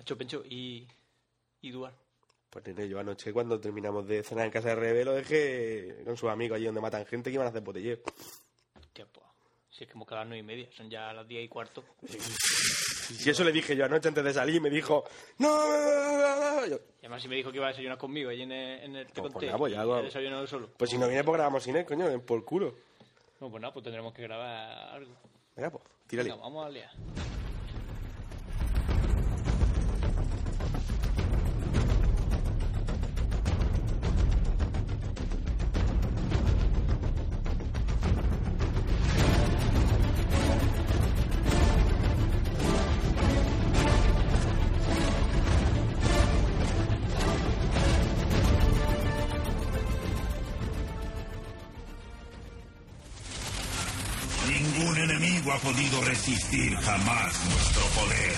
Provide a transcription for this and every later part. hecho Pencho y, y Duar. Pues nene, yo anoche cuando terminamos de cenar en casa de Rebe lo dejé con sus amigos allí donde matan gente que iban a hacer botelleo. Tiempo. pues, Si es que hemos quedado a las nueve y media, son ya las diez y cuarto. Y eso le dije yo anoche antes de salir y me dijo, no, Yo, Y además si me dijo que iba a desayunar conmigo allí en el, en el te pues conté, nada, pues ya y lo- he desayunado solo. pues si no viene pues grabamos sin él, coño, ven por culo. No, pues nada, pues tendremos que grabar algo. Venga, pues, tírale. Venga, vamos a liar. Ningún enemigo ha podido resistir jamás nuestro poder.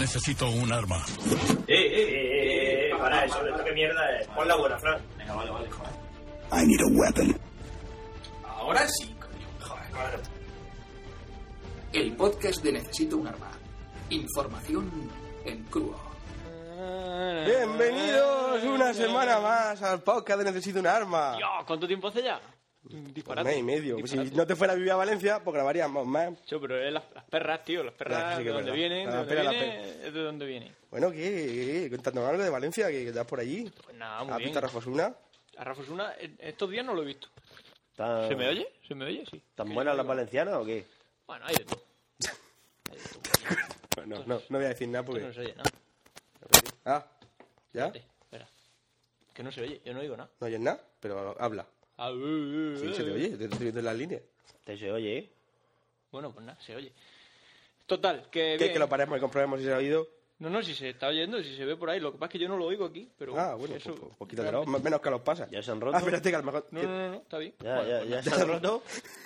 Necesito un arma. Eh, eh, eh, eh, para eso, esto qué mierda es. Pon la buena, Fran. Venga, vale, vale, joder. I need a weapon. Ahora sí, coño. Joder, madre. El podcast de Necesito un Arma. Información en crudo. Bienvenidos una semana más al podcast de Necesito un Arma. Tío, ¿cuánto tiempo hace ya? Pues Disparate. mes y medio. Pues Si disparate. no te fuera a vivir a Valencia, pues grabaríamos más. Yo, pero es las, las perras, tío, las Ya, perras sí de que es dónde verdad. vienen, de Las dónde perras, las vienen, es de dónde vienen. Bueno, ¿qué? qué, qué? Contándonos algo de Valencia, que estás por allí. Pues nada, muy ¿Has bien. visto a Rafa Osuna? A Rafa Osuna, en- estos días no lo he visto. ¿Tan, ¿Se me oye? ¿Se me oye? Sí. ¿Tan buenas las valencianas o qué? Bueno, hay de todo. Hay de todo. Bueno, no, no voy a decir nada Esto no porque... se oye, ¿no? Ah, ¿ya? Espérate, espera. Que no se oye, yo no digo nada. No oyes nada, pero habla. Ah, uh, uh, Sí, uh. se te oye, te estoy viendo en las líneas. Te se oye, ¿eh? Bueno, pues nada, se oye. Total, que. ¿Qué? bien. Que lo paremos y comprobemos si se ha oído. No, no, si se está oyendo, si se ve por ahí. Lo que pasa es que yo no lo oigo aquí, pero. Ah, bueno, eso- pues, pues, pues quítatelo, me- menos que los pasas. Ya se han roto. Ah, espérate, que a lo mejor... No, no, no, no, está bien. Ya, Bueno, ya, pues ya nada. se han roto.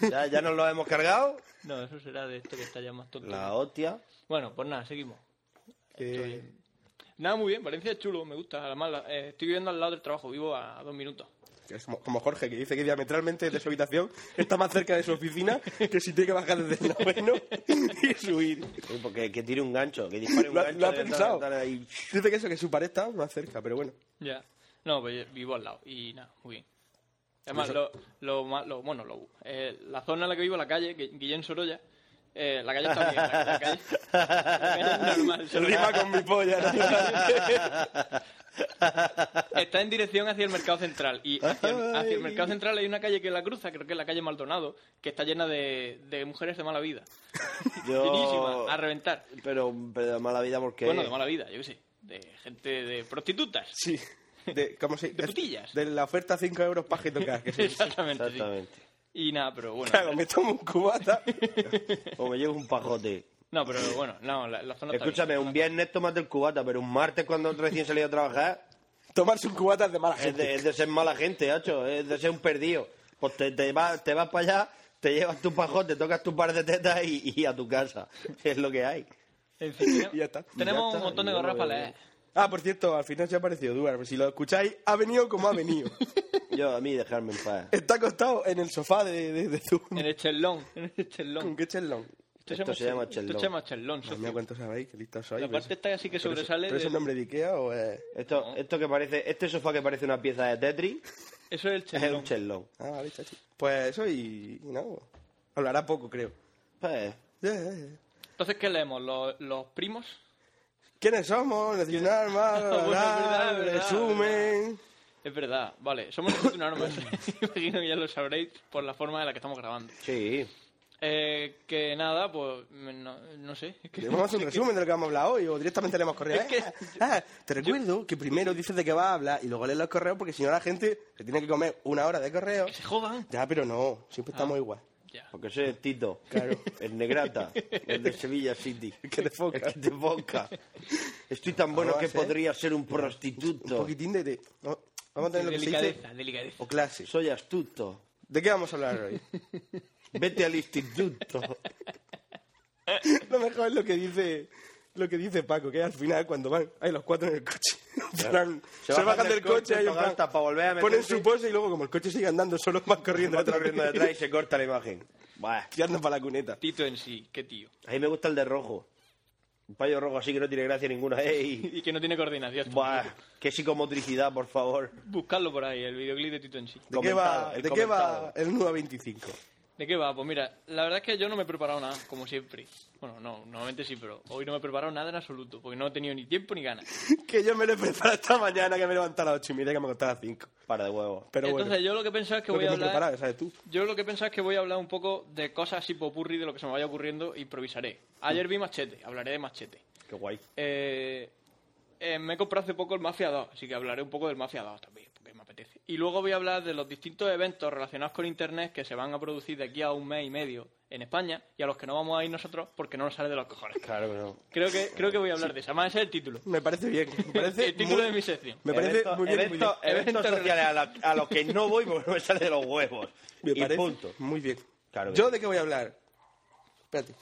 Ya, ya nos lo hemos cargado. No, eso será de esto que está ya más tonto. La hostia. Bueno, pues nada, seguimos. Que- Nada, muy bien, Valencia es chulo, me gusta. Además, la- eh, estoy viviendo al lado del trabajo, vivo a dos minutos. que es como, como Jorge, que dice que diametralmente de su habitación está más cerca de su oficina que si tiene que bajar desde el noveno y subir. Sí, porque que tire un gancho, que dispare un Lo ha, gancho. lo ha de ventana a pensado. ventana y- Dice que eso, que su pared está más cerca, pero bueno. Ya. No, pues yo vivo al lado y nada, muy bien. Además, lo, lo, ma- lo- bueno, lo, eh, la zona en la que vivo, la calle, Gui- Guillén Sorolla, eh, la calle está bien, la, la calle, la calle es normal. Se solo que- rima con mi polla. ¿no? Está en dirección hacia el mercado central. Y hacia, hacia el mercado central hay una calle que la cruza, creo que es la calle Maldonado, que está llena de, de mujeres de mala vida. Yo... Llenísima, a reventar. Pero, pero de mala vida porque... Bueno, de mala vida, yo qué sé. De gente de prostitutas. Sí. De, ¿cómo se- De putillas. De la oferta 5 euros para tocar. Que se... Exactamente. sí. Exactamente. Y nada, pero bueno. Claro, me tomo un cubata. O Pues me llevo un pajote. No, pero bueno, no, la, la zona está Escúchame, un viernes tomate el cubata, pero un martes cuando recién salí a trabajar Tomarse un cubata es de mala es gente. de, es de ser mala gente, hacho. Es de ser un perdido. Pues te, te vas, te vas para allá, te llevas tu pajote, tocas tu par de tetas y, y a tu casa. Es lo que hay. bien. En fin, tenemos- Y ya está. Tenemos Ya está, un montón de ¿eh? y yo no gorras para veo leer. Ah, por cierto, al final se ha aparecido Duarte. Si lo escucháis, ha venido como ha venido. Yo, a mí, dejarme en paz. Está acostado en el sofá de, de, de Zoom. En el chelón. En el ¿Con chelón. qué chelón? Esto se llama chelón. Esto se llama chelón. Madre socio. mía, cuánto sabéis, qué listos sois. La Pero parte eso- esta sí que pues pero eso- sobresale. ¿Pero es de- el nombre de Ikea o es...? Esto, esto que parece, este sofá que parece una pieza de Tetris Eso es el es chelón. un chelón. Ah, vale, chachi. Pues eso y... y no, hablará poco, creo. Pues, Yeah, yeah, yeah. Entonces, ¿qué leemos? ¿Los, los primos? ¿Quiénes somos? Necesito un arma, bla, Bueno, bla, verdad, verdad, resumen... Es verdad, vale, somos Necesito un arma. Imagino que ya lo sabréis por la forma de la que estamos grabando. sí. Eh, que nada, pues me- no, no sé. es que- Vamos a hacer un resumen de lo que hemos hablado hoy, o directamente leemos correos. Es que- Ah, ah, te recuerdo que primero dices de qué vas a hablar y luego lees los correos, porque si no la gente se tiene que comer una hora de correos. que se jodan. Ya, pero no, siempre estamos igual. Ya. Porque soy el Tito. Claro. El Negrata. El de Sevilla City. El que te foca. El que te foca. Estoy tan bueno Ahora que sí. podría ser un Un prostituto. poquitín de... de- no, vamos a tener lo que se dice... Delicadeza, delicadeza. O clase. Soy astuto. ¿De qué vamos a hablar hoy? Vete al instituto. Lo mejor es lo que dice lo que dice Paco, que al final cuando van, hay los cuatro en el coche. En plan, Se, bajan del coche, hay un pagan plan, hasta pa' volver a ponen meterse. su pose y luego como el coche sigue andando, solo van corriendo Otro atrás, corriendo detrás y se corta la imagen. Buah. tirando para la cuneta. Tito en sí, qué tío. A mí me gusta el de rojo. Un payo rojo así que no tiene gracia ninguna. ¡Ey! Y que no tiene coordinación. Buah, qué psicomotricidad, por favor. Buscarlo por ahí, el videoclip de Tito en sí. ¿De qué va, Comentado, el ¿de qué va comentado. el Nuda 25? ¿De qué va? Pues mira, la verdad es que yo no me he preparado nada, como siempre. Bueno, no, normalmente sí, pero hoy no me he preparado nada en absoluto, porque no he tenido ni tiempo ni ganas. que yo me lo he preparado esta mañana, que me he levantado a las 8 y media, que me acostaba a las 5. Para de huevo. Pero Entonces bueno, yo lo que pensaba es que lo voy que a me he hablar... preparado, ¿sabes tú? Yo lo que pensaba es que voy a hablar un poco de cosas así popurri, de lo que se me vaya ocurriendo, improvisaré. Ayer vi Machete, hablaré de Machete. Qué guay. Eh, eh, me he comprado hace poco el Mafia 2, así que hablaré un poco del Mafia 2 también, porque me apetece. Y luego voy a hablar de los distintos eventos relacionados con Internet que se van a producir de aquí a un mes y medio en España y a los que no vamos a ir nosotros porque no nos sale de los cojones. Claro que no. Creo que, creo que voy a hablar de eso. Además, ese es el título. Me parece bien. Me parece el título muy- de mi sección. Me parece Eventos- muy bien. y muy bien. eventos- eventos Eventos sociales a, la- a los que no voy porque me sale de los huevos. Me y parece punto. muy bien. Claro que ¿Yo sí. de qué voy a hablar? Espérate.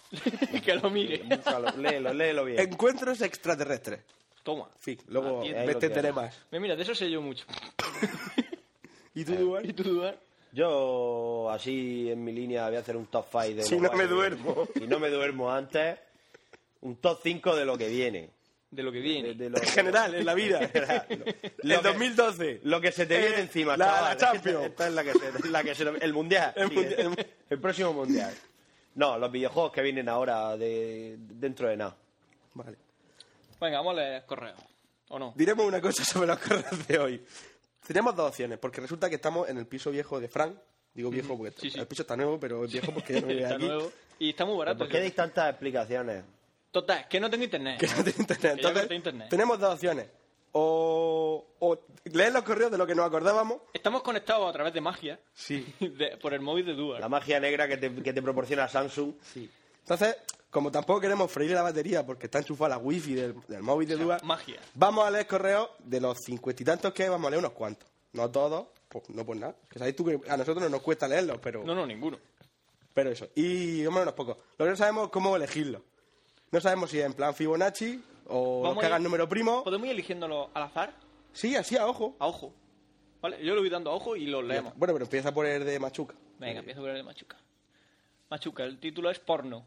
que lo mire. Búscalo, léelo, léelo bien. Encuentros extraterrestres. Toma. Sí, luego Aquí- ahí me lo tenderé tienes. más. Mira, Mira, de eso sé yo mucho. ¿Y tú, Duarte? ¿Y tú, Duarte? Yo, así en mi línea, voy a hacer un top 5 de. Si lo no guay me que- duermo. Si no me duermo antes, un top 5 de lo que viene. De lo que De, viene. de lo, En general, en la vida. Lo En que- 2012. Lo que se te viene Eh, encima, la- chaval. la Champions. Esta es la que se, la que se- el mundial. El Sí, mundial. el- el próximo mundial. No, los videojuegos que vienen ahora de, dentro de nada. Vale. Venga, vamos a leer el correo. ¿O no? Diremos una cosa sobre los correos de hoy. Tenemos dos opciones, porque resulta que estamos en el piso viejo de Frank. Digo viejo porque Sí, sí. el piso está nuevo, pero es viejo porque ya no vive Está aquí. nuevo. Y está muy barato. ¿Por qué sí. dais tantas explicaciones? Total, que no tengo internet. Que no tiene internet. Que ya Entonces, corté internet. tenemos dos opciones. O, o leer los correos de lo que nos acordábamos. Estamos conectados a través de magia. Sí. de- por el móvil de La Duarte. magia negra que te, que te proporciona Samsung. Entonces, como tampoco queremos freír la batería porque está enchufada la wifi del, del móvil de Dua, magia. vamos a leer correos de los cincuenta y tantos que hay, vamos a leer unos cuantos. No todos, pues, no por nada. Que sabéis tú que a nosotros no nos cuesta leerlos, pero... No, no, ninguno. Pero eso, y más o menos poco. Lo que no sabemos es cómo elegirlo. No sabemos si en plan Fibonacci o Vamos los que a ir- hagan número primo. Podemos ir eligiéndolo al azar, Sí, así a ojo. a ojo. ¿Vale? Yo lo voy dando a ojo y lo leemos. Bueno, pero empieza por el de Machuca. Venga, empiezo por el de Machuca. Machuca, el título es porno.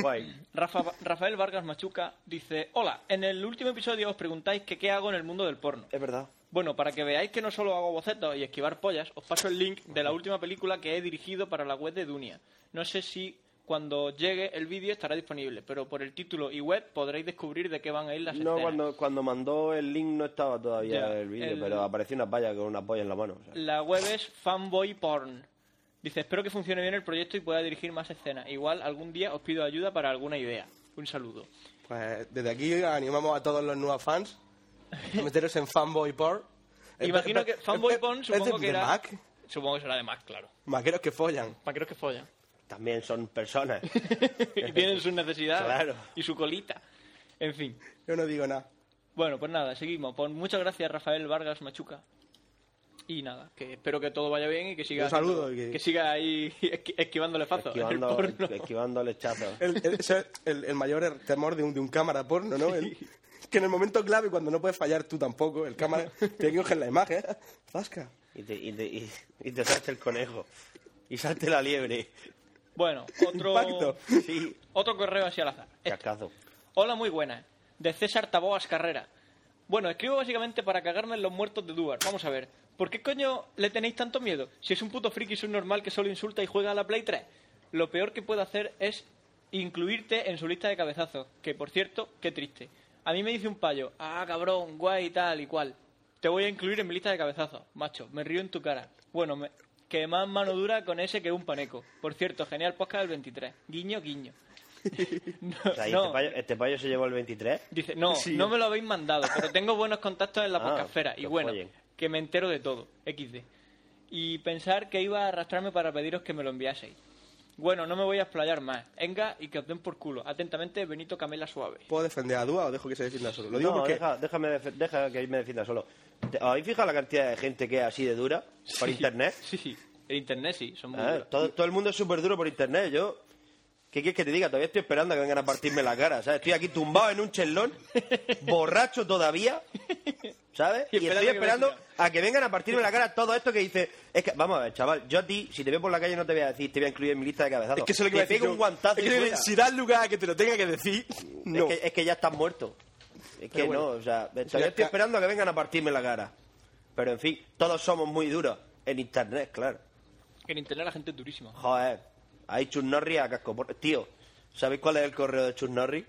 Guay. Rafa- Rafael Vargas Machuca dice, hola, en el último episodio os preguntáis que qué hago en el mundo del porno. Es verdad. Bueno, para que veáis que no solo hago bocetos y esquivar pollas, os paso el link de la última película que he dirigido para la web de Dunia. No sé si cuando llegue el vídeo estará disponible, pero por el título y web podréis descubrir de qué van a ir las No, escenas. cuando, cuando mandó el link no estaba todavía Ya, el vídeo, el- pero apareció una palla con una polla en la mano. o sea. La web es Fanboy Porn. Dice, espero que funcione bien el proyecto y pueda dirigir más escenas. Igual algún día os pido ayuda para alguna idea. Un saludo. Pues desde aquí animamos a todos los nuevos fans a meteros en Fanboy Porn. Eh, Este Imagino que Fanboy Porn ¿Es supongo de- que de era... Mac? Supongo que será de Mac, claro. Maqueros que follan. Maqueros que follan. También son personas. y tienen sus necesidades. Claro. Y su colita. En fin. Yo no digo nada. Bueno, pues nada, seguimos. Pues muchas gracias, Rafael Vargas Machuca. Y nada, que espero que todo vaya bien y que siga, Un saludo haciendo- y que- siga ahí esqui- esquivando lefazos en el esquivando, porno. esquivando el hechazo. El, el- eso es el- el mayor temor de un, de un cámara porno, ¿no? El- que en el momento clave, cuando no puedes fallar tú tampoco, el cámara tiene que coger la imagen. Zasca. Y te, y, te, y, y te salte el conejo. Y salte la liebre. Bueno, otro, Impacto. Sí. otro correo así al azar. Cascazo. Hola, muy buenas. De César Taboas Carrera. Bueno, escribo básicamente para cagarme en los muertos de Duar. Vamos a ver. ¿Por qué coño le tenéis tanto miedo? Si es un puto friki normal que solo insulta y juega a la Play 3. Lo peor que puede hacer es incluirte en su lista de cabezazos. Que, por cierto, qué triste. A mí me dice un payo. Ah, cabrón, guay y tal y cual. Te voy a incluir en mi lista de cabezazos. Macho, me río en tu cara. Bueno, me- que más mano dura con ese que un paneco. Por cierto, genial podcast del 23. Guiño, guiño. No, O sea, y este, payo, este payo se llevó el 23. Dice, no, Sí. no me lo habéis mandado, pero tengo buenos contactos en la Ah, podcastfera. Y que bueno, follen. que me entero de todo. XD. Y pensar que iba a arrastrarme para pediros que me lo enviaseis. Bueno, no me voy a explayar más. Venga y que os den por culo. Atentamente, Benito Camela Suave. ¿Puedo defender a Dúa o dejo que se defienda solo? Lo digo No, porque... deja, déjame def- deja que me defienda solo. ¿Te- ¿Habéis fijado la cantidad de gente que es así de dura por internet? Sí, sí. En internet sí, son muy Ah, duros. todo, todo el mundo es súper duro por internet. Yo, ¿qué quieres que te diga? Todavía estoy esperando a que vengan a partirme la cara. ¿sabes? Estoy aquí tumbado en un chelón, borracho todavía, ¿sabes? Y Y estoy espérate que esperando venga. a que vengan a partirme la cara todo esto que dice. Es que, vamos a ver, chaval, yo a ti, si te veo por la calle, no te voy a decir, te voy a incluir en mi lista de cabezazos. Es que eso es lo que me Te decís pego yo. un guantazo. Es y que fuera. si das lugar a que te lo tenga que decir, no. Es, que, es que ya estás muerto. Es que bueno. no, o sea, la todavía estoy ca- esperando a que vengan a partirme la cara. Pero en fin, todos somos muy duros. En internet, claro. En internet la gente es durísima. Joder, ahí Chus Norris a casco. por- Tío, ¿sabéis cuál es el correo de Chus Norris?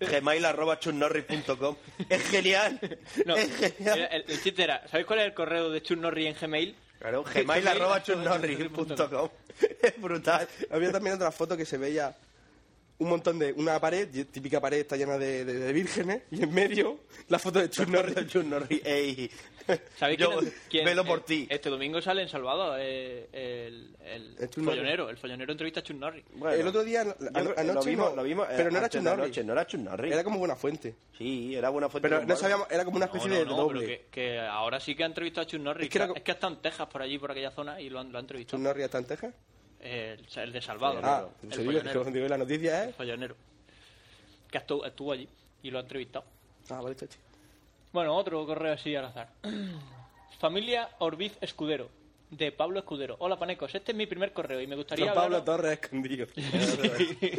Eh. Gmail arroba chusnorris.com. Es genial. No, es genial. era- el, el chiste era, ¿sabéis cuál es el correo de Chun Norris en Gmail? Claro, gmail arroba chusnorris.com. Es brutal. Había también otra foto que se veía un montón de. Una pared, y típica pared está llena de, de- de vírgenes, y en medio la foto de Chus Norris. Chus Norris, ey. ¿Sabéis Yo, quién, quién- velo por eh, ti. Este domingo sale en Salvador eh, el, el, El Chuck Norris. follonero. El follonero entrevista a Chun Norris. Bueno, el otro día, yo ano- creo- anoche lo vimos, no, lo vimos, eh, pero no era antes de Chus Norris. anoche, no era Chus Norris. Era como buena fuente. Sí, era buena fuente. Pero no de humor. sabíamos, era como una especie No, no, de no, pero doble. que, que ahora sí que ha entrevistado a Chun Norris. Es que era Es co- que, está en Texas, por allí, por aquella zona, y lo han, lo han ¿Chus entrevistado. Norris está en Texas? El, el de Salvador. Ah, el, se digo, follonero, digo, la noticia ¿eh? el es. follonero. Que estuvo, estuvo allí y lo ha entrevistado. Ah, vale, chachi. Bueno, otro correo así al azar. Familia Orbiz Escudero, de Pablo Escudero. Hola, panecos, este es mi primer correo y me gustaría... Don Pablo hablaros- Torres escondido. Sí,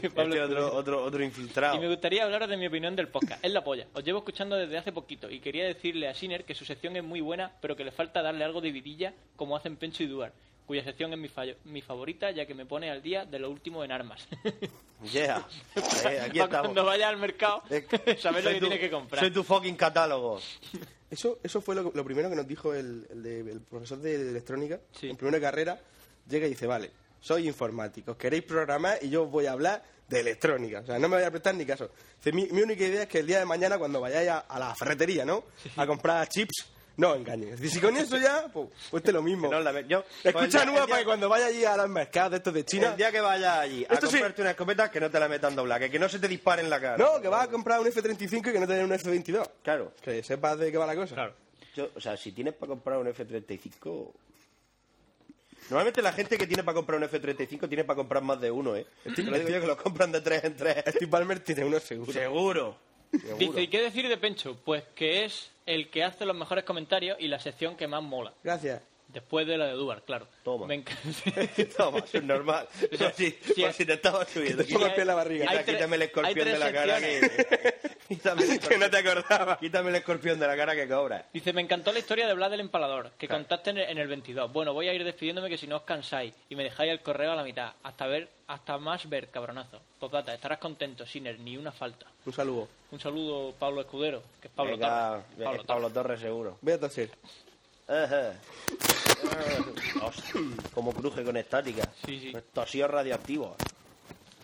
Pablo Este otro, Escudero. otro, otro infiltrado. Y me gustaría hablaros de mi opinión del podcast. Es la polla. Os llevo escuchando desde hace poquito y quería decirle a Siner que su sección es muy buena, pero que le falta darle algo de vidilla como hacen Pencho y Duar, cuya sección es mi, fallo- mi favorita ya que me pone al día de lo último en armas. Yeah. Eh, aquí Pa' estamos. cuando vaya al mercado, Es saber lo soy que tu- tienes que comprar. Soy tu fucking catálogo. Eso, eso fue lo, lo primero que nos dijo el, el de- el profesor de, de electrónica Sí. en primera carrera. Llega y dice, vale, soy informático, queréis programar y yo os voy a hablar de electrónica. O sea, no me voy a prestar ni caso. Dice, mi, mi única idea es que el día de mañana cuando vayáis a, a la ferretería, ¿no? A comprar chips, no os engañéis. Dice, si con eso ya, pues, pues te lo mismo. Que no la ve- yo- pues Escucha, el- Nua, el día- para que cuando vaya allí a los mercados de estos de China... El día que vayas allí a Esto sí. comprarte una escopeta, que no te la metan doblada, que, que no se te dispare en la cara. No, que vas a comprar un F-35 y que no tenés un F-22. Claro. Que sepas de qué va la cosa. Yo- o sea, si tienes para comprar un F-35... Normalmente la gente que tiene para comprar un F-35 tiene para comprar más de uno, ¿eh? Te lo digo yo que los compran de tres en tres. Steve Palmer tiene uno seguro. Seguro. Dice, ¿y qué decir de Pencho? Pues que es el que hace los mejores comentarios y la sección que más mola. Gracias. Después de la de Duar, claro. Toma. Me encanta. Toma, es normal. O sea, Por si, sí, por es- si te estabas subiendo. ponga el pie en la barriga. hay Quita- tres- quítame el hay escorpión tres de la cara secciones. que... quítame el Que no te escorpión- acordaba. Quítame el escorpión de la cara que cobras. Dice, me encantó la historia de Vlad el Empalador, que contaste en el, en el 22. Bueno, voy a ir despidiéndome que si no os cansáis y me dejáis el correo a la mitad. Hasta ver, hasta más ver, cabronazo. Postdata, estarás contento, Siner, ni una falta. Un saludo. Un saludo, Pablo Escudero, que es Pablo Venga, Torres. es Pablo Pablo Torres. Torres seguro. Voy a toser. Ajá. Hostia, como cruje con estática. Sí, sí. Tosíos radioactivos.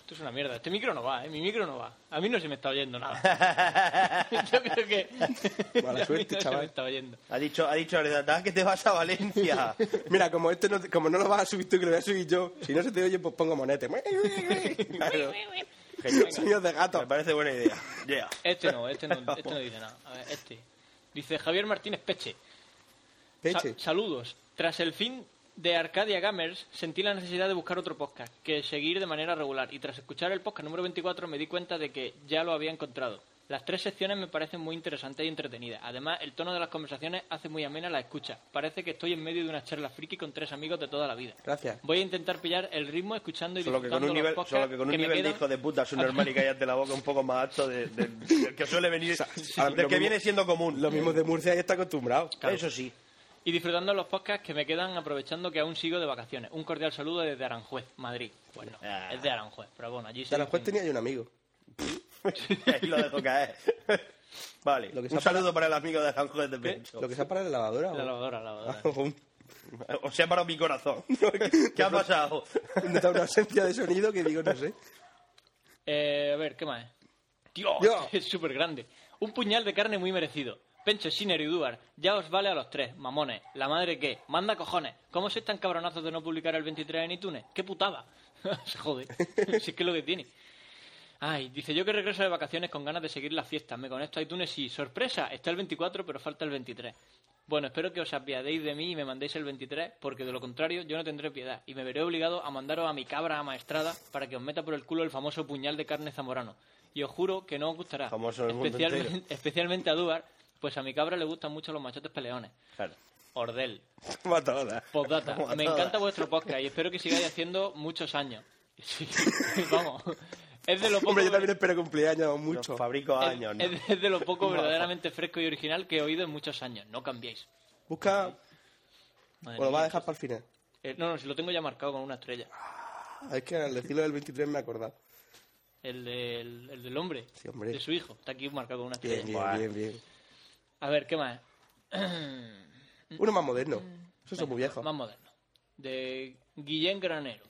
Esto es una mierda. Este micro no va, ¿eh? Mi micro no va. A mí no se me está oyendo nada. Yo creo que... Mala a mí suerte, no se chaval. me está oyendo. Ha dicho, ha dicho Aretata que te vas a Valencia. Mira, como este no, como no lo vas a subir tú, que lo voy a subir yo. Si no se te oye, pues pongo monete. Claro. Sonidos de Me gato. parece buena idea. Yeah. Este no, este no, este no dice nada. A ver, este. Dice Javier Martínez Peche. Sa- Peche. saludos. Tras el fin de Arcadia Gamers, sentí la necesidad de buscar otro podcast que seguir de manera regular. Y tras escuchar el podcast número 24, me di cuenta de que ya lo había encontrado. Las tres secciones me parecen muy interesantes y entretenidas. Además, el tono de las conversaciones hace muy amena la escucha. Parece que estoy en medio de una charla friki con tres amigos de toda la vida. Gracias. Voy a intentar pillar el ritmo escuchando y Solo que con disfrutando un nivel, los podcasts solo que con un que me nivel de quedan. hijo de puta subnormal y cállate la boca un poco más alto de- de- del que suele venir, a- del lo que mismo- viene siendo común. Lo mismo de Murcia, ya está acostumbrado. Eso sí. Y disfrutando los podcasts que me quedan aprovechando que aún sigo de vacaciones. Un cordial saludo desde Aranjuez, Madrid. Bueno, Ah. es de Aranjuez, pero bueno, allí se De la juez dicen- tenía yo un amigo. Ahí lo dejo caer. Vale. Lo que se un ha parado- saludo para el amigo de Aranjuez de Pencho. Lo que se ha parado en la lavadora. La o- lavadora, la lavadora. Ah. O sea, para mi corazón. ¿Qué ha pasado? Nota una ausencia de sonido que digo, no sé. Eh, a ver, ¿qué más? Dios, Dios. es súper grande. Un puñal de carne muy merecido. Pencho, Siner y Duar, ya os vale a los tres, mamones. La madre que, manda cojones. ¿Cómo sois tan cabronazos de no publicar el 23 en iTunes? ¡Qué putada! Joder, si es que es lo que tiene. Ay, dice yo que regreso de vacaciones con ganas de seguir las fiestas. Me conecto a iTunes y, sorpresa, está el 24 pero falta el 23. Bueno, espero que os apiadéis de mí y me mandéis el 23, porque de lo contrario yo no tendré piedad y me veré obligado a mandaros a mi cabra amaestrada para que os meta por el culo el famoso puñal de carne zamorano. Y os juro que no os gustará, Famoso en el mundo especialmente, entero. especialmente a Duar, Pues a mi cabra le gustan mucho los machotes peleones. Claro. Ordel. Matadora. Postdata. Como a Me todas. encanta vuestro podcast y espero que sigáis haciendo muchos años. Sí, vamos. Es de lo poco. Hombre, yo ver- también espero cumpleaños Los mucho. fabrico a años, eh, ¿no? es, es de lo poco verdaderamente fresco y original que he oído en muchos años. No cambiéis. Busca Madre o lo mía. vas a dejar para el final. Eh, no, no, si lo tengo ya marcado con una estrella. Ah, Es que al decirlo del 23 me he acordado. El, del- el del hombre. Sí, hombre. De su hijo. Está aquí marcado con una estrella. Bien, bien, Guau. bien, bien. A ver, ¿qué más? Uno más moderno. Esos son muy viejos. Más moderno. De Guillén Granero.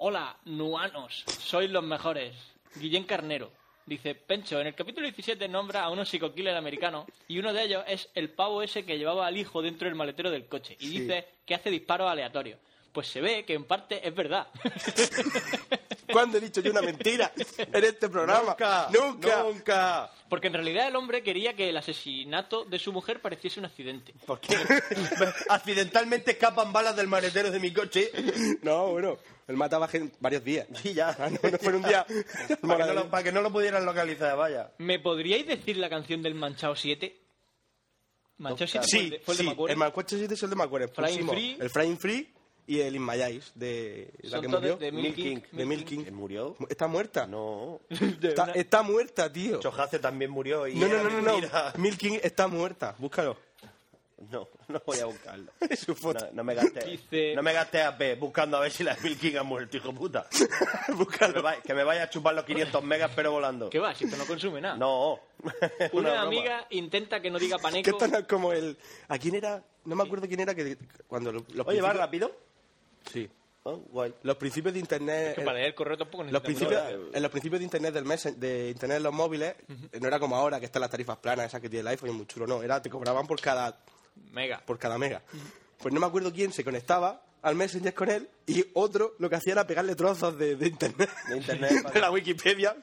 Hola, nuanos. Sois los mejores. Guillén Carnero. Dice, Pencho, en el capítulo 17 nombra a unos psicoquiles americanos y uno de ellos es el pavo ese que llevaba al hijo dentro del maletero del coche y Sí. dice que hace disparos aleatorios. Pues se ve que en parte es verdad. ¿Cuándo he dicho yo una mentira en este programa? Nunca, Nunca. nunca. Porque en realidad el hombre quería que el asesinato de su mujer pareciese un accidente. Porque accidentalmente escapan balas del maletero de mi coche No, bueno. Él mataba gente varios días. y ya. Ah, no, no fue un día. para, que no lo, para que no lo pudieran localizar, vaya. ¿Me podríais decir la canción del Manchao 7? ¿Manchao 7 fue el Sí, de- fue el de sí, Macuere? el Mancuacho 7 es el de Macuere. Flying Pusimos Free. El Flying Free y el In My Eyes, de la Son que todos murió. de Milking. Milking. De Milking. ¿Que murió? Está muerta. No. Está, está muerta, tío. Chojace también murió y No, no, era no, no, no. mentira. Milking está muerta. Búscalo. No, no voy a buscarlo. Su foto. No, no me gastes. Dice- No me gastes a P buscando a ver si la Bill King ha muerto, hijo puta. Que me, Búscalo. vaya, que me vaya a chupar los 500 megas, pero volando. ¿Qué va? Si esto no consume nada. No. Una, broma. amiga intenta que no diga Que paneco. esto no es como el. ¿A quién era? No me acuerdo quién era que cuando lo- los Oye, ¿va principios- rápido? Sí. Oh, guay. Los principios de internet. Que para leer el correo tampoco los necesitamos principios, no, en los principios de internet del mes, de internet en los móviles, no era como ahora que están las tarifas planas esas que tiene el iPhone, y muy chulo, no, era te cobraban por cada Mega. por cada mega. Pues no me acuerdo quién se conectaba al Messenger con él y otro lo que hacía era pegarle trozos de, de internet. De internet, de la Wikipedia.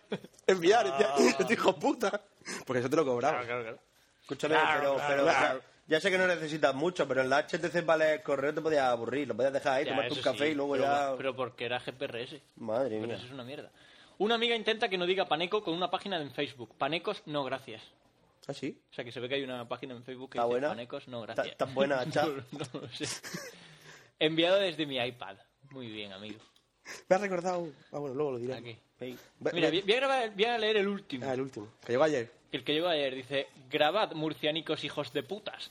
Enviar, enviar. Este hijo de puta. Porque eso te lo cobraba. Ah. Claro, claro, claro. Escúchame, pero, pero o sea, ya sé que no necesitas mucho, pero en la HTC vale el correo te podías aburrir, lo podías dejar ahí, Ya, tomarte eso un café sí, y luego pero, ya. Pero porque era GPRS. Madre Pero mía. eso es una mierda. Una amiga intenta que no diga paneco con una página en Facebook. Panecos, no gracias. ¿Ah, sí? O sea, que se ve que hay una página en Facebook que ¿Está dice buena? panecos, no ¿Está- gracias. está buena, chat? no, no lo sé. Enviado desde mi iPad. Muy bien, amigo. Me ha recordado. Ah, bueno, luego lo diré. Aquí. Ey, Ve- Mira, ve- voy a, grabar- voy a leer el último. Ah, el último. Que llegó ayer. El que llegó ayer dice, grabad murcianicos hijos de putas.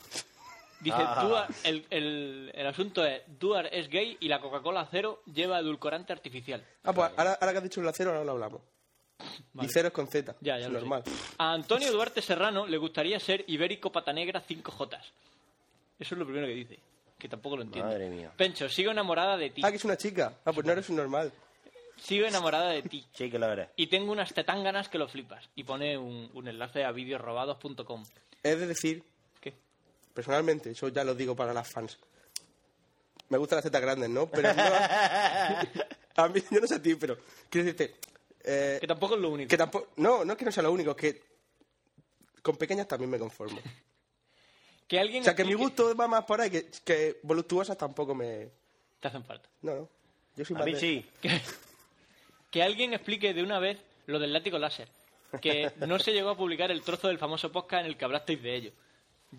Dice, Ah. Duar- el, el- el asunto es, Duar es gay y la Coca-Cola cero lleva edulcorante artificial. Ah, pues ahora, ahora que has dicho el acero, ahora lo hablamos. Vale. Y cero es con Z. Ya, ya es lo sé. normal. A Antonio Duarte Serrano le gustaría ser ibérico patanegra 5J. Eso es lo primero que dice, que tampoco lo entiendo. Madre mía. Pencho, sigo enamorada de ti. Ah, que es una chica. Ah, pues no eres un normal. Sigo enamorada de ti. Sí, que lo eres. Y tengo unas tetanganas que lo flipas. Y pone un, un enlace a videorobados.com. Es de decir, ¿Qué? personalmente, eso ya lo digo para las fans. Me gustan las tetas grandes, ¿no? Pero no. A mí, yo no sé a ti, pero quiero decirte. eh, Que tampoco es lo único. que tampoco. No, no es que no sea lo único, es que. Con pequeñas también me conformo. Que alguien... O sea, que mi explique- gusto va más por ahí, que, que voluptuosas tampoco me. Te hacen falta. No, no. Yo soy A más mí de- sí. Que, que alguien explique de una vez lo del látigo láser. Que no se llegó a publicar el trozo del famoso podcast en el que hablasteis de ello.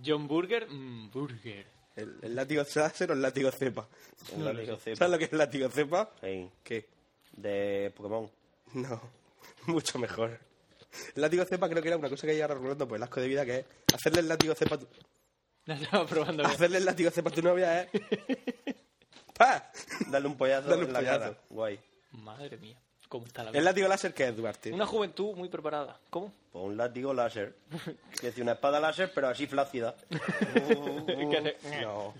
John Burger, mm, Burger. El, el látigo láser o el látigo cepa. El látigo cepa. ¿Sabes lo que es el látigo cepa? Sí, ¿Qué? de Pokémon. No, mucho mejor. El látigo cepa creo que era una cosa que hay ahora regulando por el asco de vida, que es hacerle el látigo cepa a tu, La estaba probando. hacerle el látigo cepa a tu novia, ¿eh? ¡Pa! Dale un pollazo Dale un en la pollazo. cara. Guay. Madre mía, cómo está la El vida. látigo láser que es, Duarte. Una juventud muy preparada. ¿Cómo? Pues un látigo láser. Es decir, una espada láser, pero así flácida. Que hace- No.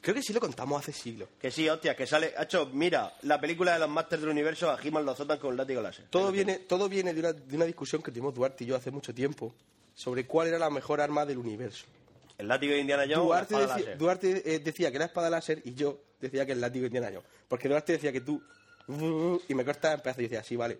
Creo que sí lo contamos hace siglos. que sí, hostia, que sale. Hacho, mira, la película de los Masters del Universo, a He-Man lo azotan con un látigo láser. Todo viene, todo viene de, una, de una discusión que tuvimos Duarte y yo hace mucho tiempo sobre cuál era la mejor arma del universo. El látigo de Indiana Jones, Duarte, la espada deci- láser. Duarte, eh, decía que era espada láser y yo decía que el látigo Indiana Jones. Porque Duarte decía que tú... uh, Y me cortaba en pedazos y decía, sí, vale.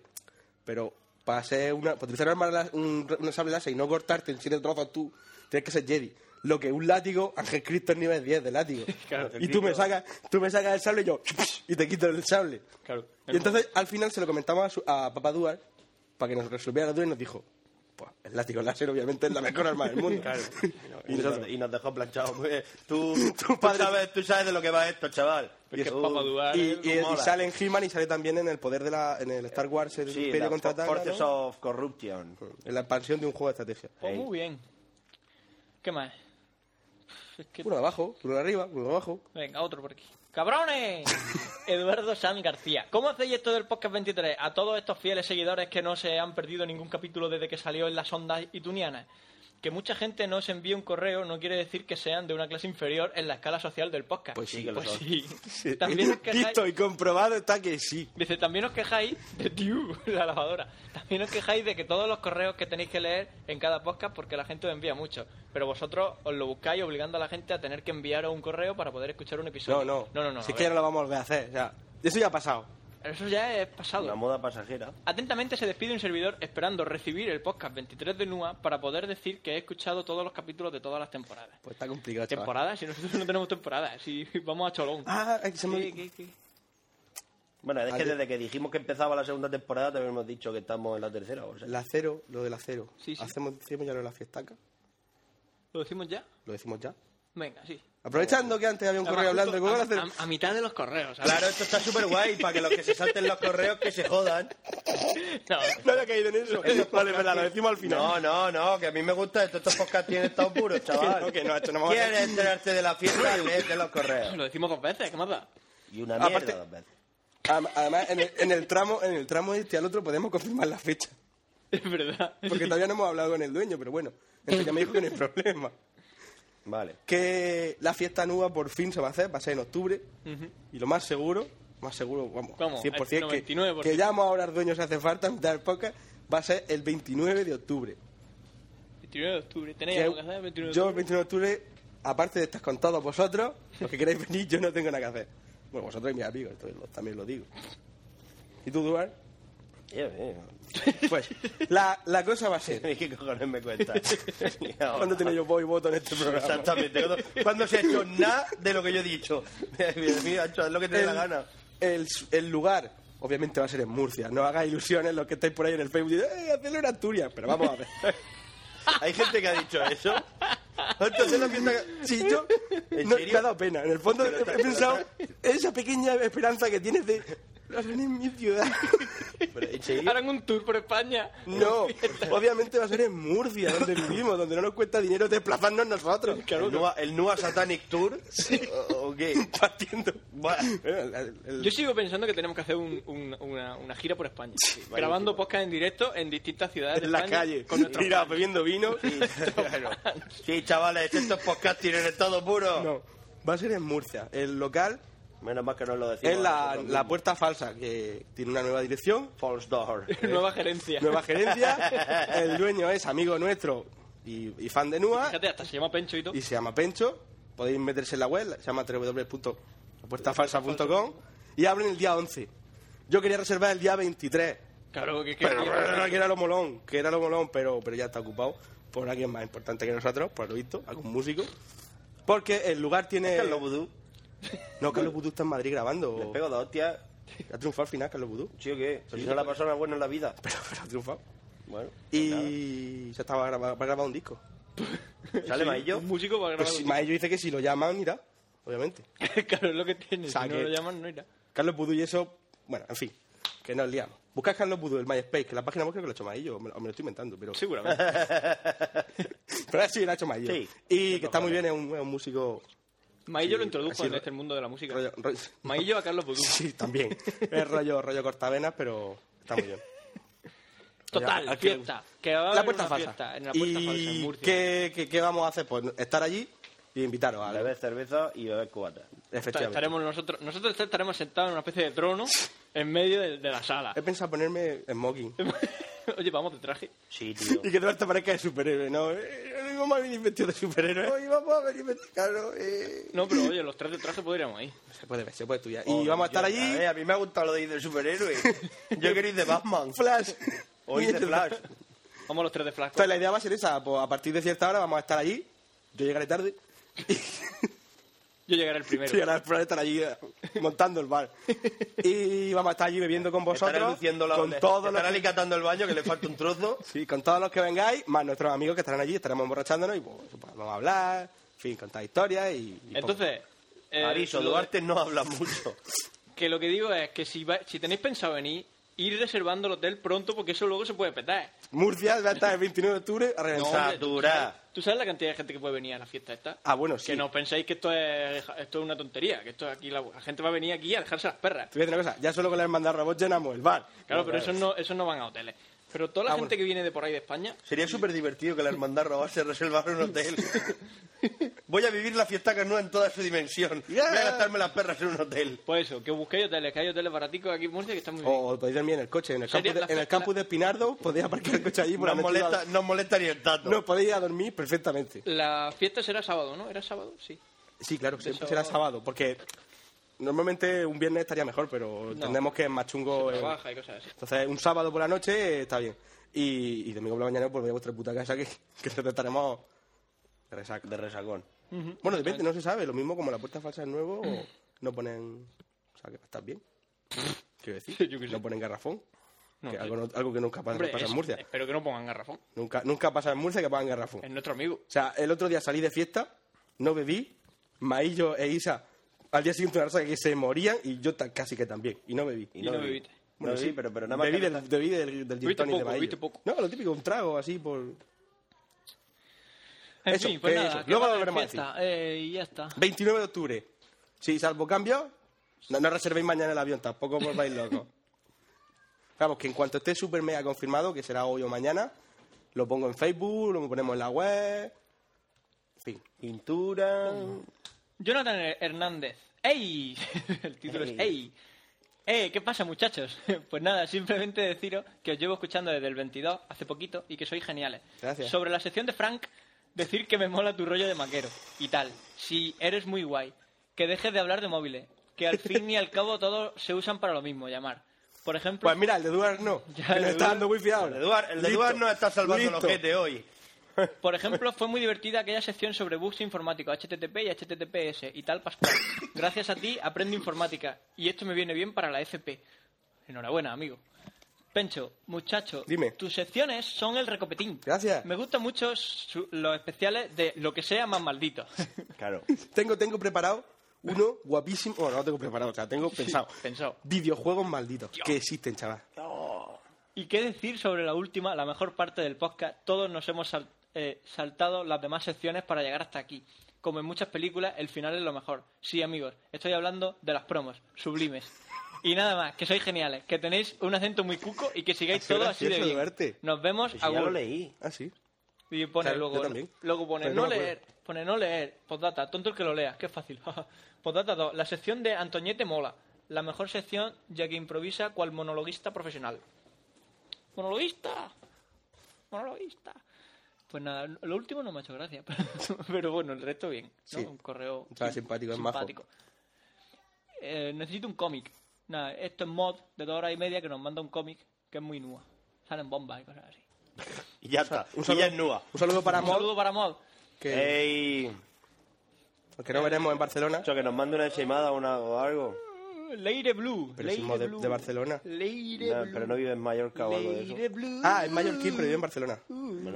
Pero para, ser una, para utilizar un, arma la- un, un sable láser y no cortarte en siete trozos tú, tienes que ser Jedi. Lo que un látigo, Ángel Cristo es nivel 10 de látigo. Claro, y tú me, sacas, tú me sacas el sable y yo... Y te quito el sable. Claro. Y entonces al final se lo comentamos a, su- a Papá Duarte para que nos resolviera la duda y nos dijo, pues el látigo láser obviamente es la mejor arma del mundo. Claro. Y Y nos, nosotros- y nos dejó planchados. muy bien. Tú, tú, sabes, tú sabes de lo que va esto, chaval. Es que Tú- Papa Duarte- ¿eh? y, y- y mola. sale en He-Man y sale también en el poder de la, en el Star Wars el Sí, Imperio la contra For- Ataca, Forces ¿no? of Corruption. en la expansión de un juego de estrategia. Pues Ey. muy bien. ¿Qué más? Es que- Uno abajo, uno arriba, uno abajo. Venga, otro por aquí. ¡Cabrones! Eduardo San García. ¿Cómo hacéis esto del podcast 23? A todos estos fieles seguidores que no se han perdido ningún capítulo desde que salió en las ondas itunianas. Que mucha gente no se envíe un correo no quiere decir que sean de una clase inferior en la escala social del podcast. Pues sí que lo son. sí. También os quejáis- Visto y comprobado está que sí. Dice, también os quejáis de tiu, la lavadora. También os quejáis de que todos los correos que tenéis que leer en cada podcast porque la gente os envía mucho. Pero vosotros os lo buscáis obligando a la gente a tener que enviaros un correo para poder escuchar un episodio. No, no. No, no, no. Si a es que ver. ya no lo vamos a volver a hacer. O sea, eso ya ha pasado. Eso ya es Una pasado. moda pasajera. Atentamente se despide un servidor esperando recibir el podcast 23 de NUA para poder decir que he escuchado todos los capítulos de todas las temporadas. Pues está complicado, chaval. ¿Temporadas? Si nosotros no tenemos temporadas. Si vamos a Cholón. Ah, eh, se me... ¿Qué, qué, qué? Bueno, es que Adiós. desde que dijimos que empezaba la segunda temporada, también hemos dicho que estamos en la tercera. O sea, El acero, lo del acero. Sí, sí. Hacemos, decimos ya lo de la fiestaca. ¿Lo decimos ya? Lo decimos ya. Venga, sí. Aprovechando que antes había un correo hablando de cómo el a, acero. a- a mitad de los correos. ¿sabes? Claro, esto está súper guay para que los que se salten los correos que se jodan. No, No había caído en eso. vale, verdad, lo decimos al final. No, no, no, que a mí me gusta esto. Estos podcasts tienen estado puro, chaval. Que no, que no, esto no vamos a ¿Quieres enterarte de la fiesta? Léete los correos. Lo decimos dos veces, ¿qué más da? Y una mierda Aparte- dos veces. Am- Además, en el, en el tramo en el tramo este al otro podemos confirmar la fecha. Es verdad. Porque todavía no hemos hablado con el dueño, pero bueno. Entonces ya me dijo que no hay problema. Vale. Que la fiesta nueva por fin se va a hacer, va a ser en octubre. Y lo más seguro, más seguro, vamos, Vamos, 100% el que, 99%. que llamo ahora al dueño si hace falta, en mitad del podcast, va a ser el 29 de octubre. 29 de octubre. ¿Tenéis Que algo que hacer el 29 de yo el octubre? 29 de octubre, aparte de estar con todos vosotros, los que queráis venir, yo no tengo nada que hacer. Bueno, vosotros y mis amigos, esto lo- también lo digo. ¿Y tú, Duarte? Eh, eh. Pues la, la cosa va a ser... ¿Qué cojones me cuenta? ¿Cuándo tenía yo voz y voto en este programa? Exactamente. ¿Cuándo, cuándo se ha hecho nada de lo que yo he dicho? Mira, macho, haz lo que te dé la gana. el- el lugar, obviamente, va a ser en Murcia. No hagáis ilusiones los que estáis por ahí en el Facebook. diciendo, ¡Eh, hacedlo en Asturias! Pero vamos a ver. Hay gente que ha dicho eso. Entonces la fiesta... Si yo... ¿En No, serio? me ha dado pena. En el fondo Pero he está- pensado esa pequeña esperanza que tienes de... Lo harán en mi ciudad. Pero, ¿en serio? Harán un tour por España. No, obviamente va a ser en Murcia, donde vivimos, donde no nos cuesta dinero desplazarnos nosotros. ¿El Nua, el Nua Satanic Tour? ¿O o qué? Partiendo. Bueno, Bueno, Eh, el- el- Yo sigo pensando que tenemos que hacer un- un- una, una gira por España. grabando podcast en directo en distintas ciudades. en de la España calle, Con nuestros tirado, fans. bebiendo vino. claro. Sí, chavales, estos podcasts tienen estado puro. No, va a ser en Murcia. El local Menos mal que no lo decimos. es la, nosotros la mismos. puerta falsa, que tiene una nueva dirección, False Door. Nueva gerencia. nueva gerencia. El dueño es amigo nuestro y, y fan de NUA Fíjate, hasta se llama Pencho y todo. y se llama Pencho. Podéis meterse en la web, se llama www.lapuertafalsa.com y abren el día 11. Yo quería reservar el día 23, Claro, que, que- pero que era lo molón, que era lo molón, pero, pero ya está ocupado por alguien más importante que nosotros, por lo visto, algún músico. Porque el lugar tiene... Carlos Vudú. No, Carlos Vudú está en Madrid Les grabando. pego dos hostias. Ha triunfado al final, Carlos Vudú. Chico, ¿qué? Si no la persona buena en la vida. Pero, pero ha triunfado. Bueno, Y se Pues estaba grabando, va a grabar un disco. nada. ¿Sale Maillo? Un músico para grabar. Pues si un- Maello dice que si lo llaman, irá, obviamente. claro, es lo que tiene. O sea, si no que- lo llaman, no irá. Carlos Vudú y eso, bueno, en fin, que nos liamos. Buscad Carlos Vudú, el MySpace, que la página web creo que lo ha hecho Maello, o me lo o me lo estoy inventando, pero... Seguramente. Pero sí, lo ha hecho Maello. Sí. Y que está muy bien, es un, es un músico... Maillo Sí, lo introdujo así en ro- este mundo de la música. rollo- rollo- Maillo a Carlos Budú. Sí, también. Es rollo, rollo cortavenas, pero está muy bien. Total, Ya, al que- fiesta. Que va a haber la puerta una falsa. fiesta en la puerta ¿Y falsa en Murcia. ¿qué, qué, qué vamos a hacer? Pues estar allí y invitaros a Beber cerveza y beber cubata. Está- Efectivamente. Estaremos nosotros, nosotros tres estaremos sentados en una especie de trono en medio de, de la sala. He pensado ponerme smoking. Oye, vamos de traje. Sí, tío. Y que Duarte parezca de superhéroe, ¿no? Eh, Hoy vamos a venir vestido de superhéroe. Hoy vamos a venir vestido, Eh. No, pero oye, los tres de traje podríamos ir. Se puede ver, se puede estudiar. Oh, y vamos a estar yo- allí. A, ver, a mí me ha gustado lo de ir de superhéroe. Yo quiero ir de Batman. Flash. O ir de Flash. Vamos los tres de flasco. Entonces la idea va a ser esa. Pues, a partir de cierta hora vamos a estar allí. Yo llegaré tarde. Yo llegaré el primero. Sí, ahora el plan estar allí eh, montando el bar. Y vamos a estar allí bebiendo con Estará vosotros. reduciendo la con le- todos los estará que, alicatando el baño que le falta un trozo. sí, con todos los que vengáis, más nuestros amigos que estarán allí, estaremos emborrachándonos y pues, vamos a hablar, en fin, contar historias y. y Entonces, eh, Ariso, lo- Duarte no habla mucho. que lo que digo es que si, va- si tenéis pensado venir, ir reservando el hotel pronto porque eso luego se puede petar. poco. Murcia va a estar el 29 de octubre a No, reventar. hombre, satura. ¿tú sabes, tú sabes la cantidad de gente que puede venir a la fiesta esta? Ah, bueno, sí. Que no pensáis que esto es, esto es una tontería, que esto es aquí la, la gente va a venir aquí a dejarse las perras. Te voy a decir una cosa, ya solo con la hermandad Rabot llenamos el bar. Claro, pero esos no, esos no van a hoteles. Pero toda la Ah, gente bueno. que viene de por ahí de España, Sería súper divertido que la hermandad robase reservar un hotel. Voy a vivir la fiesta carnuda en toda su dimensión. Voy a gastarme las perras en un hotel. pues eso, que busquéis hoteles, que hay hoteles baraticos aquí en Murcia que están muy bien. O, o podéis dormir en el coche, en el Sería campus de, la- en el campus de Espinardo, podéis aparcar el coche allí por Nos la metida. molesta, nos molesta ni el tato. No, podéis ir a dormir perfectamente. La fiesta será sábado, ¿no? ¿Era sábado? Sí. Sí, claro, siempre Eso- será sábado, porque normalmente un viernes estaría mejor, pero entendemos que es más chungo. eh, Trabaja y cosas así. Entonces, un sábado por la noche eh, está bien. Y, y domingo por la mañana volveré a vuestra puta casa que, que te trataremos de resaca. De resacón. Bueno, depende, no se sabe. Lo mismo como la puerta falsa es nuevo, no ponen... O sea, que estás bien. Quiero decir, Yo qué sé. no ponen garrafón. No que sé. algo, no- algo que nunca pasa, Hombre, pasa es- en Murcia. espero que no pongan garrafón. Nunca, nunca pasa en Murcia que pagan garrafón. Es nuestro amigo. O sea, el otro día salí de fiesta, no bebí, Maillo e Isa al día siguiente una cosa que se morían y yo ta- casi que también, y no bebí. Y no bebiste. Bueno, sí, pero, pero nada más. bebí que- del, bebí del, del gin Bebiste tonic de poco, Maillo. bebiste poco. No, lo típico, un trago así por... En Eso, fin, pues que nada, eso. que Luego va a haber volveremos a fiesta, eh, y ya está. 29 de octubre. Sí, salvo cambio, no, no reservéis mañana el avión, tampoco os volváis locos. Vamos, que en cuanto esté super mega confirmado, que será hoy o mañana, lo pongo en Facebook, lo ponemos en la web... En fin. Pintura. Jonathan Hernández. ¡Ey! El título es ¡Ey! ¡Eh! ¿Qué pasa, muchachos? Pues nada, simplemente deciros que os llevo escuchando desde el 22, hace poquito, y que sois geniales. Gracias. Sobre la sección de Frank, decir que me mola tu rollo de maquero y tal. Si eres muy guay, que dejes de hablar de móviles, que al fin y al cabo todos se usan para lo mismo, llamar. Por ejemplo, Pues mira, el de Duarte no. Ya, que el nos de está dando wifi ahora. El de Duarte- el de Duarte Listo. no está salvando los Listo. gente hoy. Por ejemplo, fue muy divertida aquella sección sobre bugs informáticos, HTTP y HTTPS y tal, Pascual. Gracias a ti aprendo informática y esto me viene bien para la FP. Enhorabuena, amigo. Pencho, muchacho, Dime. tus secciones son el recopetín. Gracias. Me gustan mucho su- los especiales de lo que sea más maldito. Claro. Tengo, tengo preparado uno guapísimo. Bueno, no tengo preparado, o sea, tengo pensado. pensado. Videojuegos malditos que existen, chaval. ¿Y qué decir sobre la última, la mejor parte del podcast? Todos nos hemos sal- eh, saltado las demás secciones para llegar hasta aquí. Como en muchas películas, el final es lo mejor. Sí, amigos, estoy hablando de las promos, sublimes. Y nada más, que sois geniales, que tenéis un acento muy cuco y que sigáis sido todo así de gracioso bien. de verte. Nos vemos Si a Pues ya lo leí. Ah, sí. Y pone Claro, yo luego, también. luego pone Pero no, no me leer, pone no leer, postdata, tonto el que lo lea, qué fácil. postdata 2, la sección de Antoñete mola, la mejor sección ya que improvisa cual monologuista profesional. ¡Monologuista! ¡Monologuista! Pues nada, lo último no me ha hecho gracia, pero, pero bueno, el resto bien. ¿no? Sí. Un correo Un chaval simpático, es majo. simpático. Eh, necesito un cómic. Nada, esto es mod de dos horas y media que nos manda un cómic que es muy nua. Salen bombas y cosas así. Y ya está. Un Y saludo, ya es nua. Eh, Un saludo para un Mod, saludo para mod. que, Ey. que no veremos en Barcelona. Eso, que nos mande una ensaimada o una- o algo. Leire Blue. Pero Leire si Mod de- Blue. de Barcelona. Leire No, Blue. pero no vive en Mallorca o algo de eso. Leire Blue. Uh. Ah, es mallorquín, pero vive en Barcelona.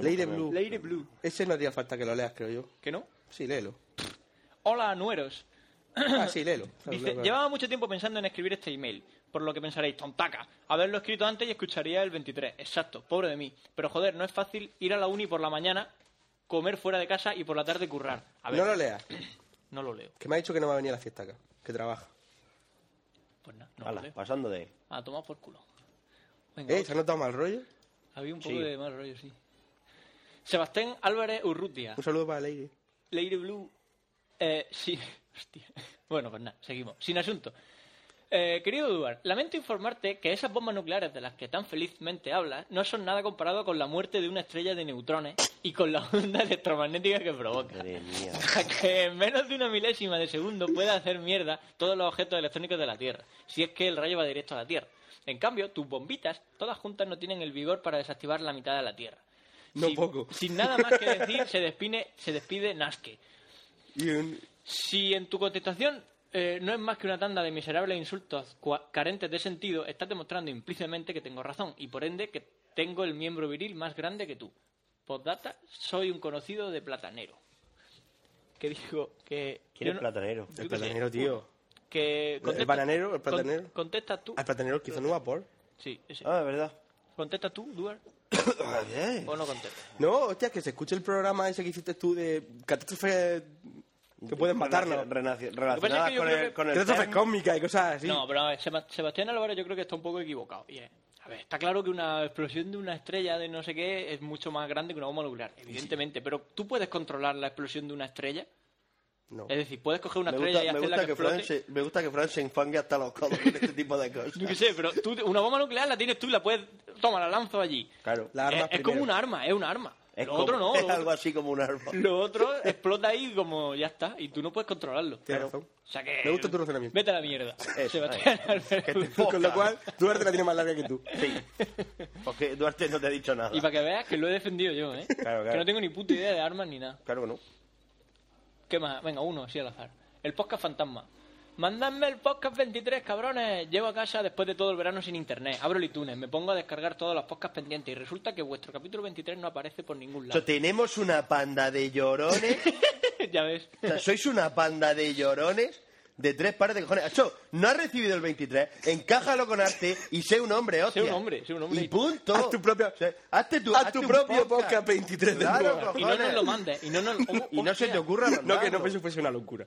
Ley de Blue. Leire Blue. Ese no haría falta que lo leas, creo yo. ¿Que no? Sí, léelo. Hola, nueros. Ah, sí, léelo. Dice, Léelo, léelo. llevaba mucho tiempo pensando en escribir este email, por lo que pensaréis, tontaca, haberlo escrito antes y escucharía el 23. Exacto, pobre de mí. Pero joder, no es fácil ir a la uni por la mañana, comer fuera de casa y por la tarde currar. A ver, No lo leas. no lo leo. Que me ha dicho que no va a venir a la fiesta acá, que trabaja. Pues nada, no lo Hala, leo. pasando de. A tomar por culo. Venga, ¿Eh? ¿Se ha notado mal rollo? había un poco sí. de mal rollo, sí. Sebastián Álvarez Urrutia. Un saludo para Leire. Lady Blue. Eh, sí. Hostia. Bueno, pues nada, seguimos. Sin asunto. Eh, querido Eduard, lamento informarte que esas bombas nucleares de las que tan felizmente hablas no son nada comparado con la muerte de una estrella de neutrones y con la onda electromagnética que provoca. Madre mía. Para que en menos de una milésima de segundo pueda hacer mierda todos los objetos electrónicos de la Tierra, si es que el rayo va directo a la Tierra. En cambio, tus bombitas, todas juntas, no tienen el vigor para desactivar la mitad de la Tierra. No sin, poco. Sin nada más que decir, se despide, se despide Naske. Y un- Si en tu contestación eh, no es más que una tanda de miserables insultos cua- carentes de sentido, estás demostrando implícitamente que tengo razón y por ende que tengo el miembro viril más grande que tú. Postdata, soy un conocido de platanero. Que digo que... ¿Quién yo es no- platanero? yo El qué sé, platanero, tío. Que contesta- bananero, el con- platanero? Ah, contestas tú. Al platanero quizá no va por. Sí, ese. Ah, verdad. Contestas tú, Duar, Bien. o no contestas. No, hostia, que se escuche el programa ese que hiciste tú de catástrofe que pueden matarnos. Renaci- renaci- Relacionadas yo con creo el, que- con el Catástrofes CERN. cósmicas y cosas así. No, pero a ver, Seba- Sebastián Álvarez yo creo que está un poco equivocado. Y, eh, a ver, está claro que una explosión de una estrella de no sé qué es mucho más grande que una bomba nuclear, evidentemente, pero tú puedes controlar la explosión de una estrella. No. Es decir, puedes coger una me estrella gusta, y me hacerla gusta que que explote. Fran se, me gusta que Fran se enfangue hasta los codos con este tipo de Yo qué cosas. sé, pero tú, una bomba nuclear la tienes tú y la puedes... Toma, la lanzo allí. Claro. La- Las es, armas es como primero. un arma, es un arma. Es lo como- otro no. Es Lo algo otro, así como un árbol. lo otro explota ahí como ya está, y tú no puedes controlarlo. Tienes Claro. razón. O sea que... Me gusta tu razonamiento. Vete a la mierda. Eso, Sebastián Álvarez. Con lo cual, Duarte la tiene más larga que tú. Sí. Porque Duarte no te ha dicho nada. Y para que veas que lo he defendido yo, ¿eh? Claro, claro. Que no tengo ni puta idea de armas ni nada. Claro que no. ¿Qué más? Venga, uno así al azar. El podcast fantasma. Mandadme el podcast 23, cabrones. Llevo a casa después de todo el verano sin internet. Abro el iTunes, me pongo a descargar todos los podcasts pendientes y resulta que vuestro capítulo 23 no aparece por ningún O lado. sea, tenemos una panda de llorones. ya ves. O sea, sois una panda de llorones de tres pares de cojones. Acho, no has recibido el 23, encájalo con arte y sé un hombre, hostia. un hombre, sé un hombre. Y punto. Haz tu propia- O sea, hazte tu, haz hazte tu un propio podcast 23 de Claro, nuevo. Ah, cojones. Y no nos lo mandes. Y no, nos... oh, Y no se hostia. te ocurra No, que mandarlo. no eso fuese una locura.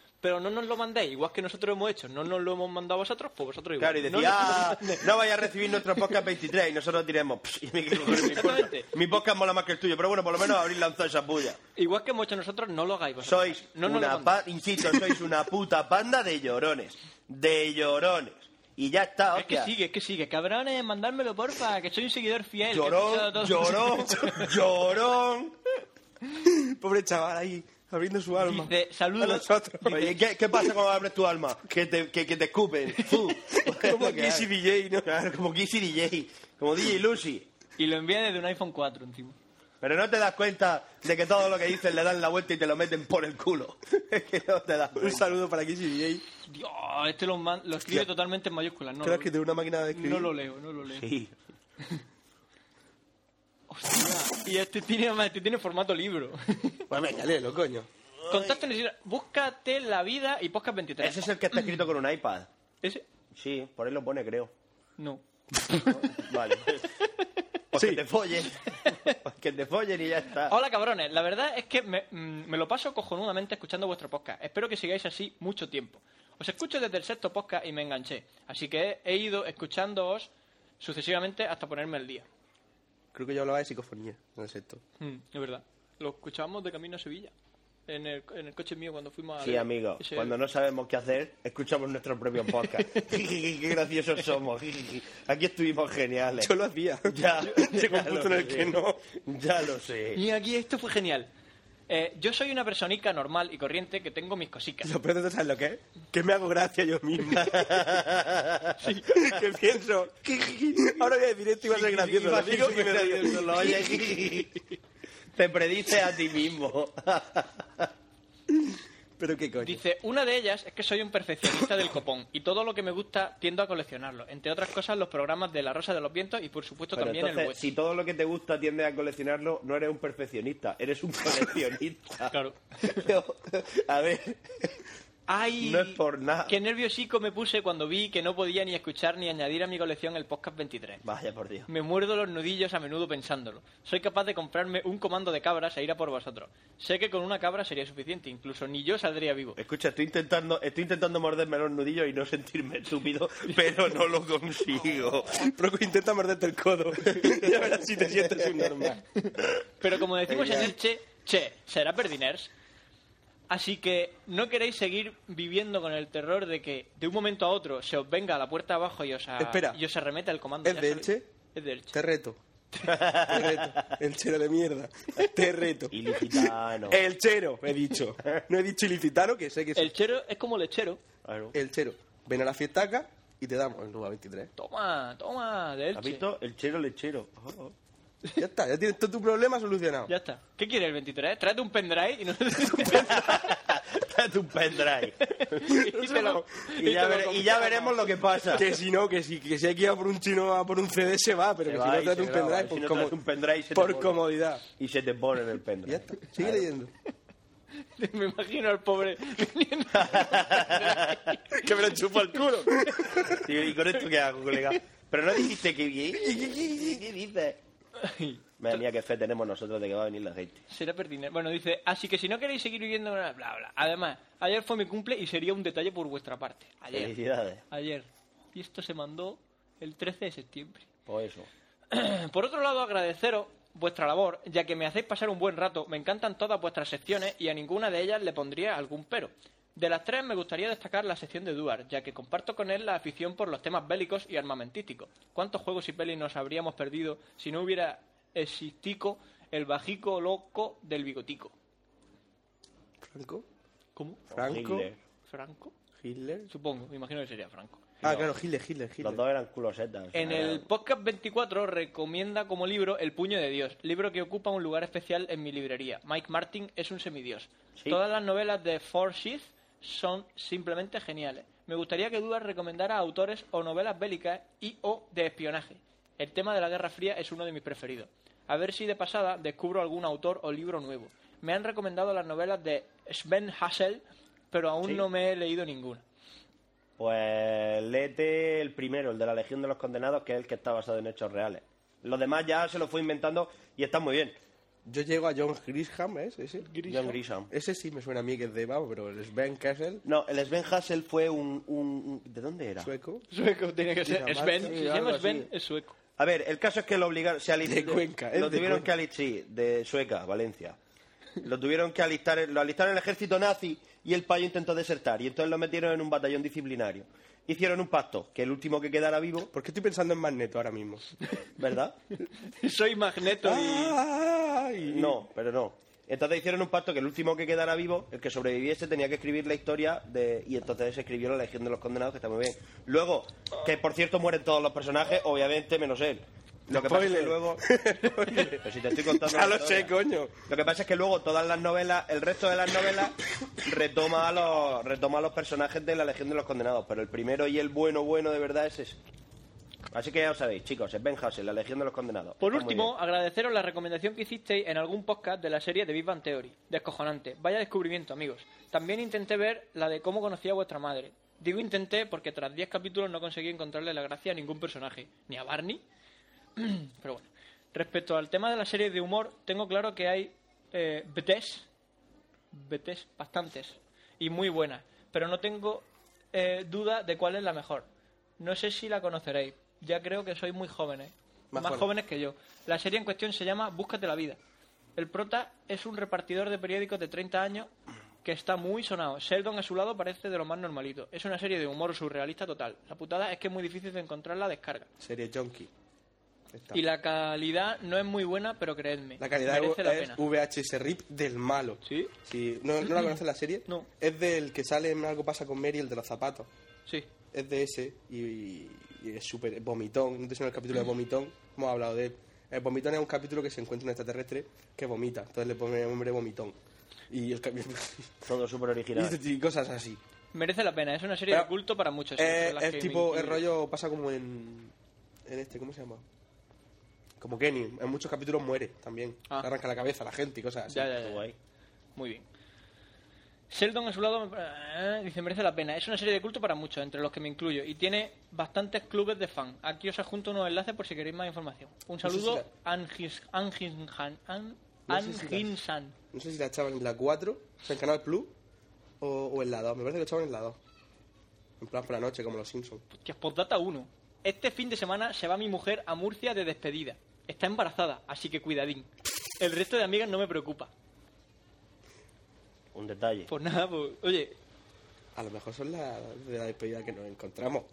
Pero no nos lo mandéis, igual que nosotros hemos hecho. No nos lo hemos mandado a vosotros, pues vosotros igual. Claro, y No decía, nos- "Ah, no, vaya a recibir nuestro podcast 23 y nosotros diremos, "Pss, y me quiero coger mi, podcast. Exactamente. mi podcast mola más que el tuyo, pero bueno, por lo menos habréis lanzado esa bulla. Igual que hemos hecho nosotros, no lo hagáis vosotros. Sois Pues no nos lo una, mandéis. pa- insisto, sois una puta panda de llorones, de llorones. Y ya está, Es que hostia. sigue, es que sigue. Cabrones, mandármelo, porfa, que soy un seguidor fiel. que he escuchado Llorón, todo. llorón, llorón. Pobre chaval ahí, abriendo su alma. Dice, saludos. A nosotros. Oye, ¿qué, qué pasa cuando abres tu alma? Que te, que, que te escupen. Fu. Como Kissy DJ, ¿no? Claro, como Kissy DJ, como DJ Lucy. Y lo envía desde un iPhone 4 encima. Pero no te das cuenta de que todo lo que dices le dan la vuelta y te lo meten por el culo. Es que no te das Un cuenta. saludo para Kissy DJ. Dios, este lo, man- lo escribe totalmente en mayúsculas. No, Creo lo- que tiene una máquina de escribir. no lo leo, no lo leo. Sí. Hostia, y este tiene, además, este tiene formato libro. Pues venga, léelo, coño. Contacto necesita. Búscate la vida y podcast 23. Ese es el que está escrito con un iPad. ¿Ese? Sí, por ahí lo pone, creo. No. Vale. Pues que te follen. Pues que te follen y ya está. Hola cabrones, la verdad es que me, mm, me lo paso cojonudamente escuchando vuestro podcast. Espero que sigáis así mucho tiempo. Os escucho desde el sexto podcast y me enganché. Así que he ido escuchándoos sucesivamente hasta ponerme al día. Creo que yo hablaba de psicofonía en el sexto. Mm, es verdad. Lo escuchábamos de camino a Sevilla. En el, en el coche mío cuando fuimos a... Sí, amigo. Ese- Cuando no sabemos qué hacer, escuchamos nuestro propio podcast. Qué graciosos somos. Aquí estuvimos Eh. geniales. Yo lo hacía. Ya. Llegó un punto en el que no. Ya lo sé. Y aquí esto fue genial. Eh, yo soy una personita normal y corriente que tengo mis cositas. Lo peor de todo, ¿sabes lo que es? Que me hago gracia yo misma. Sí, que pienso, ahora voy a decir esto y va a ser gracioso. Iba lo a ser digo y me río. gracioso, lo oyes. Te predices a ti mismo. Pero qué coño. Dice, una de ellas es que soy un perfeccionista del copón y todo lo que me gusta tiendo a coleccionarlo. Entre otras cosas, los programas de La Rosa de los Vientos y, por supuesto, Pero también entonces, el web. si todo lo que te gusta tiendes a coleccionarlo, no eres un perfeccionista, eres un coleccionista. Claro. a ver, ¡Ay! no es por nada. Qué nerviosico me puse cuando vi que no podía ni escuchar ni añadir a mi colección el podcast 23. Vaya por Dios. Me muerdo los nudillos a menudo pensándolo. Soy capaz de comprarme un comando de cabras e ir a por vosotros. Sé que con una cabra sería suficiente, incluso ni yo saldría vivo. Escucha, estoy intentando, estoy intentando morderme los nudillos y no sentirme estúpido, pero no lo consigo. Pero que intenta morderte el codo. ya verás si te sientes un normal. Pero como decimos en Genial. el Che, Che, será Perdiners. Así que no queréis seguir viviendo con el terror de que de un momento a otro se os venga a la puerta abajo y os, a- Espera. y os arremeta el comando. ¿Es Ya de sabéis. Elche? Es de Elche. Te reto. Te reto. El chero de mierda. Te reto. Ilicitano. El chero, he dicho. No he dicho ilicitano, que sé que es El chero es como lechero. Claro. el chero. Ven a la fiesta acá y te damos el 23. Toma, toma, de ¿Has Elche. visto? El chero lechero. Oh, oh. Ya está, ya tienes todo tu problema solucionado. Ya está. ¿Qué quiere el 23? Tráete un pendrive y no Date un pendrive. y te lo- Y ya, te lo vere- y ya compramos. veremos lo que pasa. Que si no, que si, que si hay que ir a por un chino a por un CD se va, pero Se que va si no y traes se un graba, pendrive, y si por no como- traes un pendrive, se te por borra. comodad. Y se te pone en el Ya pendrive. está, sigue leyendo. Me imagino al pobre viniendo. que me lo chupo al culo. ¿Y con esto qué hago, colega? Pero no dijiste que... ¿Qué dices? Madre mía, qué fe tenemos nosotros de que va a venir la gente. Será pertinente. Bueno, dice, así que si no queréis seguir viviendo una bla bla. Además, ayer fue mi cumple y sería un detalle por vuestra parte. Ayer. Felicidades. Ayer. Y esto se mandó el 13 de septiembre. Por Pues eso. Por otro lado, agradeceros vuestra labor, ya que me hacéis pasar un buen rato, me encantan todas vuestras secciones y a ninguna de ellas le pondría algún pero. De las tres me gustaría destacar la sección de Duar, ya que comparto con él la afición por los temas bélicos y armamentísticos. ¿Cuántos juegos y pelis nos habríamos perdido si no hubiera existico el bajico loco del bigotico? Franco, ¿Cómo? Franco, Hitler. ¿Franco? Hitler. Supongo, me imagino que sería Franco. Ah, claro, Hitler, Hitler, Los Hitler. dos eran culosetas. En el podcast 24 recomienda como libro El puño de Dios, libro que ocupa un lugar especial en mi librería. Mike Martin es un semidios. Sí. Todas las novelas de Forsyth son simplemente geniales. Me gustaría que Dudas recomendara autores o novelas bélicas y o de espionaje. El tema de la Guerra Fría es uno de mis preferidos. A ver si de pasada descubro algún autor o libro nuevo. Me han recomendado las novelas de Sven Hassel, pero aún Sí. no me he leído ninguna. Pues léete el primero, el de la Legión de los Condenados, que es el que está basado en hechos reales. Los demás ya se lo fue inventando y está muy bien. Yo llego a John Grisham, ¿es ese? John Grisham. Ese sí me suena a mí que es de Babo, pero el Sven Kessel, No, el Sven Hassel fue un, un- un- ¿De dónde era? sueco, Sueco, tiene que ser. Dinamarca, Sven, sí, si se algo llama así. Sven, es sueco. A ver, el caso es que lo obligaron... Se alist- De Cuenca, es Lo de tuvieron Cuenca. que alistar... Sí, de Sueca, Valencia. Lo tuvieron que alistar... en- Lo alistaron en el ejército nazi y el payo intentó desertar. Y entonces lo metieron en un batallón disciplinario. Hicieron un pacto, que el último que quedara vivo, ¿Por qué estoy pensando en Magneto ahora mismo? ¿verdad? Soy Magneto Ah. y... Ay, No, pero no. Entonces hicieron un pacto que el último que quedara vivo, el que sobreviviese, tenía que escribir la historia de... Y entonces se escribió la Legión de los Condenados, que está muy bien. Luego, que por cierto mueren todos los personajes, obviamente, menos él. Lo que pasa es que Spoiler. luego... Pero si te estoy contando Ya la lo historia. sé, coño. Lo que pasa es que luego todas las novelas, el resto de las novelas retoma a los, retoma a los personajes de la Legión de los Condenados, pero el primero y el bueno bueno de verdad es ese. Así que ya lo sabéis, chicos, es Ben Hassel, la Legión de los Condenados. Ah, Por Está muy último, agradeceros la recomendación que hicisteis en algún podcast de la serie de Big Bang Theory. Descojonante. Vaya descubrimiento, amigos. También intenté ver la de cómo conocía a vuestra madre. Digo intenté porque tras 10 capítulos no conseguí encontrarle la gracia a ningún personaje. Ni a Barney. Pero bueno. Respecto al tema de la serie de humor, tengo claro que hay eh, BTS, BTS bastantes y muy buenas, pero no tengo eh, duda de cuál es la mejor. No sé si la conoceréis, ya creo que sois muy jóvenes, más, Más jóvenes. jóvenes que yo. La serie en cuestión se llama Búscate la vida. El prota es un repartidor de periódicos de 30 años que está muy sonado. Sheldon a su lado parece de lo más normalito. Es una serie de humor surrealista total. La putada es que es muy difícil de encontrar la descarga. Serie Junkie. Está. Y la calidad no es muy buena, pero creedme. La calidad merece es la pena. VHS RIP del malo. ¿Sí? ¿No, no la conoces la serie? No. Es del que sale en Algo pasa con Mary, el de los zapatos. Sí. Es de ese y, y es súper es vomitón. No te suena el capítulo de vomitón. Hemos hablado de él. El vomitón es un capítulo que se encuentra un extraterrestre que vomita. Entonces le pone nombre vomitón. Y, el, capi- bien. Todo súper original. y cosas así. Merece la pena, es una serie Pero- de culto para muchos. Eh, entre las es que tipo, me el incluyo. rollo pasa como en. En este, ¿cómo se llama? Como Kenny. En muchos capítulos muere también. Ah. Le arranca la cabeza a la gente y cosas así. Ya, ya, ya. Guay. Muy bien. Sheldon a su lado eh, dice merece la pena. Es una serie de culto para muchos, entre los que me incluyo, y tiene bastantes clubes de fan. Aquí os adjunto unos enlaces por si queréis más información. Un sé si saludo, la- Angis- Anginhan- An- No sé si la- Anginsan. No sé si la echaban en la 4, o sea, en Canal Plus, o, o en la 2. Me parece que la echaban en la 2. En plan por la noche, como los Simpsons. Hostias, postdata 1. Este fin de semana se va mi mujer a Murcia de despedida. Está embarazada, así que cuidadín. El resto de amigas no me preocupa. Un detalle. Pues nada, pues, oye, A lo mejor son las de la despedida que nos encontramos.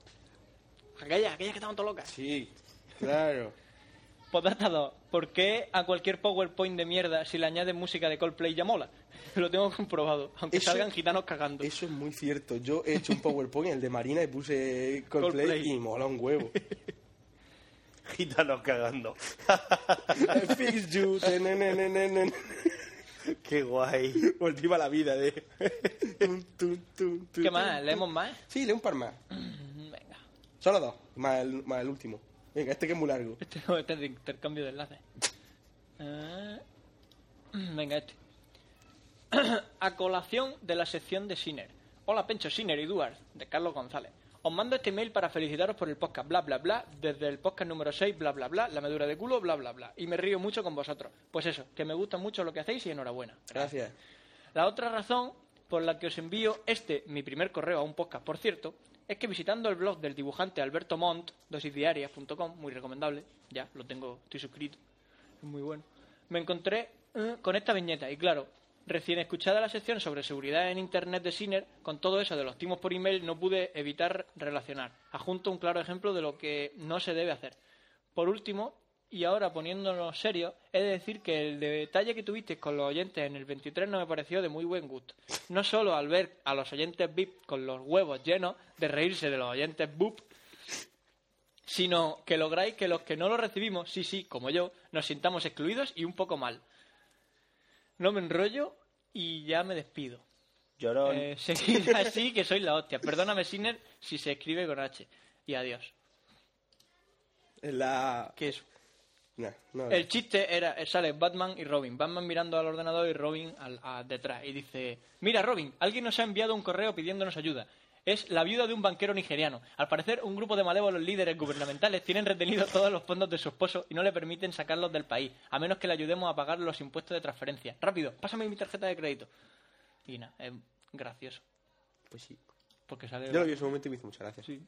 aquellas, aquellas que estaban todas locas. Sí, claro. Postdata 2. ¿Por qué a cualquier PowerPoint de mierda, si le añades música de Coldplay, ya mola? Lo tengo comprobado, aunque Eso- salgan gitanos cagando. Eso es muy cierto. Yo he hecho un PowerPoint, el de Marina, y puse Coldplay, Coldplay. y mola un huevo. Gitanos cagando. I Fix you. te, ne, ne, ne, ne, ne. Qué guay. Voltiva la vida de... Tum, tum, tum, tum, ¿Qué tum, más? tum. ¿Leemos más? Mm, Sí, lee un par más. Venga. Solo dos, más el, más el último. Venga, este que es muy largo. Este este es de intercambio de enlaces. Ah, venga, este. A colación de la sección de Siner. Hola, Pencho Siner y Duarte, de Carlos González. Os mando este mail para felicitaros por el podcast, bla, bla, bla, desde el podcast número 6, bla, bla, bla, la medura de culo, bla, bla, bla. Y me río mucho con vosotros. Pues eso, que me gusta mucho lo que hacéis y enhorabuena. Gracias. La otra razón por la que os envío este, mi primer correo a un podcast, por cierto, es que visitando el blog del dibujante Alberto Montt, dosisdiarias.com, muy recomendable, ya lo tengo, estoy suscrito, es muy bueno, me encontré eh, con esta viñeta y claro, recién escuchada la sección sobre seguridad en Internet de Sinner, con todo eso de los timos por email no pude evitar relacionar. Adjunto un claro ejemplo de lo que no se debe hacer. Por último, y ahora poniéndonos serios, he de decir que el detalle que tuviste con los oyentes en el 23 no me pareció de muy buen gusto. No solo al ver a los oyentes VIP con los huevos llenos de reírse de los oyentes BUP, sino que lográis que los que no lo recibimos, sí, sí, como yo, nos sintamos excluidos y un poco mal. No me enrollo y ya me despido. Llorón. Eh, seguid así que sois la hostia. Perdóname, Sinner, si se escribe con H. Y adiós. Es La... Que es No, no. El chiste era, eh, sale Batman y Robin. Batman mirando al ordenador y Robin al, a- detrás. Y dice, mira Robin, alguien nos ha enviado un correo pidiéndonos ayuda. Es la viuda de un banquero nigeriano. Al parecer, un grupo de malévolos líderes gubernamentales tienen retenidos todos los fondos de su esposo y no le permiten sacarlos del país, a menos que le ayudemos a pagar los impuestos de transferencia. Rápido, pásame mi tarjeta de crédito. Y nada, es gracioso. Pues sí. Porque sale... Yo lo vi en su momento y me hizo muchas gracias. Sí.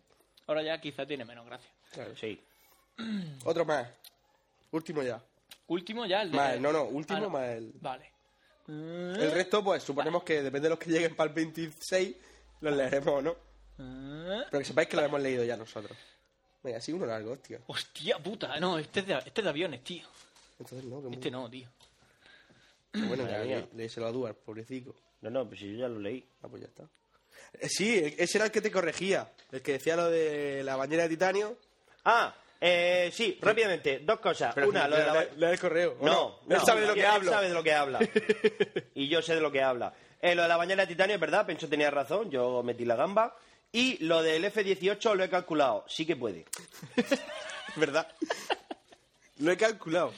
Ahora ya quizá tiene menos gracia. Claro. Sí. Otro más. Último ya. ¿Eh? Último ya el de- Más el- no, no, último Ah, más el- Vale. El resto, pues suponemos que depende de los que lleguen para el 26, los leeremos, ¿no? Ah. Pero que sepáis que lo hemos leído ya nosotros. Venga, así uno largo, hostia. Hostia puta, no, este es de, este es de aviones, tío. Entonces, no, que muy... Este no, tío. Bueno, ya, Madre ya, mía. leíselo a Duar, pobrecico. No, no, pues si yo ya lo leí. Ah, pues ya está. Eh, Sí, el- ese era el que te corregía. El que decía lo de la bañera de titanio. Ah, eh, sí, rápidamente, dos cosas. Una, lo de la... Lee- lee el correo. ¿o No, Él no, sabe de lo que él hablo. sabe de lo que habla. y yo sé de lo que habla. Eh, lo de la bañera de titanio es verdad, Pencho tenía razón, yo metí la gamba. Y lo del F-18 lo he calculado, sí que puede. ¿Verdad? Lo he calculado.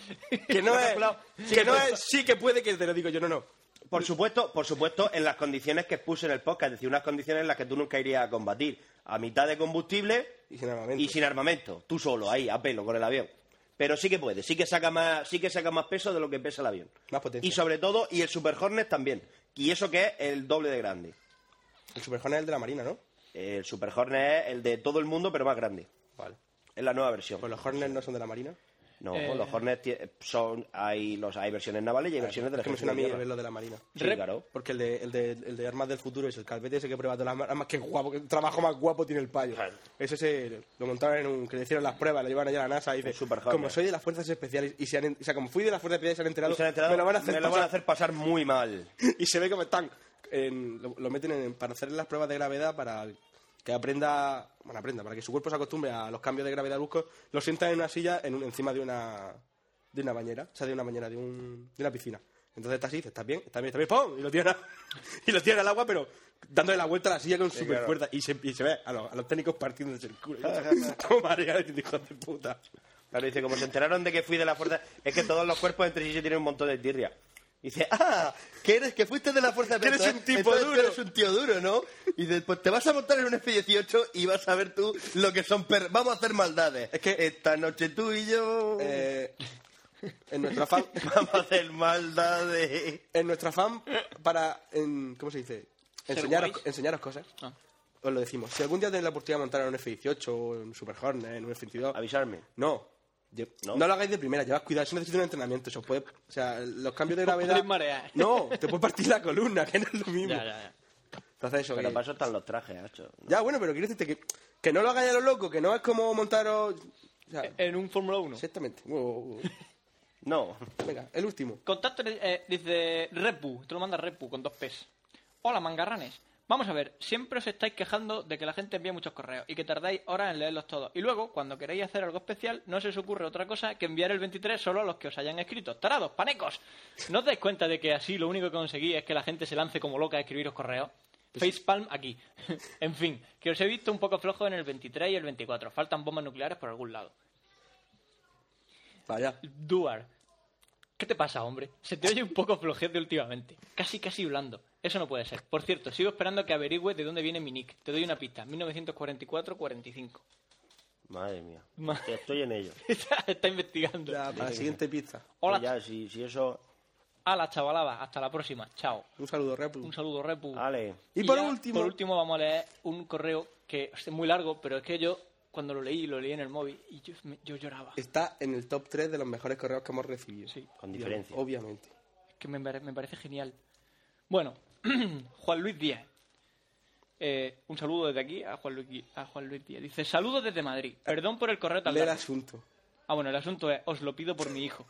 Que no Lo he es. calculado. Sí pues- que que no puede. es. Sí que puede que te lo digo yo, no, no. Por supuesto, por supuesto, en las condiciones que puse en el podcast, es decir, unas condiciones en las que tú nunca irías a combatir. A mitad de combustible Y sin armamento. y sin armamento, tú solo, ahí, a pelo, con el avión. Pero sí que puede, sí que saca más, sí que saca más peso de lo que pesa el avión. Más potencia. Y sobre todo, y el Super Hornet también. Y eso que es el doble de grande. El superjón es el de la marina, ¿no? El Super Hornet es el de todo el mundo, pero más grande. Vale. Es la nueva versión. Pues los Hornets no son de la marina. No, Eh. los Hornets tie- son. Hay, los, hay versiones navales y hay versiones de la Es que me suena a mí Ejército de ver Tierra. lo de la marina. Sí, Rep- claro. Porque el de, el, de, el de armas del futuro es el calvete ese que prueba todas las armas. Qué guapo, qué trabajo más guapo tiene el payo. Claro. Ese se lo montaron en un. que le hicieron las pruebas, lo llevaron allá a la NASA y dice: Un super Como hacker. soy de las fuerzas especiales y se han. en- O sea, como fui de las fuerzas especiales y se han enterado, Y se han enterado, me lo van a hacer. pasar". pasar muy mal. y se ve como están. en- lo, lo meten en- para hacer las pruebas de gravedad para que aprenda. Bueno, aprenda, para que su cuerpo se acostumbre a los cambios de gravedad bruscos. Lo sientan en una silla en un- encima de una. de una bañera. O sea, de una bañera, de, un- de una piscina. Entonces está así, dice, ¿estás bien? ¿Estás bien? ¿Estás bien? ¡Pum! Y lo tiran, a- y lo tiran al agua, pero dándole la vuelta a la silla con super fuerza. Y se, y se ve a los, a los técnicos partiéndose el culo. Como marea, hijo de puta. Claro, dice, como se enteraron de que fui de la fuerza. Es que todos los cuerpos entre sí se tienen un montón de tirria. Dice, ah, que eres, que fuiste de la fuerza Que eres especial, un tipo entonces tú duro. Eres un tío duro, ¿no? Y dice, pues te vas a montar en un F-18 y vas a ver tú lo que son per- Vamos a hacer maldades. Es que- esta noche tú y yo Eh, en nuestro afán. vamos a hacer maldades. en nuestro afán para, en- ¿cómo se dice? Enseñaros, guays. enseñaros cosas. Ah. Os lo decimos. Si algún día tenéis la oportunidad de montar en un F-18, o en un Super Hornet, en un F-22... Avisarme. No. Lle- ¿No? ¿No? lo hagáis de primera, llevas cuidado, eso necesita un entrenamiento. Eso puede, o sea, los cambios de Os podéis gravedad. marear. No, te puede partir la columna, que no es lo mismo. Ya, ya, ya. Entonces, eso. Pero que- para eso están los trajes, hacho. Ya, bueno, pero quiero decirte que, que no lo hagáis a lo loco, que no es como montaros. sea, En un Fórmula 1. Exactamente. Uh, uh, uh. No. Venga, el último. Contacto eh, dice Repu, te lo manda Repu con dos P's. Hola, mangarranes. Vamos a ver, siempre os estáis quejando de que la gente envía muchos correos y que tardáis horas en leerlos todos. Y luego, cuando queréis hacer algo especial, no se os ocurre otra cosa que enviar el 23 solo a los que os hayan escrito. ¡Tarados, panecos! ¿No os dais cuenta de que así lo único que conseguís es que la gente se lance como loca a escribiros correos? Facepalm aquí. en fin, que os he visto un poco flojos en el 23 y el 24. Faltan bombas nucleares por algún lado. Vaya. Duar, ¿qué te pasa, hombre? Se te oye un poco flojete últimamente. Casi, casi blando. Eso no puede ser. Por cierto, sigo esperando que averigües de dónde viene mi nick. Te doy una pista. 1944-45. Madre mía. Ma- Que Estoy en ello. está, está investigando. Ya, para la siguiente pista. Hola, pues Ya, si, si eso... a la chavalada. Hasta la próxima. Chao. Un saludo, Repu. Un saludo, Repu. Ale. Y por ya, último- Por último, vamos a leer un correo que es muy largo, pero es que yo, cuando lo leí, lo leí en el móvil y yo, me- yo lloraba. Está en el top 3 de los mejores correos que hemos recibido. Sí. Con diferencia. Obviamente. que me, pare- me parece genial. Bueno, Juan Luis Díaz. Eh, un saludo desde aquí a Juan, Luis, Gui- a Juan Luis Díaz. Dice, saludos desde Madrid. Perdón por el correo tan Lee el largo". asunto. Ah, bueno, el asunto es, os lo pido por mi hijo.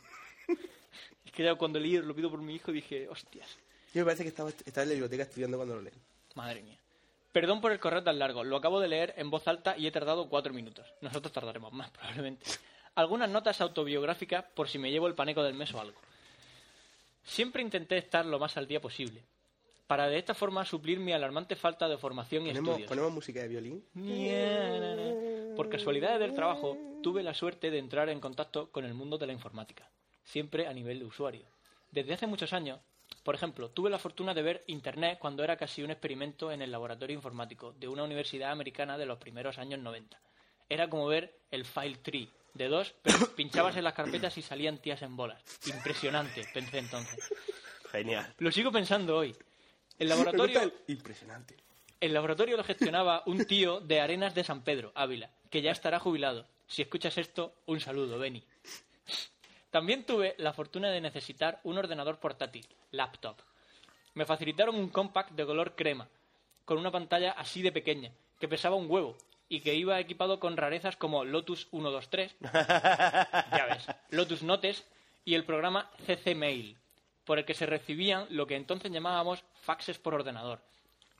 es que ya cuando leí, os lo pido por mi hijo, dije, hostias. Yo me parece que estaba, estaba en la biblioteca estudiando cuando lo leen. Madre mía. Perdón por el correo tan largo. Lo acabo de leer en voz alta y he tardado cuatro minutos. Nosotros tardaremos más, probablemente. Algunas notas autobiográficas por si me llevo el paneco del mes o algo. Siempre intenté estar lo más al día posible. Para de esta forma suplir mi alarmante falta de formación y Ponemos, estudios. ponemos música de violín. Por casualidades del trabajo, tuve la suerte de entrar en contacto con el mundo de la informática, siempre a nivel de usuario. Desde hace muchos años, por ejemplo, tuve la fortuna de ver Internet cuando era casi un experimento en el laboratorio informático de una universidad americana de los primeros años 90. Era como ver el file tree de dos, pero pinchabas en las carpetas y salían tías en bolas. Impresionante, pensé entonces. Genial. Lo sigo pensando hoy. El Me laboratorio gusta el- Impresionante. el laboratorio lo gestionaba un tío de Arenas de San Pedro, Ávila, que ya estará jubilado. Si escuchas esto, un saludo, Beni. También tuve la fortuna de necesitar un ordenador portátil, laptop. Me facilitaron un compact de color crema, con una pantalla así de pequeña, que pesaba un huevo y que iba equipado con rarezas como Lotus 123, ya ves, Lotus Notes y el programa CC Mail, por el que se recibían lo que entonces llamábamos faxes por ordenador.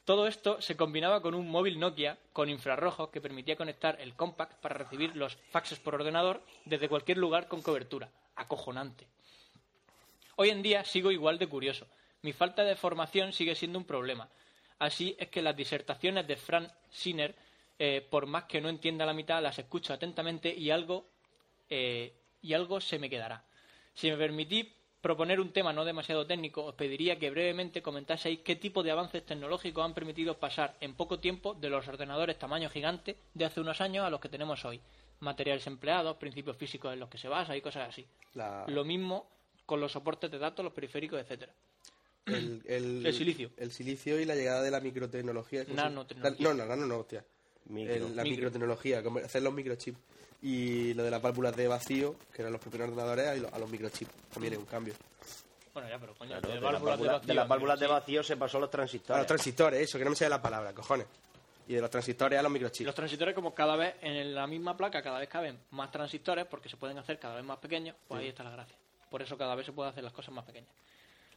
Todo esto se combinaba con un móvil Nokia con infrarrojos que permitía conectar el compact para recibir los faxes por ordenador desde cualquier lugar con cobertura. Acojonante. Hoy en día sigo igual de curioso. Mi falta de formación sigue siendo un problema. Así es que las disertaciones de Frank Sinner, eh, por más que no entienda la mitad, las escucho atentamente y algo, eh, y algo se me quedará. Si me permitís proponer un tema no demasiado técnico, os pediría que brevemente comentaseis qué tipo de avances tecnológicos han permitido pasar en poco tiempo de los ordenadores tamaño gigante de hace unos años a los que tenemos hoy. Materiales empleados, principios físicos en los que se basa y cosas así. La- Lo mismo con los soportes de datos, los periféricos, etcétera. El, el, El silicio. El silicio y la llegada de la microtecnología. ¿cómo se- Nanotecnología. La- no, no, nano no, hostia. Micro. El- la Micro. microtecnología, como hacer los microchips. Y lo de las válvulas de vacío, que eran los primeros ordenadores, a los, a los microchips. También es un cambio. Bueno, ya, pero coño, Claro, de, de, las válvulas de válvulas, vacío. de las válvulas de mira, sí. vacío se pasó a los A transistores. los transistores, eso, que no me sale la palabra, cojones. Y de los transistores a los microchips. Los transistores, como cada vez en la misma placa, cada vez caben más transistores porque se pueden hacer cada vez más pequeños, pues ahí está la gracia. Por eso cada vez se puede hacer las cosas más pequeñas.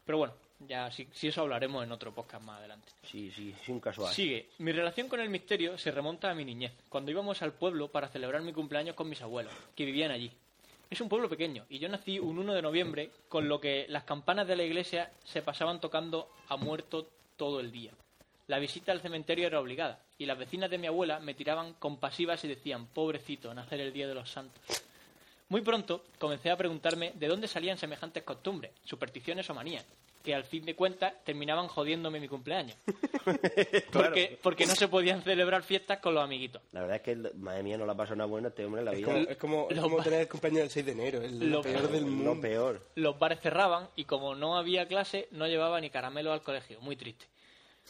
Pero bueno, ya si, si eso hablaremos en otro podcast más adelante. Sí, sí, sí, un casual. Sigue. Mi relación con el misterio se remonta a mi niñez, cuando íbamos al pueblo para celebrar mi cumpleaños con mis abuelos, que vivían allí. Es un pueblo pequeño y yo nací un 1 de noviembre, con lo que las campanas de la iglesia se pasaban tocando a muerto todo el día. La visita al cementerio era obligada y las vecinas de mi abuela me tiraban compasivas y decían, pobrecito, nacer el día de los santos. Muy pronto comencé a preguntarme de dónde salían semejantes costumbres, supersticiones o manías, que al fin de cuentas terminaban jodiéndome mi cumpleaños. porque, porque no se podían celebrar fiestas con los amiguitos. La verdad es que, madre mía, no la pasa una buena este hombre en la Es vida. como, es como, es Lo como pa- tener el cumpleaños del 6 de enero, es lo, Lo peor peor, del mundo. Lo peor. Los bares cerraban y como no había clase, no llevaba ni caramelo al colegio. Muy triste.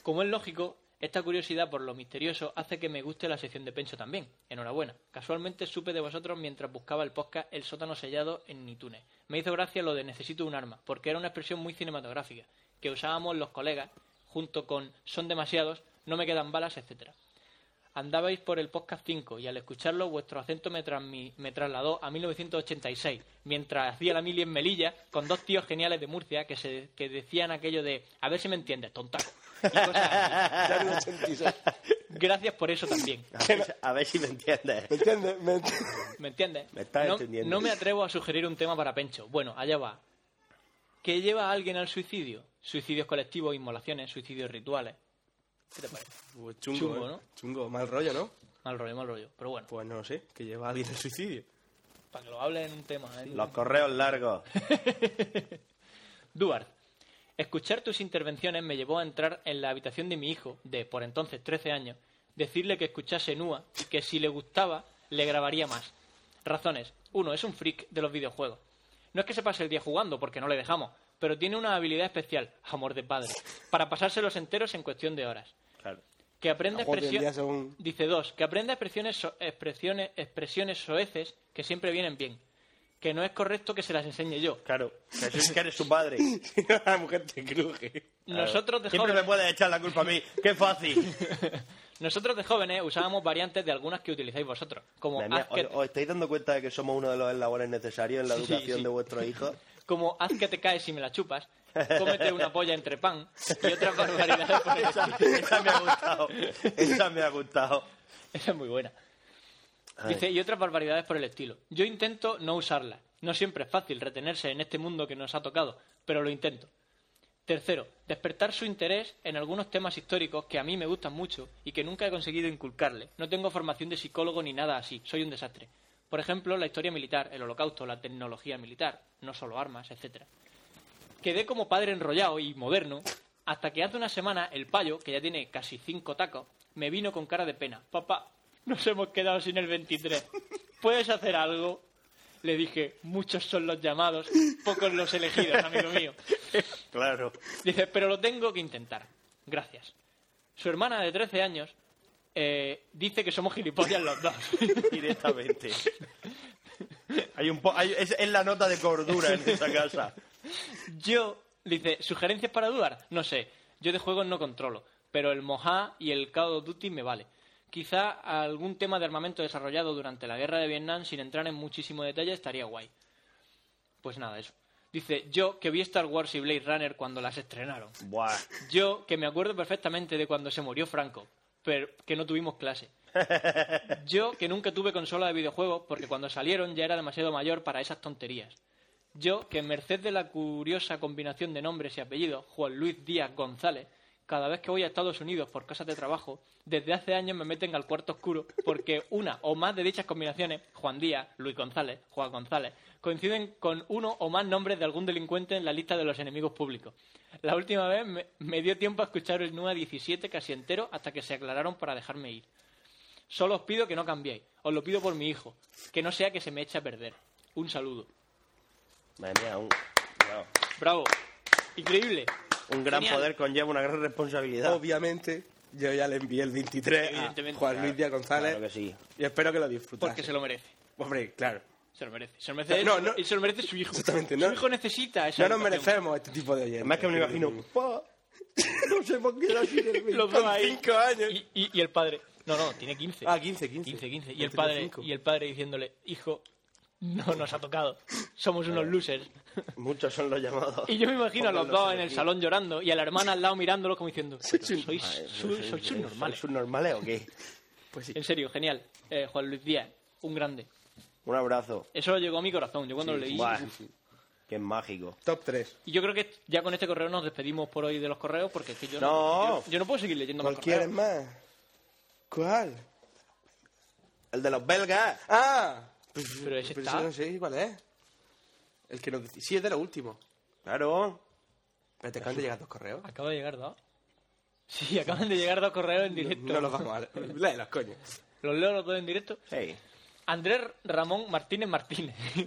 Como es lógico, esta curiosidad por lo misterioso hace que me guste la sección de Pencho también. Enhorabuena. Casualmente supe de vosotros mientras buscaba el podcast El sótano sellado en iTunes. Me hizo gracia lo de necesito un arma, porque era una expresión muy cinematográfica, que usábamos los colegas, junto con son demasiados, no me quedan balas, etcétera. Andabais por el podcast 5 y al escucharlo vuestro acento me, transmi- me trasladó a 1986, mientras hacía la mili en Melilla con dos tíos geniales de Murcia que, se, que decían aquello de a ver si me entiendes, tontaco. y cosas así. Ya en el 86. Gracias por eso también. A ver, a ver si me entiendes. ¿Me entiendes? ¿Me entiendes? ¿Me entiendes? Me estás no, entendiendo. no me atrevo a sugerir un tema para Pencho. Bueno, allá va. ¿Qué lleva a alguien al suicidio? Suicidios colectivos, inmolaciones, suicidios rituales. ¿Qué te parece? Pues Chungo, Chungo, ¿eh? ¿no? Chungo, mal rollo, ¿no? Mal rollo, mal rollo. Pero bueno, Pues no lo sé, que lleva a alguien al suicidio. para que lo hable en un tema. ¿eh? Los correos largos. Duarte, escuchar tus intervenciones me llevó a entrar en la habitación de mi hijo, de por entonces 13 años, decirle que escuchase Nua y que si le gustaba, le grabaría más. Razones. Uno, es un freak de los videojuegos. No es que se pase el día jugando, porque no le dejamos, pero tiene una habilidad especial, amor de padre, para pasárselos enteros en cuestión de horas. Claro. Que aprenda Ojo, que el día expresiones. según- Dice dos, que aprenda expresiones, so- expresiones, expresiones soeces que siempre vienen bien. Que no es correcto que se las enseñe yo. Claro. Que soy- que eres su padre. Si no, la mujer te cruje. Nosotros de Siempre me jóvenes- puedes echar la culpa a mí. ¡Qué fácil! Nosotros de jóvenes usábamos variantes de algunas que utilizáis vosotros, como Madre mía, haz que, ¿os, os estáis dando cuenta de que somos uno de los eslabones necesarios en la Sí, educación sí. de vuestros hijos? como haz que te caes y me la chupas, cómete una polla entre pan y otras barbaridades por el esa, estilo. esa me ha gustado. Esa me ha gustado. Esa es muy buena. Ay. Dice, y otras barbaridades por el estilo. Yo intento no usarlas. No siempre es fácil retenerse en este mundo que nos ha tocado, pero lo intento. Tercero, despertar su interés en algunos temas históricos que a mí me gustan mucho y que nunca he conseguido inculcarle. No tengo formación de psicólogo ni nada así, soy un desastre. Por ejemplo, la historia militar, el holocausto, la tecnología militar, no solo armas, etcétera. Quedé como padre enrollado y moderno hasta que hace una semana el payo, que ya tiene casi cinco tacos, me vino con cara de pena. Papá, nos hemos quedado sin el 23. ¿Puedes hacer algo? Le dije, muchos son los llamados, pocos los elegidos, amigo mío. Claro. Dice, pero lo tengo que intentar. Gracias. Su hermana de 13 años eh, dice que somos gilipollas los dos. Directamente. Hay un po- hay- es, es la nota de cordura en esa casa. Yo, dice, ¿sugerencias para dudar? No sé. Yo de juegos no controlo, pero el Moja y el Call of Duty me vale. Quizá algún tema de armamento desarrollado durante la guerra de Vietnam sin entrar en muchísimo detalle estaría guay. Pues nada, eso. Dice, yo que vi Star Wars y Blade Runner cuando las estrenaron. Buah. Yo, que me acuerdo perfectamente de cuando se murió Franco, pero que no tuvimos clase. Yo, que nunca tuve consola de videojuegos porque cuando salieron ya era demasiado mayor para esas tonterías. Yo, que en merced de la curiosa combinación de nombres y apellidos, Juan Luis Díaz González, cada vez que voy a Estados Unidos por casas de trabajo, desde hace años me meten al cuarto oscuro porque una o más de dichas combinaciones, Juan Díaz, Luis González, Juan González, coinciden con uno o más nombres de algún delincuente en la lista de los enemigos públicos. La última vez me, me dio tiempo a escuchar el NUA 17 casi entero hasta que se aclararon para dejarme ir. Solo os pido que no cambiéis. Os lo pido por mi hijo. Que no sea que se me eche a perder. Un saludo. Madre mía, un, bravo. Bravo. Increíble. Un gran Genial. poder conlleva una gran responsabilidad. Obviamente, yo ya le envié el 23 a Evidentemente, Juan Luis Díaz González. Claro que sí. Y espero que lo disfrutase. Porque se lo merece. Hombre, claro. Se lo merece. Se lo merece él Eh, No, no. y se lo merece su hijo. Exactamente, no. Su hijo necesita esa No nos educación. merecemos este tipo de oyentes. Más que me lo imagino. "Pa, No sé por qué era así del Los veinte". dos ahí. cinco años. Y, y- y el padre. No, no, tiene 15. Ah, 15, 15. 15, 15. Y No el, tenía padre, cinco. y el padre diciéndole, hijo, no nos ha tocado. Somos Eh. unos losers. Muchos son los llamados. Y yo me imagino a los Pónganlos dos en el aquí. salón llorando y a la hermana al lado mirándolo como diciendo, sois, sois, Madre, sois, ¿sois subnormales. eh, subnormales o qué? En serio, genial. Eh, Juan Luis Díaz, un grande. Un abrazo. Eso llegó a mi corazón, yo cuando lo leí. Buah, que es mágico. Top 3. Y yo creo que ya con este correo nos despedimos por hoy de los correos porque es que yo yo, No. yo no puedo seguir leyendo más ¿Cuál quieres correos. más? ¿Cuál? El de los belgas. ¡Ah! Pero ese Pero está. ese no sé cuál es. El que nos decía. Sí, es de lo último. Claro. Pero te acaban de llegar dos correos. Acaba de llegar dos. Sí, acaban de llegar dos correos en directo. No los vamos a leer. Léelos, coño. Los leo los dos en directo. Sí. Andrés Ramón Martínez Martínez.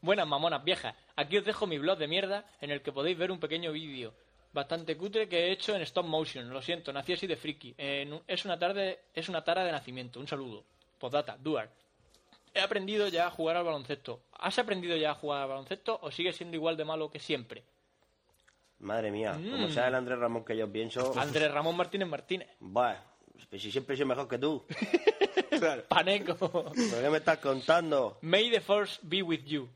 Buenas mamonas viejas. Aquí os dejo mi blog de mierda en el que podéis ver un pequeño vídeo bastante cutre que he hecho en stop motion. Lo siento, nací así de friki. En un- es una tarde, es una tara de nacimiento. Un saludo. Postdata, Duar. He aprendido ya a jugar al baloncesto. ¿Has aprendido ya a jugar al baloncesto o sigues siendo igual de malo que siempre? Mm. Madre mía. Como sea el Andrés Ramón que yo pienso. Andrés Ramón Martínez Martínez. Buah. Pues si siempre soy mejor que tú. Claro. Paneco. ¿Pero qué me estás contando? May the Force be with you.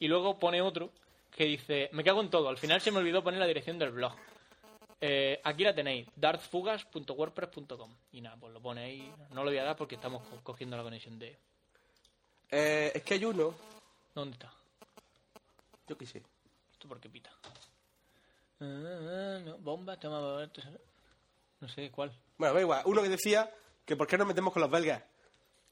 Y luego pone otro que dice, me cago en todo, al final se me olvidó poner la dirección del blog. Eh, aquí la tenéis, dartfugas.wordpress.com. Y nada, pues lo pone ahí. No lo voy a dar porque estamos co- cogiendo la conexión de... Eh, es que hay uno, ¿Dónde está? yo qué sé. ¿Esto por qué pita? Ah, ah, no, bomba, toma... No sé cuál. Bueno, da igual. Uno que decía que por qué nos metemos con los belgas.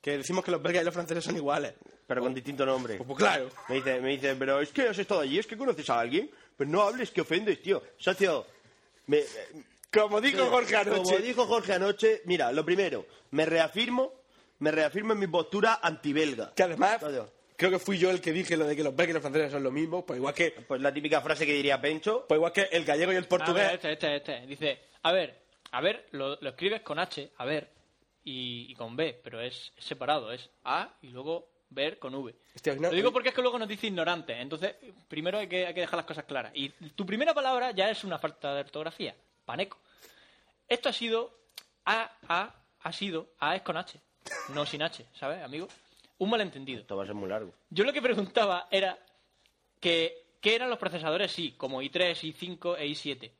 Que decimos que los belgas y los franceses son iguales. Pero con distinto nombre. Pues, pues claro. Me dice, me dice, pero es que has estado allí, es que conoces a alguien. Pues no hables que ofendes, tío. Socio, me, me- Como dijo Jorge Como anoche. dijo Jorge anoche, mira, lo primero, me reafirmo, me reafirmo en mi postura antibelga. Que además, Socio, creo que fui yo el que dije lo de que los belgas y los franceses son lo mismo. Pues igual que, Pues la típica frase que diría Pencho. pues igual que el gallego y el portugués. A ver, este, este, este. Dice, a ver, a ver, lo, lo escribes con H, a ver, y, y con B, pero es, es separado, es A y luego ver con V. Hostia, Este no- lo digo porque es que luego nos dice ignorante, entonces primero hay que, hay que dejar las cosas claras. Y tu primera palabra ya es una falta de ortografía, paneco. Esto ha sido, A, A, ha sido, A es con H, no sin H, ¿sabes, amigo? Un malentendido. Esto va a ser muy largo. Yo lo que preguntaba era que qué eran los procesadores, sí, como i3, i5 e i7,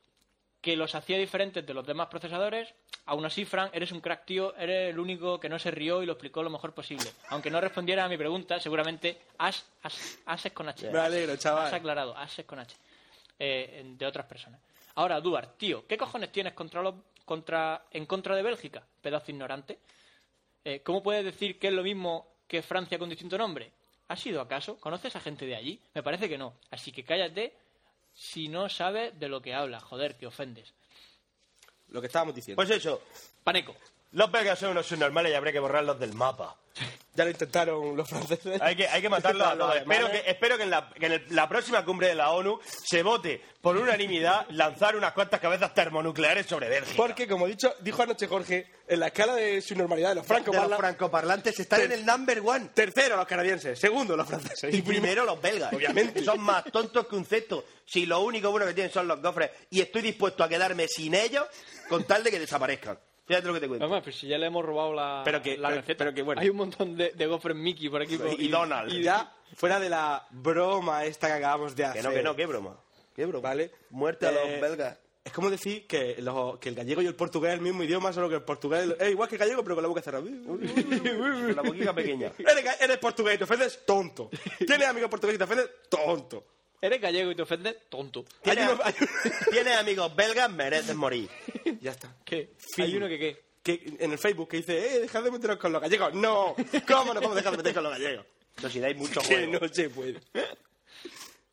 que los hacía diferentes de los demás procesadores. Aún así, Frank, eres un crack, tío, eres el único que no se rió y lo explicó lo mejor posible. Aunque no respondiera a mi pregunta, seguramente has, has, has es con H. Me alegro, chaval. Has aclarado, has es con H. eh, en- de otras personas. Ahora, Duarte, tío, ¿qué cojones tienes contra los, contra, en contra de Bélgica? Pedazo ignorante. Eh, ¿Cómo puedes decir que es lo mismo que Francia con distinto nombre? ¿Has ido acaso? ¿Conoces a gente de allí? Me parece que no. Así que cállate si no sabes de lo que hablas. Joder, que ofendes. Lo que estábamos diciendo. Pues eso, Paneco. los belgas son unos normales y habría que borrarlos del mapa. ya lo intentaron los franceses. Hay que, hay que matarlos a todos. Espero que, espero que en, la, que en el- la próxima cumbre de la ONU se vote por unanimidad lanzar unas cuantas cabezas termonucleares sobre Bélgica. Porque, como dicho, dijo anoche Jorge, en la escala de su normalidad de los francos, de los francoparlantes están en el number one. tercero los canadienses, segundo los franceses Y primero los belgas. Obviamente. Son más tontos que un cesto. Si lo único bueno que tienen son los gofres y estoy dispuesto a quedarme sin ellos con tal de que desaparezcan. Fíjate lo que te cuento. Vamos, pero si ya le hemos robado la, Pero que- la pero- receta. pero que bueno. Hay un montón de, de gofres Mickey por aquí. por- Y Donald. Y ya, fuera de la broma esta que acabamos de hacer. Que no, que no, qué broma. Qué broma. ¿Vale? Muerte a los Eh, belgas. Es como decir que, los- que el gallego y el portugués es el mismo idioma, solo que el portugués es igual que el gallego, pero con la boca cerrada. Con la boquita pequeña. eres, ga- eres portugués y te ofendes tonto. Tienes amigos portugueses y te ofendes tonto. Eres gallego y te ofendes, tonto. Tienes, uno- hay uno- tienes amigos belgas, mereces morir. Ya está. ¿Qué? Fin. Hay uno que qué. Que en el Facebook que dice, eh, dejad de meteros con los gallegos. No, ¿cómo nos vamos a dejar de meter con los gallegos? Entonces, si dais mucho Que juego. no se puede.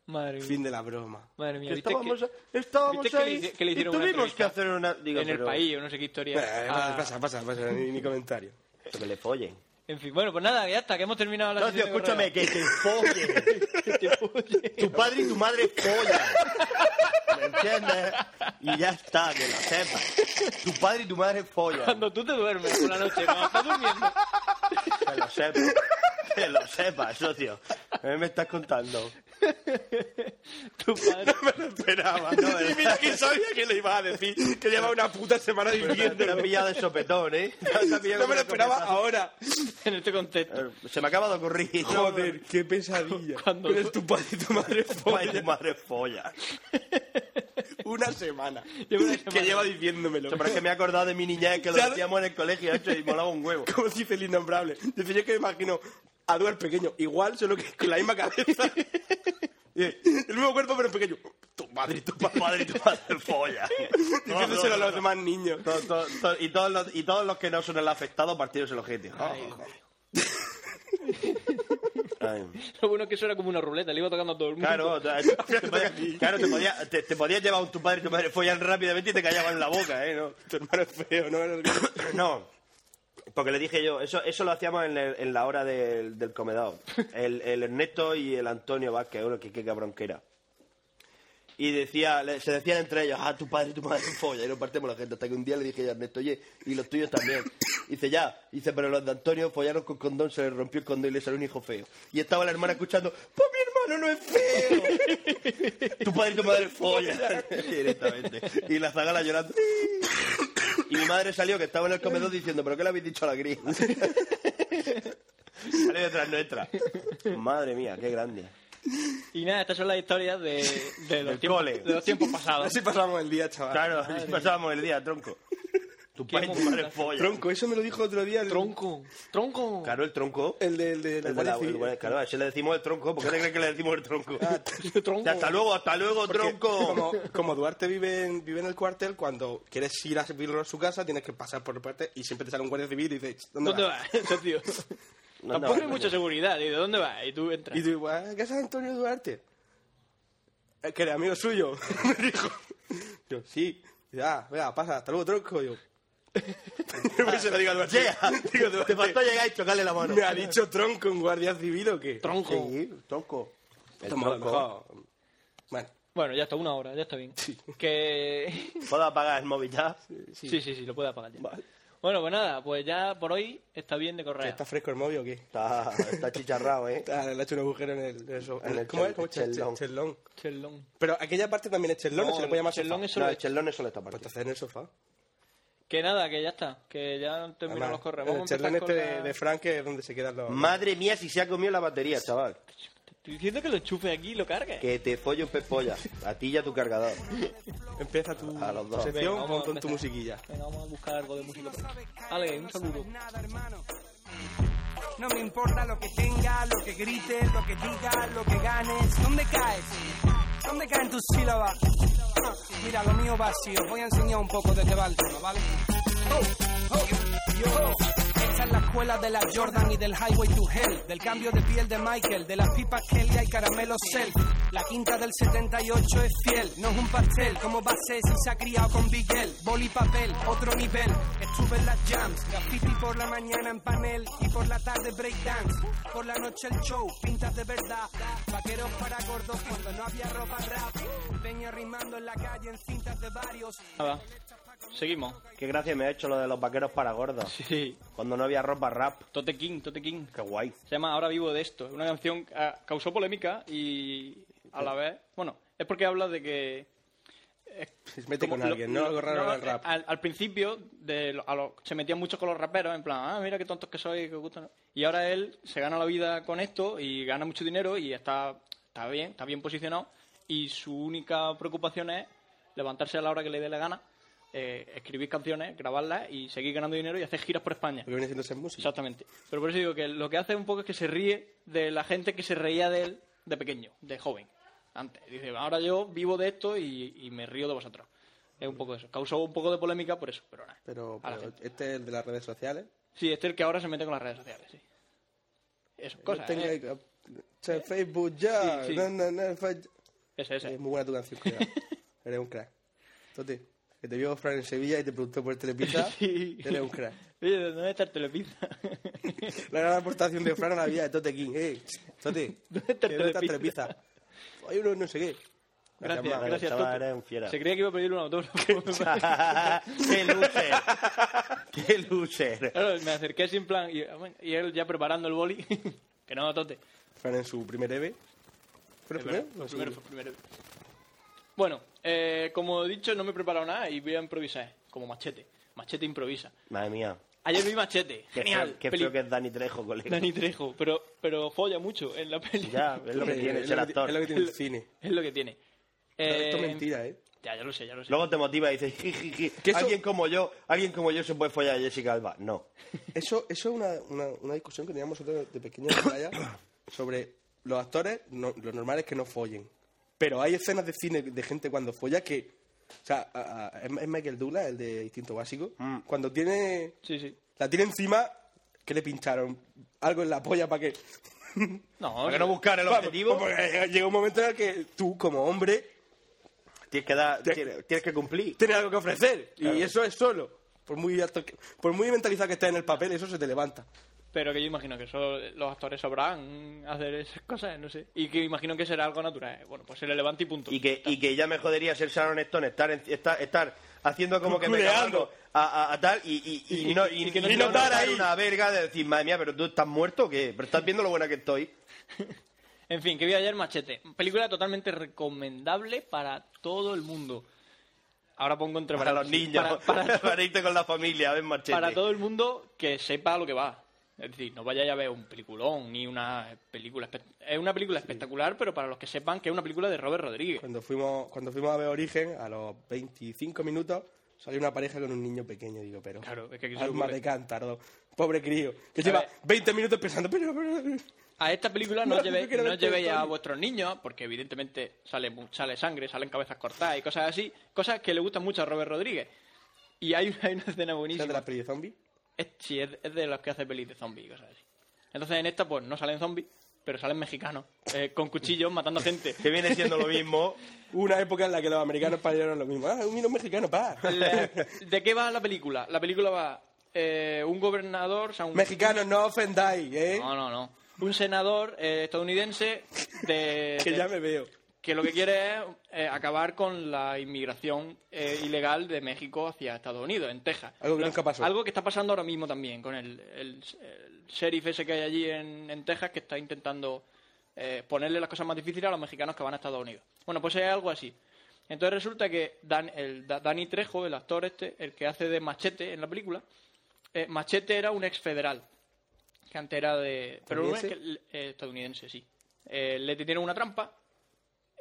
Madre mía. Fin de la broma. Madre mía. Que ¿viste estábamos, que- a- estábamos ¿Viste que le ahí hice- que le y hicieron una tuvimos que entrevista hacer una... digo, en el pero- país o no sé qué historia? Eh, Ah, Pasa, pasa, pasa, ni, ni comentario. Que me le follen. En fin, bueno, pues nada, ya está, que hemos terminado la No, tío, sesión de correo. escúchame, que te follen. Tu padre y tu madre follan. ¿Me entiendes? Y ya está, que lo sepas. Tu padre y tu madre follan. Cuando tú te duermes por la noche, cuando estás durmiendo. Que lo sepas. Que lo sepas, socio. ¿Qué me estás contando? Tu padre. Esperaba, no, Y mira que sabía que le ibas a decir que lleva una puta semana Te lo viviendo. he pillado de sopetón, ¿eh? No me lo esperaba ahora. en este contexto. Eh, Se me acaba de ocurrir. Joder, qué pesadilla. Cuando- Pero es tu padre y tu madre Tu padre y tu follan. madre follan. Una semana. Lleva una Que semana. lleva diciéndomelo. Pero es que me he acordado de mi niñez que lo Ya- hacíamos en el colegio, hecho, y molaba un huevo. Como dice el innombrable. Dice, yo que me imagino a Duarte pequeño, igual, solo que con la misma cabeza. El mismo cuerpo, pero pequeño. Tu madre y tu Tu padre. padre y tu madre follan. Diciéndoselo a los demás niños. To- to- to- y, todos los, y todos los que no son el afectado, partidos el ojete. Ay. Lo bueno es que eso era como una ruleta, le iba tocando a todo el mundo. Claro, te, te podía- claro, te podía- te- te podías llevar un tu padre y tu madre follan rápidamente y te callaban en la boca, ¿eh? No. Tu hermano es feo, ¿no? No, porque le dije yo, eso, eso lo hacíamos en, el- en la hora del, del comedor. El, el Ernesto y el Antonio Vázquez, uno que qué cabrón que era. Y decía, le- se decían entre ellos, ah, tu padre y tu madre folla, y nos partimos la gente. Hasta que un día le dije yo a Ernesto, oye, y los tuyos también. Dice, ya. Dice, pero los de Antonio follaron con condón, se les rompió el condón y le salió un hijo feo. Y estaba la hermana escuchando, pues mi hermano no es feo. tu padre y tu madre follan. Directamente. Y la zagala llorando. Y mi madre salió, que estaba en el comedor, diciendo, ¿pero qué le habéis dicho a la cría? Sale detrás nuestra. Madre mía, qué grande. Y nada, estas son las historias de, de los, Del tiempos, cole. de los tiempos pasados. Así pasamos el día, chaval. Claro, pasábamos el día, tronco. Tu Qué padre y tu momentazo. madre follan. Tronco, eso me lo dijo otro día el Tronco, tronco. Claro, el tronco. El de, el de, El de la- Guardia el- Civil. claro, a ese le decimos el tronco. ¿Por qué te crees que le decimos el tronco? tronco. Y hasta luego, hasta luego, Ah, Porque tronco. Como, como Duarte vive en, vive en el cuartel, cuando quieres ir a servirlo a su casa, tienes que pasar por el cuartel y siempre te sale un guardia civil y dices, ¿dónde, ¿Dónde vas? vas? Eso, tío. No, Tampoco no, hay no. mucha seguridad. tío. ¿De dónde vas? Y tú entras. Y tú igual, ¿qué es Antonio Duarte? "Eh, Que era amigo suyo, me dijo. Yo, sí. Ya, vea, pasa, hasta luego, tronco. Yo, Pues se lo digo al Duarte. Digo, Duarte, te faltó llegar y chocarle la mano. ¿me ha dicho tronco un guardia civil o qué? Tronco. Sí, tronco. El Toma, a lo tronco. mejor. Bueno, Bueno, ya está, una hora, ya está bien. Que... ¿Puedo apagar el móvil ya? Sí. sí, sí, lo puede apagar ya. Vale. Bueno, pues nada, pues ya por hoy está bien de correa. ¿está fresco el móvil o qué? Está, está chicharrado, ¿eh? Ah, le ha hecho un agujero en el... en el so- En el ¿Cómo es? chel- ¿Cómo es? Chel- chelón. Chelón. Chelón. Pero aquella parte también es chelón, ¿o se le puede llamar chelón sofá? es No, solo... el chelón es solo esta Pues parte. entonces en el sofá. Que nada, que ya está. Que ya terminamos Además, los correos. El Vamos a chelón empezar este con de, la- de Frank que es donde se quedan los... Madre mía, si se ha comido la batería, chaval. Estoy diciendo que lo enchufe aquí y lo cargue. Que te follo un pez polla. A ti y a tu cargador. Empieza tu A los dos. Venga, sección vamos a con, con tu empezar. musiquilla. Venga, vamos a buscar algo de música por aquí. Ale, un saludo. nada, hermano. No me importa lo que tenga, lo que grite, lo que diga, lo que ganes. ¿Dónde caes? ¿Dónde caen tus sílabas? Ah, Mira, lo mío vacío. Voy a enseñar un poco desde Baltimore, ¿vale? Oh, oh, yo. Esta es la escuela de la Jordan y del Highway to Hell, del cambio de piel de Michael, de las pipas Kelly y caramelo Self. La quinta del 78 es fiel, no es un pastel, como va a ser si se ha criado con Miguel? Boli y papel, otro nivel. Estuve en las jams, graffiti por la mañana en panel y por la tarde breakdance. Por la noche el show, pintas de verdad. Vaqueros para gordos cuando no había ropa rap. Peña rimando en la calle en cintas de varios. Nada. Seguimos. Qué gracia me ha hecho lo de los vaqueros para gordos. Sí. Cuando no había ropa rap. Tote King, Tote King. Qué guay. Se llama Ahora vivo de esto. Es una canción que ah, causó polémica y a la vez, bueno, es porque habla de que Se mete como con lo- alguien, ¿no? lo- Algo no, raro eh, en el rap. Al, al principio de lo- a lo- se metían mucho con los raperos, en plan, ah, mira qué tontos que soy, qué gusto. ¿no?". Y ahora él se gana la vida con esto y gana mucho dinero y está, está bien, está bien posicionado. Y su única preocupación es levantarse a la hora que le dé la gana, eh, escribir canciones, grabarlas y seguir ganando dinero y hacer giras por España. Lo que viene siendo ser músico. Exactamente. Pero por eso digo que lo que hace un poco es que se ríe de la gente que se reía de él de pequeño, de joven. Antes. Dice, ahora yo vivo de esto y, y me río de vosotros. Es un poco eso. Causó un poco de polémica por eso, pero nada. Pero, A la pero gente. este es el de las redes sociales. Sí, este es el que ahora se mete con las redes sociales, sí. Eso, cosas. Yo tengo ¿eh? que- che, Facebook ya. Sí, sí. na, na, na, fa- Ese, ese. Eh, muy buena tu canción, cuidado. Eres un crack. Entonces, que te vio Fran en Sevilla y te preguntó por el Telepizza. Sí. Eres un crack. Oye, ¿dónde está el Telepizza? La gran aportación de Fran a la vida de Tote King. Eh, Tote, ¿Dónde está el que ¿dónde está el Telepizza? Telepizza? Hay uno no sé qué. Gracias, madre, gracias. chaval, Toto. eres un fiera. Se creía que iba a pedir un autógrafo. ¡Qué loser! ¡Qué loser! claro, me acerqué sin plan y, y él ya preparando el boli. que no, tote. Fran en su primer E EVE. ¿Fue el Es verdad, fue primero? No, el primero, fue el primero. Bueno, eh, como he dicho, no me he preparado nada y voy a improvisar, como machete. Machete improvisa. Madre mía. Ayer vi machete, Qué genial. feo, qué peli- feo que es Dani Trejo, colega. Dani Trejo, pero, pero folla mucho en la peli. Ya, es lo que Sí, tiene es ser lo que- actor. Es lo que tiene el cine. Es lo que tiene. Esto es Eh, mentira, ¿eh? Ya, ya lo sé, ya lo sé. Luego te motiva y dices, jijiji, Que eso- alguien como yo, alguien como yo se puede follar a Jessica Alba. No. Eso, eso es una, una, una discusión que teníamos nosotros de pequeño en la playa sobre los actores, no, lo normal es que no follen. Pero hay escenas de cine de gente cuando folla que... O sea, a- a- es es Michael Douglas, el de Instinto Básico. Cuando tiene... Sí, sí. La tiene encima, que le pincharon algo en la polla para que... No, que no buscar el Vamos, objetivo, porque llega un momento en el que tú, como hombre, tienes que, dar, Te- tienes, tienes que cumplir. tienes algo que ofrecer. Y eso es solo. Por muy, alto que- por muy mentalizado que estés en el papel, eso se te levanta. pero que yo imagino que eso, los actores sabrán hacer esas cosas, no sé. Y que imagino que será algo natural. Bueno, pues se le levanta y punto. Y que, y que ya me jodería ser Sharon Stone, estar, en- estar, estar haciendo como que me Cuculeando. cago a, a- a tal y, y, y, Y- no, y que no y te no notar dar ahí. una verga de decir, madre mía, pero tú estás muerto o qué? Pero estás viendo lo buena que estoy. En fin, que vi ayer Machete. Película totalmente recomendable para todo el mundo. ahora pongo entre Para los paréntesis, niños, Para, para- para irte con la familia, ven marchete. para todo el mundo que sepa lo que va. Es decir, no vayáis a ver un peliculón ni una película. espe- Es una película espectacular, pero para los que sepan que es una película de Robert Rodríguez. Cuando fuimos, cuando fuimos a ver Origen, a los 25 minutos, salió una pareja con un niño pequeño. Digo, pero. Claro, es que aquí se alma ocurre. de cántaro. Pobre crío. Que lleva ver. 20 minutos pensando, pero. pero- A esta película No, no, yo llevéis, quiero no ver Toy llevéis a Story. vuestros niños, porque evidentemente sale, mu- sale sangre, salen cabezas cortadas y cosas así. Cosas que le gustan mucho a Robert Rodríguez. Y hay, hay una escena ¿Esa buenísima. es de las pelis de zombies? Es, sí, es, es de los que hace pelis de zombies y cosas así. Entonces en esta, pues no salen zombies, pero salen mexicanos, eh, con cuchillos matando gente. Que viene siendo lo mismo. Hubo Una época en la que los americanos pagaron lo mismo. Ah, un niño mexicano, pa. La- ¿De qué va la película? La película va eh, un gobernador, o sea, un Mexicanos, no ofendáis, ¿eh? No, no, no. Un senador eh, estadounidense de, que de- ya me veo. que lo que quiere es eh, acabar con la inmigración eh, ilegal de México hacia Estados Unidos, en Texas. Algo que Lo- nunca pasó. Algo que está pasando ahora mismo también con el, el- el sheriff ese que hay allí en, en Texas que está intentando eh, ponerle las cosas más difíciles a los mexicanos que van a Estados Unidos. Bueno, pues es algo así. Entonces resulta que Dan- el Da- Dani Trejo, el actor este, el que hace de Machete en la película, eh, Machete era un ex federal que antes era de... Pero no es que- eh, estadounidense, sí. Eh, le tienen una trampa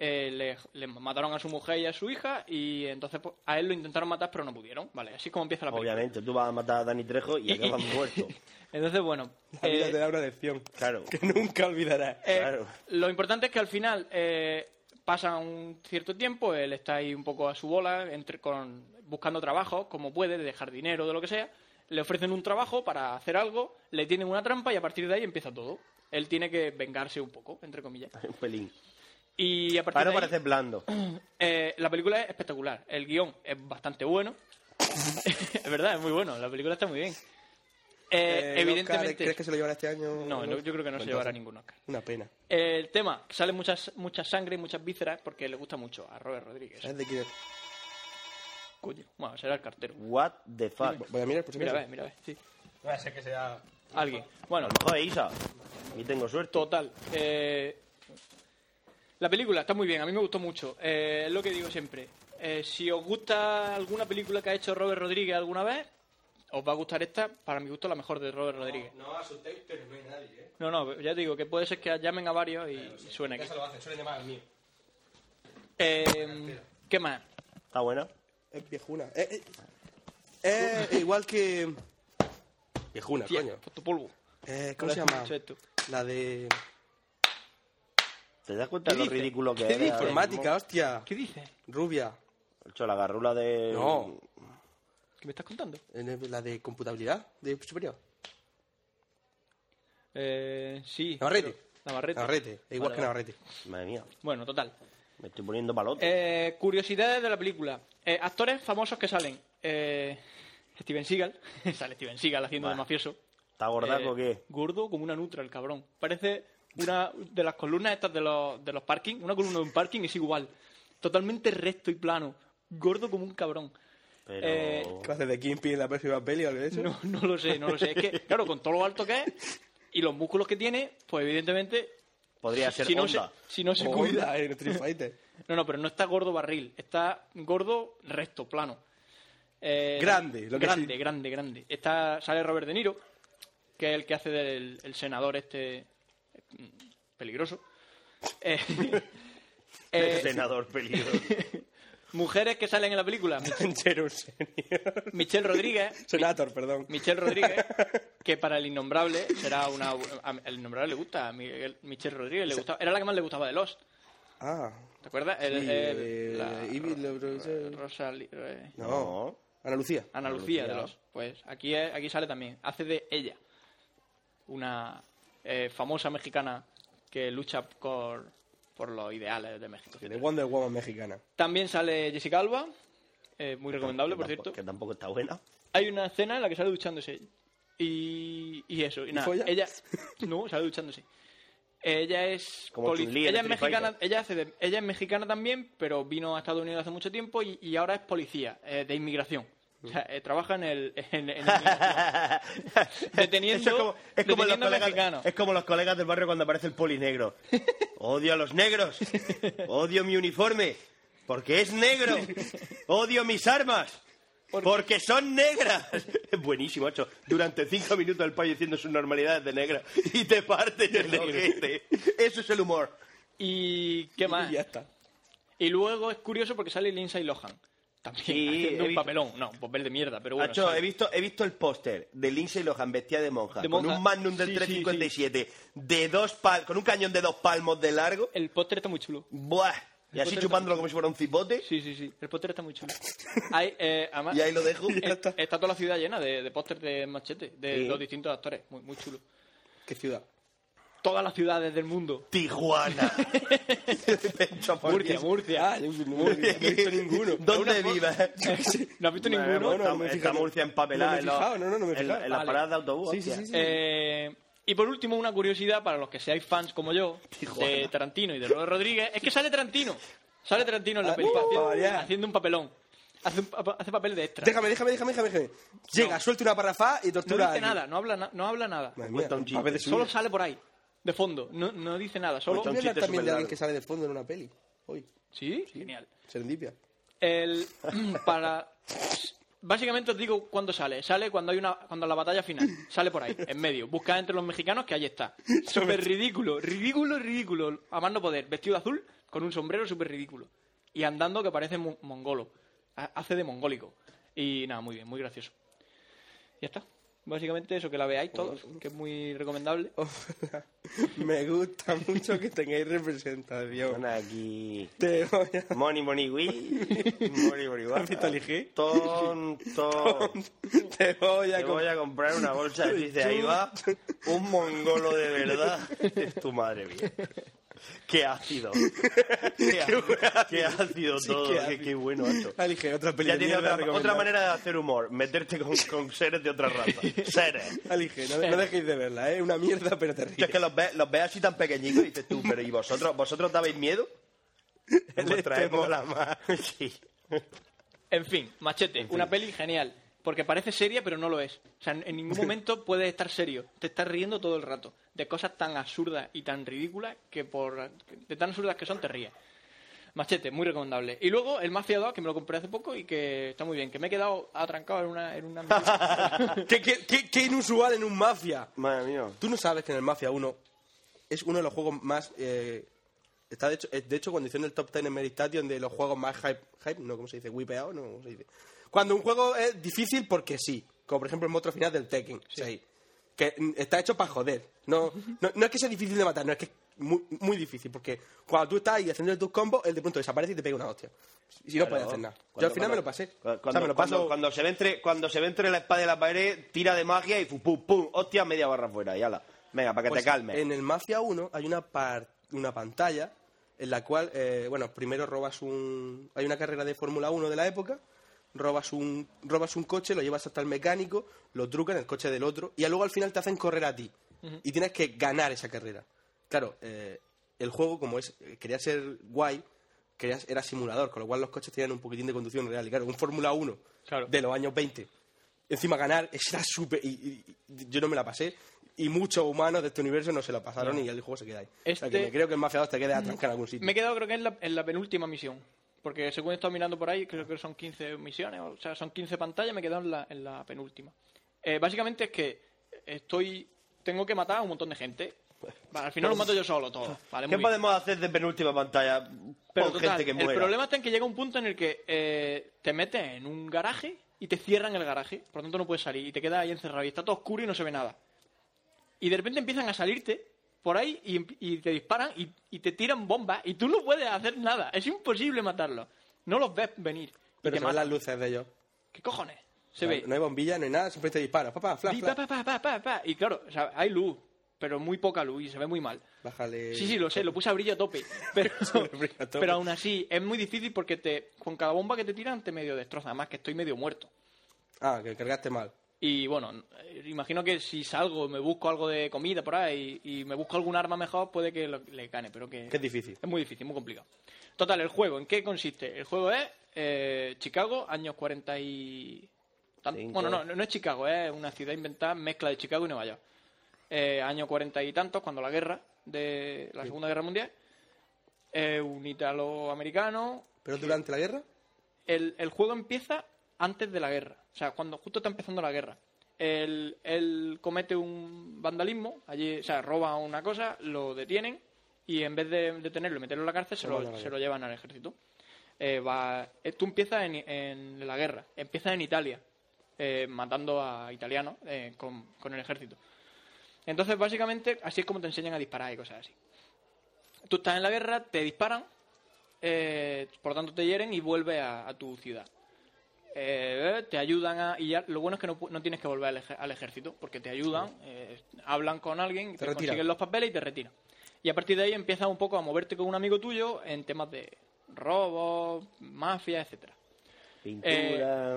eh, le, le mataron a su mujer y a su hija y entonces pues, a él lo intentaron matar pero no pudieron, ¿vale? Así es como empieza la Oh, película. Obviamente, tú vas a matar a Dani Trejo y acabas muerto. Entonces, bueno, La vida eh, te da una lección. Claro. Que nunca olvidarás. eh, claro. lo importante es que al final eh, pasa un cierto tiempo, él está ahí un poco a su bola, entre, con, buscando trabajo como puede, de jardinero, de lo que sea. Le ofrecen un trabajo para hacer algo, le tienen una trampa y a partir de ahí empieza todo. Él tiene que vengarse un poco, entre comillas. Un pelín. Y a partir Ahora de ahí- parece blando. Eh, la película es espectacular. El guión es bastante bueno. es verdad, es muy bueno. La película está muy bien. Eh, Eh, el Oscar, evidentemente. ¿Crees que se lo llevará este año? No, no, yo creo que no se Entonces, llevará ningún Oscar. Una pena. El tema, sale mucha, mucha sangre y muchas vísceras porque le gusta mucho a Robert Rodríguez. ¿Sabes de quién? Coño, bueno, será el cartero. What the fuck. Voy a mirar por si Mira, a acaso. ver, mira, a ver. Sí. No sé que sea. Alguien. Bueno, Joder, Isa. Y tengo suerte. Total. eh, la película está muy bien, a mí me gustó mucho. Eh, es lo que digo siempre. Eh, si os gusta alguna película que ha hecho Robert Rodríguez alguna vez, os va a gustar esta. Para mi gusto, la mejor de Robert Rodríguez. No asustéis, pero no hay nadie, ¿eh? No, no, ya te digo que puede ser que llamen a varios y, y suene aquí. lo hacen, suelen llamar al mío. Eh, ¿Qué más? Está buena. Es viejuna. Eh, eh. Eh, igual que. Viejuna, Tía, coño. puto polvo. Eh, ¿Cómo se Ahora llama? escucho esto. La de. ¿Te das cuenta de lo dices? ridículo que ¿Qué es? de informática, hostia. Eh, ¿Qué dices? Rubia. Hecho, la garrula de... No. ¿Qué me estás contando? Eh, La de computabilidad de superior. Eh, sí. Navarrete. pero- Navarrete. Navarrete. Igual Vale, que vale. Navarrete. Madre mía. Bueno, total. Me estoy poniendo palote. Eh, curiosidades de la película. Eh, actores famosos que salen. Eh, Steven Seagal. Sale Steven Seagal haciendo de Buah. mafioso. ¿Está gordaco Eh, o qué? Gordo como una nutra, el cabrón. Parece una de las columnas estas de los, de los parking. Una columna de un parking es igual. Totalmente recto y plano. Gordo como un cabrón. Pero... eh, ¿Qué va a hacer de Kimpy en la próxima peli o algo de eso? No, no lo sé, no lo sé. Es que, claro, con todo lo alto que es y los músculos que tiene, pues evidentemente... Podría ser si no, se, Honda. si no se O cuida, Honda en Street Fighter. No, no, pero no está gordo barril, está gordo recto, plano. Eh, Grande, lo que grande, sí. grande, grande. Está, sale Robert De Niro, que es el que hace del el senador este eh, peligroso. Eh, eh, Senador peligro. mujeres que salen en la película. Mich- Tanchero senior. Michelle Rodríguez. Senator, perdón. Michelle Rodríguez, que para el innombrable será una... a- Al innombrable le gusta, a Miguel- Michelle Rodríguez le gustaba. Era la que más le gustaba de Lost. Ah. ¿Te acuerdas? El- el- Sí, eh, la- Ivy Lo- Rosalie- eh, No. Ana Lucía. Ana Lucía de los. Pues aquí, es- aquí sale también. Hace de ella. Una eh, famosa mexicana que lucha por, por los ideales de México. De Wonder Woman mexicana. También sale Jessica Alba. eh, muy recomendable, por Que tampoco- cierto. Que tampoco está buena. Hay una escena en la que sale duchándose. Y, y eso. Y nada, folla? ella. No, sale duchándose. Ella es. Como poli- Chun-Li en ella, es Street mexicana, ella, hace de- ella es mexicana también, pero vino a Estados Unidos hace mucho tiempo y, y ahora es policía, eh, de inmigración. O sea, eh, trabaja en el. En, en inmigración. Deteniendo- Eso es como, es como los deteniendo colegas, mexicanos. es como los colegas del barrio cuando aparece el polinegro. Odio a los negros. Odio mi uniforme. Porque es negro. Odio mis armas. Porque son negras. Es buenísimo, macho. Durante cinco minutos el payo diciendo sus normalidades de negra. Y te parten el ojete. Eso es el humor. ¿Y qué más? Y ya está. Y luego es curioso porque sale Lindsay Lohan. También Sí, haciendo he un visto- papelón. No, un papel de mierda, pero bueno. Macho, sale. he visto, he visto el póster de Lindsay Lohan vestida de monja, De con monja. un magnum del Sí, sí, 357, de dos pal con un cañón de dos palmos de largo. El póster está muy chulo. Buah. Y así póster chupándolo como si fuera un cipote. Sí, sí, sí. El póster está muy chulo. Hay, eh, Ah. además, Y ahí lo dejo. es- está. toda la ciudad llena de, de pósters de machete, de Sí. los distintos actores. Muy, muy chulo. ¿Qué ciudad? Todas las ciudades del mundo. Tijuana. Murcia, Murcia. yo soy Murcia, no he visto ninguno. ¿Dónde Una vives? ¿No has visto Bueno, ninguno? bueno, No, no me he está, fijado. Murcia No me he empapelada en los- fijado, no, no, no me he en, fijado. en las Vale. paradas de autobús. Sí, sí, hostia. sí, sí. Eh, y por último, una curiosidad para los que seáis fans como yo de Tarantino y de Robert Rodríguez, es que sale Tarantino. Sale Tarantino en la Ah, oh, película uh, haciendo- variar. haciendo un papelón. Hace, un pa- hace papel de extra. Déjame, déjame, déjame, déjame, déjame. Llega, suelta una parrafada y no dice tortura. a alguien. nada, no habla, na- no habla nada. Madre Cuenta un mía, chiste. papel de su Solo vida. sale por ahí, de fondo. No, no dice nada, solo... Cuenta un Voy a hablar chiste también de superlargo. alguien que sale de fondo en una peli. Hoy, ¿Sí? Genial. Serendipia. El, para... Básicamente os digo cuándo sale. Sale cuando hay una cuando la batalla final. Sale por ahí, en medio. Busca entre los mexicanos que ahí está. Súper ridículo, ridículo, ridículo. A más no poder. Vestido de azul con un sombrero súper ridículo. Y andando que parece mon- mongolo. Ha- Hace de mongólico. Y nada, muy bien, muy gracioso. Ya está. Básicamente eso, que la veáis todos, que es muy recomendable. Me gusta mucho que tengáis representación. Están aquí. Te voy a... Money, money, we. Money, money, wa. ¿Has visto el IG? Tonto. Te voy a... Oh. Te voy a comprar una bolsa de dice ahí va un mongolo de verdad. Es tu madre mía. Qué ácido. Qué ácido, qué ácido pues Sí, todo. qué Qué, ácido. qué bueno esto. Ah, elige otra peli Ya de tiene mierda otra, otra recomendada. manera de hacer humor, meterte con, con seres de otra raza. Seres. Elige, no, no dejéis de verla, es una mierda, pero te Es ríes. que los ves los ves así tan pequeñitos y dices tú, pero ¿y vosotros? ¿Vosotros dabais miedo? Vuestra época. Sí. En fin, Machete, una peli genial. Porque parece seria, pero no lo es. O sea, en en ningún momento puedes estar serio. Te estás riendo todo el rato. De cosas tan absurdas y tan ridículas que por... De tan absurdas que son, te ríes. Machete, muy recomendable. Y luego el Mafia 2, que me lo compré hace poco y que está muy bien. Que me he quedado atrancado en una... En una... ¿Qué, qué, qué- qué inusual en un mafia? Madre mía. Tú no sabes que en el Mafia 1 es uno de los juegos más... eh, está de hecho, eh, de hecho, cuando hicieron el top 10 en Meristation de los juegos más hype... hype no, ¿cómo se dice? Whipeado, no, ¿cómo se dice? Cuando un juego es difícil porque sí. Como por ejemplo el monstruo final del Tekken 6. Que mm, está hecho para joder. No, no, no es que sea difícil de matar, no, es que es muy, muy difícil. Porque cuando tú estás ahí haciendo tus combos, él de pronto desaparece y te pega una hostia. Y no puedes hacer nada. Yo al final me lo pasé. Cuando, o sea, me lo paso... cuando- cuando se ve entre, cuando se ve entre la espada y la pared, tira de magia y fu- pum, pum, hostia, media barra fuera y ala. Venga, para que Pues, te calmes. En el Mafia 1 hay una, par- una pantalla en la cual, eh, bueno, primero robas un... Hay una carrera de Fórmula 1 de la época, robas un, robas un coche, lo llevas hasta el mecánico, lo trucan, el coche del otro, y luego al final te hacen correr a ti. Y tienes que ganar esa carrera. Claro, eh, el juego, como es eh, quería ser guay, quería, era simulador, con lo cual los coches tenían un poquitín de conducción real. Y claro, un Fórmula 1 Claro. de los años 20 encima ganar era súper y, y- y yo no me la pasé y muchos humanos de este universo no se la pasaron y el juego se queda ahí o sea, que Este- me creo que el Mafia 2 te queda atrancado en algún sitio me he quedado creo que en la, en la penúltima misión. Porque según he estado mirando por ahí, creo que son 15 misiones, o sea, son 15 pantallas, me he quedado en la, en la penúltima. Eh, básicamente es que estoy tengo que matar a un montón de gente. Vale, al final los mato yo solo, todo. Vale, muy ¿Qué bien. podemos hacer de penúltima pantalla? Pero Pon total, gente que muera. el problema está en que llega un punto en el que eh, te metes en un garaje y te cierran el garaje, por lo tanto no puedes salir y te quedas ahí encerrado y está todo oscuro y no se ve nada. Y de repente empiezan a salirte por ahí y, emp- y te disparan y, y te tiran bombas y tú no puedes hacer nada, es imposible matarlos, no los ves venir. y pero te se ven matan. las luces de ellos ¿Qué cojones? Se no, ve. no hay bombilla no hay nada siempre te disparas papá flash, Y pa, flash. pa, pa, pa, pa, pa. Y claro, o sea, hay luz, pero muy poca luz y se ve muy mal. bájale Sí, sí, lo sé, lo puse a brillo a tope. Pero, lo brillo a tope. pero aún así, es muy difícil porque te, con cada bomba que te tiran te medio destroza. Además que estoy medio muerto. ah que cargaste mal Y bueno, eh, imagino que si salgo, me busco algo de comida por ahí y me busco algún arma mejor, puede que lo- le gane, pero que... Que es difícil. Es muy difícil, muy complicado. Total, el juego, ¿en qué consiste? El juego es eh, Chicago, años 40 y... tan- Cinco. Bueno, no, no no es Chicago, es una ciudad inventada, mezcla de Chicago y Nueva York. Eh, año 40 y tantos, cuando la guerra de la Segunda Guerra Mundial. Eh, un italoamericano, ¿Pero durante la guerra? El, el juego empieza antes de la guerra. O sea, cuando justo está empezando la guerra. Él, él comete un vandalismo, allí, o sea, roba una cosa, lo detienen y en vez de detenerlo y meterlo en la cárcel, se, mandan a lo, la se lo llevan al ejército. Eh, va, eh, tú empiezas en, en la guerra, empiezas en Italia, eh, matando a italianos eh, con, con el ejército. Entonces, básicamente, así es como te enseñan a disparar y cosas así. Tú estás en la guerra, te disparan, eh, por lo tanto te hieren y vuelves a, a tu ciudad. Eh, te ayudan a... Y ya- lo bueno es que no, pu- no tienes que volver al, ej- al ejército, porque te ayudan, eh, hablan con alguien, te, retiran. consiguen los papeles y te retiran. Y a partir de ahí empiezas un poco a moverte con un amigo tuyo en temas de robos, mafia, etcétera. Eh, Pintura.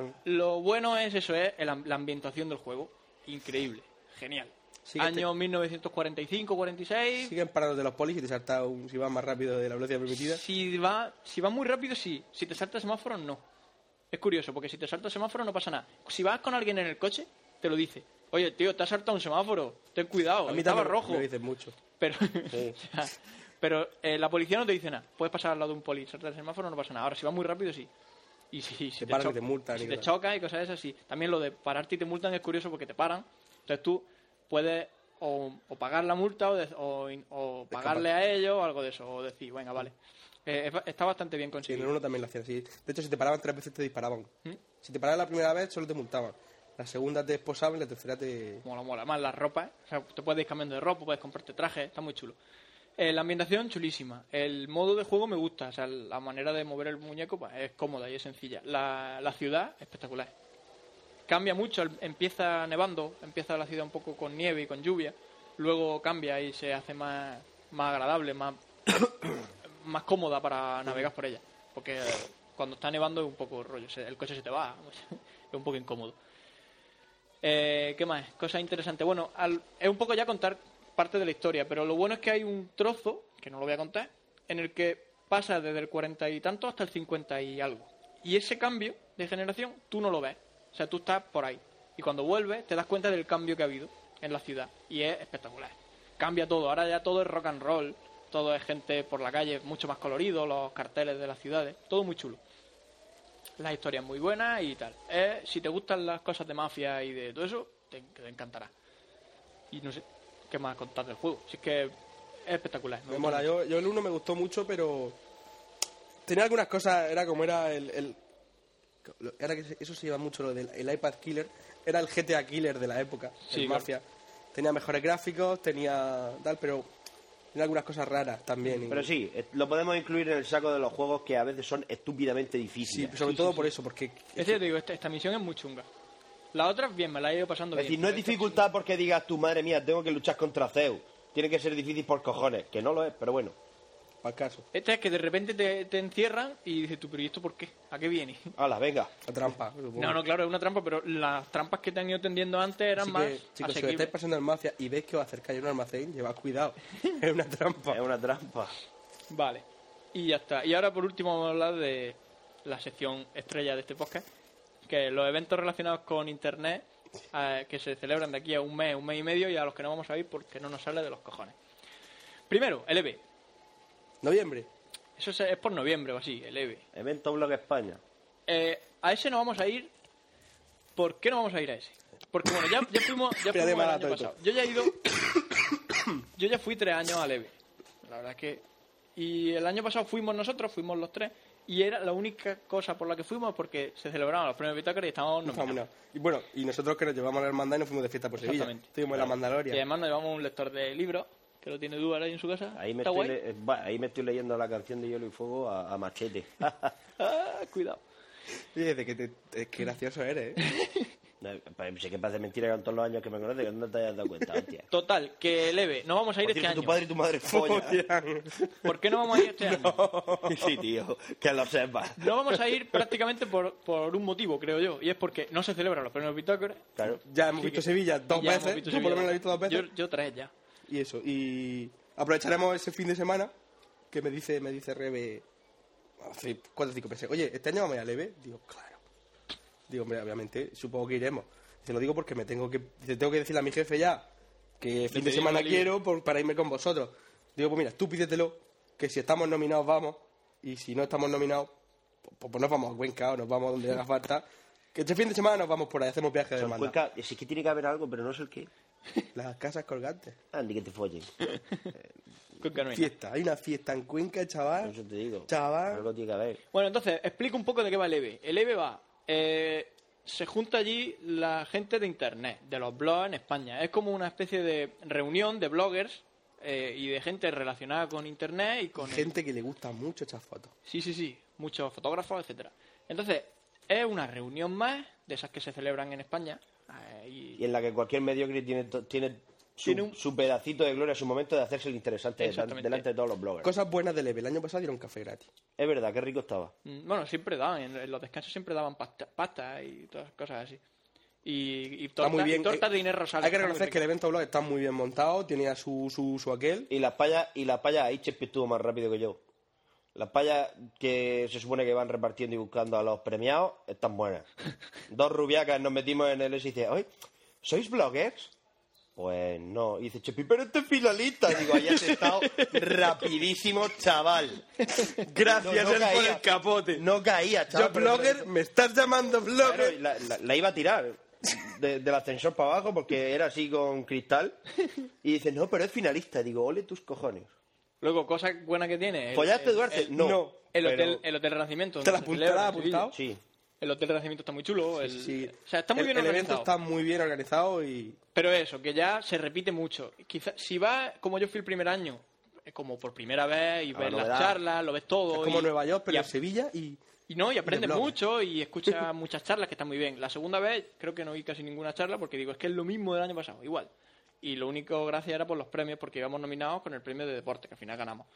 Eh, Lo bueno es eso, es el am- la ambientación del juego. Increíble, genial. Sí que Año 1945-46. Siguen parados de los polis y te salta un, si vas más rápido de la velocidad permitida. Si va, si va muy rápido, sí. Si te salta el semáforo, no. Es curioso, porque si te salta el semáforo no pasa nada. Si vas con alguien en el coche, te lo dice. Oye, tío, te has saltado un semáforo. Ten cuidado, estaba me- rojo. Me dicen mucho. Pero, o sea, pero eh, la policía no te dice nada. Puedes pasar al lado de un poli, saltar el semáforo, no pasa nada. Ahora, si va muy rápido, sí. Y si, si paran y cho- te multan si y te todo. choca y cosas de esas, sí. También lo de pararte y te multan es curioso porque te paran. Entonces tú puedes o, o pagar la multa o, de- o in- o pagarle a ellos o algo de eso. O decir, venga, vale. Eh, es ba- está bastante bien Sí, en conseguido. el uno también lo hacían así. De hecho, si te paraban tres veces te disparaban. ¿Mm? Si te paraban la primera vez, solo te multaban. La segunda te esposaban y la tercera te... Mola, mola. Más las ropas. O sea, te puedes ir cambiando de ropa, puedes comprarte trajes. Está muy chulo. Eh, la ambientación, chulísima. El modo de juego me gusta. O sea, la manera de mover el muñeco pues, es cómoda y es sencilla. La, la ciudad, espectacular. Cambia mucho. el- Empieza nevando. Empieza la ciudad un poco con nieve y con lluvia. Luego cambia y se hace más, más agradable, más, más cómoda para navegar por ella. Porque eh, cuando está nevando es un poco rollo. se- El coche se te va. Es un poco incómodo. Eh, ¿Qué más? Cosa interesante. Bueno, al- es un poco ya contar parte de la historia, pero lo bueno es que hay un trozo, que no lo voy a contar, en el que pasa desde el cuarenta y tanto hasta el cincuenta y algo. Y ese cambio de generación tú no lo ves. O sea, tú estás por ahí. Y cuando vuelves te das cuenta del cambio que ha habido en la ciudad. Y es espectacular. Cambia todo. Ahora ya todo es rock and roll. Todo es gente por la calle, mucho más colorido, los carteles de las ciudades. Todo muy chulo las historias muy buenas y tal. Eh, si te gustan las cosas de mafia y de todo eso, te, te encantará. Y no sé qué más contar del juego. Si es que es espectacular. me Me gusta mola. mucho. Yo, yo el uno me gustó mucho, pero... Tenía algunas cosas, era como era el... el- lo- Era que se- eso se lleva mucho lo del el iPad Killer. Era el GTA Killer de la época, Sí, el claro. Mafia. Tenía mejores gráficos, tenía tal, pero... Tenía algunas cosas raras también. y- Pero sí, eh, lo podemos incluir en el saco de los juegos que a veces son estúpidamente Sí, difíciles. sobre todo por eso, porque... Es que te digo, este, esta, esta misión es muy chunga. La otra, bien, me la he ido pasando es bien. decir, no es pero esta dificultad porque digas tu madre mía, tengo que luchar contra Zeus. Tiene que ser difícil por cojones, que no lo es, pero bueno. Para caso. Esta es que de repente te, te encierran y dices tú, pero ¿y esto por qué? ¿A qué viene? Hala, venga. La trampa. supongo. No, no, claro, es una trampa, pero las trampas que te han ido tendiendo antes eran Así más que, chicos, si os asequibles. estáis pasando al mafia y veis que os acercáis a un almacén, llevad cuidado. es una trampa. Es Eh, una trampa. Vale. Y ya está. Y ahora por último vamos a hablar de la sección estrella de este podcast, que es los eventos relacionados con Internet eh, que se celebran de aquí a un mes, un mes y medio y a los que no vamos a ir porque no nos sale de los cojones. Primero, el EVE. Noviembre. Eso es, es por noviembre o así, el E EVE. Evento Blog España. Eh, a ese no vamos a ir. ¿Por qué no vamos a ir a ese? Porque bueno, ya, ya fuimos, ya Espérate, fuimos el para, año Toito. pasado. Yo ya he ido. yo ya fui tres años al EVE. La verdad es que. Y el año pasado fuimos nosotros, fuimos los tres. Y era la única cosa por la que fuimos porque se celebraban los premios Bitácora y estábamos No, nominados. no. Y bueno, y nosotros que nos llevamos a la hermandad y nos fuimos de fiesta por Sevilla. Exactamente. Estuvimos en la Y Mandaloria. además nos llevamos un lector de libros que lo tiene Dubar ahí en su casa. Ahí me, Está estoy guay. le- eh, va, ahí me estoy leyendo la canción de Hielo y Fuego a, a Machete. Ah, cuidado. Oye, de que te, es que gracioso eres, ¿eh? No, pa- sé que parece mentira que en todos los años que me conoces, que no te hayas dado cuenta, hostia. Total, que el EVE. No vamos a ir Por este cierto, año. tu padre y tu madre follan. ¿Por qué no vamos a ir este año? sí, tío, que lo sepas. No vamos a ir prácticamente por, por un motivo, creo yo, y es porque no se celebran los premios Bitácora. Claro. ya hemos visto Sevilla dos Ya hemos veces. visto Yo por Sevilla. lo menos la he visto dos veces. Yo, yo tres ya. Y eso. Y aprovecharemos ese fin de semana que me dice, me dice Rebe hace cuatro o cinco meses. Oye, ¿este año vamos a ir a Leve? Digo, claro. Digo, hombre, obviamente, supongo que iremos. Te lo digo porque me tengo que, te tengo que decirle a mi jefe ya que fin de pedí semana una libre. quiero por- para irme con vosotros. Digo, pues mira, tú pídetelo, que si estamos nominados vamos, y si no estamos nominados, pues, pues nos vamos a Cuenca o nos vamos a donde haga falta. Que este fin de semana nos vamos por ahí, hacemos viaje de Son manda. Cuenca, sí que tiene que haber algo, pero no sé el qué. Las casas colgantes. Andy, que te follen. Cuenca no hay nada. Fiesta, hay una fiesta en Cuenca, chaval. Eso te digo. Chaval. Algo tiene que haber. Bueno, entonces, explico un poco de qué va el EVE. El EVE va... eh, se junta allí la gente de Internet, de los blogs en España. Es como una especie de reunión de bloggers eh, y de gente relacionada con Internet y con... el- Gente que le gusta mucho echar fotos. Sí, sí, sí. Muchos fotógrafos, etcétera. Entonces, es una reunión más de esas que se celebran en España. eh, y- Y en la que cualquier mediocre tiene, to- tiene, su, Tiene un- su pedacito de gloria, su momento de hacerse el interesante delan- Exactamente. delante de todos los bloggers. Cosas buenas del EVE. El año pasado dieron café gratis. Es verdad, qué rico estaba. Mm, Bueno, siempre daban, en en los descansos siempre daban pasta, pasta y todas cosas así. Y, y Está torta- muy bien. eh, y tortas de Inés Rosales. Hay que está muy reconocer que rica. el evento blog está muy bien montado, tenía su, su, su aquel. Y las payas, y las payas, ahí Chespi estuvo más rápido que yo. Las payas que se supone que van repartiendo y buscando a los premiados están buenas. Dos rubiacas nos metimos en el S y dice, "Oye, ¿sois bloggers? Pues no. Y dice, Chepi, pero este es finalista. Digo, ahí has estado rapidísimo, chaval. Gracias, él por el capote. No caía, Yo, chaval. pero- blogger, me estás llamando blogger. Claro, y la, la- la iba a tirar de- del ascensor para abajo porque era así con cristal. Y dice, no, pero es finalista. Digo, ole tus cojones. Luego, cosa buena que tiene. el- ¿Follaste, el- Duarte? El, no. no. el pero- hotel, el hotel Renacimiento. ¿Te la donde se celebra apuntarás, en Sevilla. apuntado? Sí. El hotel Renacimiento está muy chulo. el- Sí. O sea, está muy El- bien el, organizado. evento está muy bien organizado y Pero eso, que ya se repite mucho. Quizás si vas, como yo fui el primer año, eh, como por primera vez, y la ves las novedad. charlas, lo ves todo. es como y- Nueva York, pero y, en Sevilla y y no, y aprendes blog. mucho y escuchas muchas charlas que están muy bien. La segunda vez creo que no vi casi ninguna charla porque digo, es que es lo mismo del año pasado, igual. Y lo único gracia era por los premios porque íbamos nominados con el premio de deporte, que al final ganamos.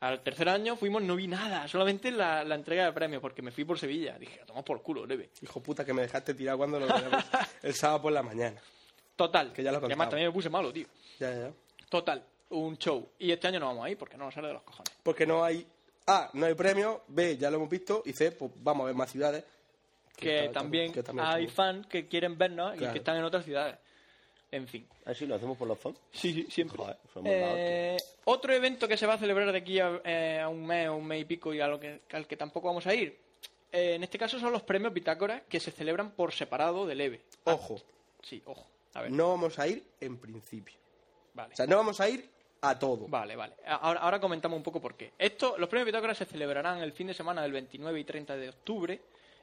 Al tercer año fuimos, no vi nada, solamente la, la entrega de premios porque me fui por Sevilla. Dije, a tomar por culo, leve. hijo puta que me dejaste tirado cuando lo grabamos el sábado por la mañana. Total. Que ya lo y además contaba. también me puse malo, tío. Ya, ya, ya. Total, un show. Y este año no vamos ahí porque no nos sale de los cojones. Porque no hay A, no hay premio, B, ya lo hemos visto y C, pues vamos a ver más ciudades. que, está- también que también hay estuvo. fans que quieren vernos y Claro. que están en otras ciudades. En fin. Así lo hacemos por los fans. Sí, sí, siempre. Joder, somos Eh, otro evento que se va a celebrar de aquí a, eh, a un mes, un mes y pico y a lo que, al que tampoco vamos a ir. eh, en este caso son los premios Bitácora que se celebran por separado del EVE. Ah, Ojo, sí, ojo. A ver. no vamos a ir en principio. Vale. O sea, no vamos a ir a todo. Vale, vale. Ahora, ahora comentamos un poco por qué. Esto, los premios Pitágoras se celebrarán el fin de semana del 29 y 30 de octubre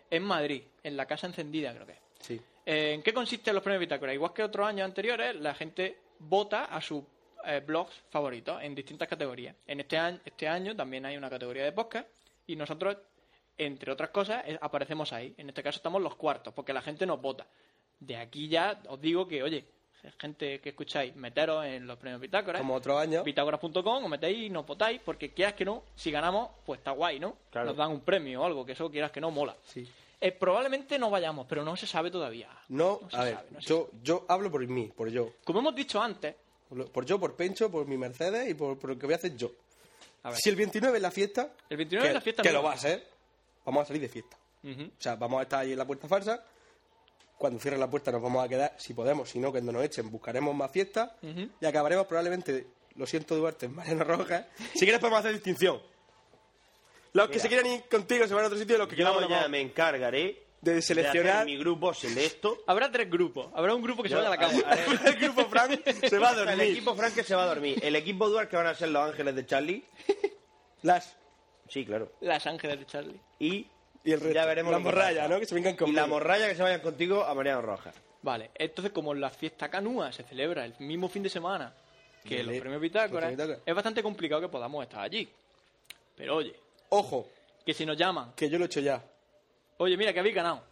en Madrid, en la Casa Encendida, creo que es. Sí. Eh, ¿En qué consisten los premios Bitácora? Igual que otros años anteriores, la gente vota a sus eh, blogs favoritos en distintas categorías. En este año, este año también hay una categoría de podcast y nosotros, entre otras cosas, eh, aparecemos ahí. En este caso estamos los cuartos, porque la gente nos vota. De aquí ya os digo que, oye, gente que escucháis, meteros en los premios Bitácora. Como otros años. Pitágoras.com, os metéis y nos votáis, porque quieras que no, si ganamos, pues está guay, ¿no? Claro. Nos dan un premio o algo, que eso quieras que no, mola. Sí. Eh, probablemente no vayamos, pero no se sabe todavía. No, se a ver, sabe, no se yo, yo hablo por mí, por yo. sabe. Como hemos dicho antes, Por lo- Por yo, por Pencho, por mi Mercedes y por, por lo que voy a hacer yo. A ver. Si el 29 es la fiesta. El 29 que- es la fiesta, Que no. lo va a ser. Vamos a salir de fiesta. Ujú. O sea, vamos a estar ahí en la puerta falsa. Cuando cierre la puerta nos vamos a quedar, si podemos, si no, cuando nos echen, buscaremos más fiestas. Y acabaremos probablemente, lo siento Duarte, en Mariano Rojas. Si quieres podemos hacer distinción. Los que se quieran ir contigo se van a otro sitio y los que queramos Yo nos ya vamos. me encargaré De seleccionar- hacer mi grupo selecto. habrá tres grupos. Habrá un grupo que se Yo- vaya a la cama. a ver, El grupo Frank se va a El dormir. equipo Frank que se va a dormir. El equipo Duarte que van a ser los ángeles de Charlie. Las. Sí, claro. Las Ángeles de Charlie. Y, Y el resto. ya veremos. La lo que morralla, pasa. ¿no? Que se vengan Y conmigo. la morralla que se vayan contigo a Mariano Rojas. Vale, entonces como la fiesta canúa se celebra el mismo fin de semana que Vale, los premios los Bitácora, premios Bitácora. es bastante complicado que podamos estar allí. Pero oye, Ojo, que si nos llaman, que yo lo he hecho ya. oye, mira, que habéis ganado.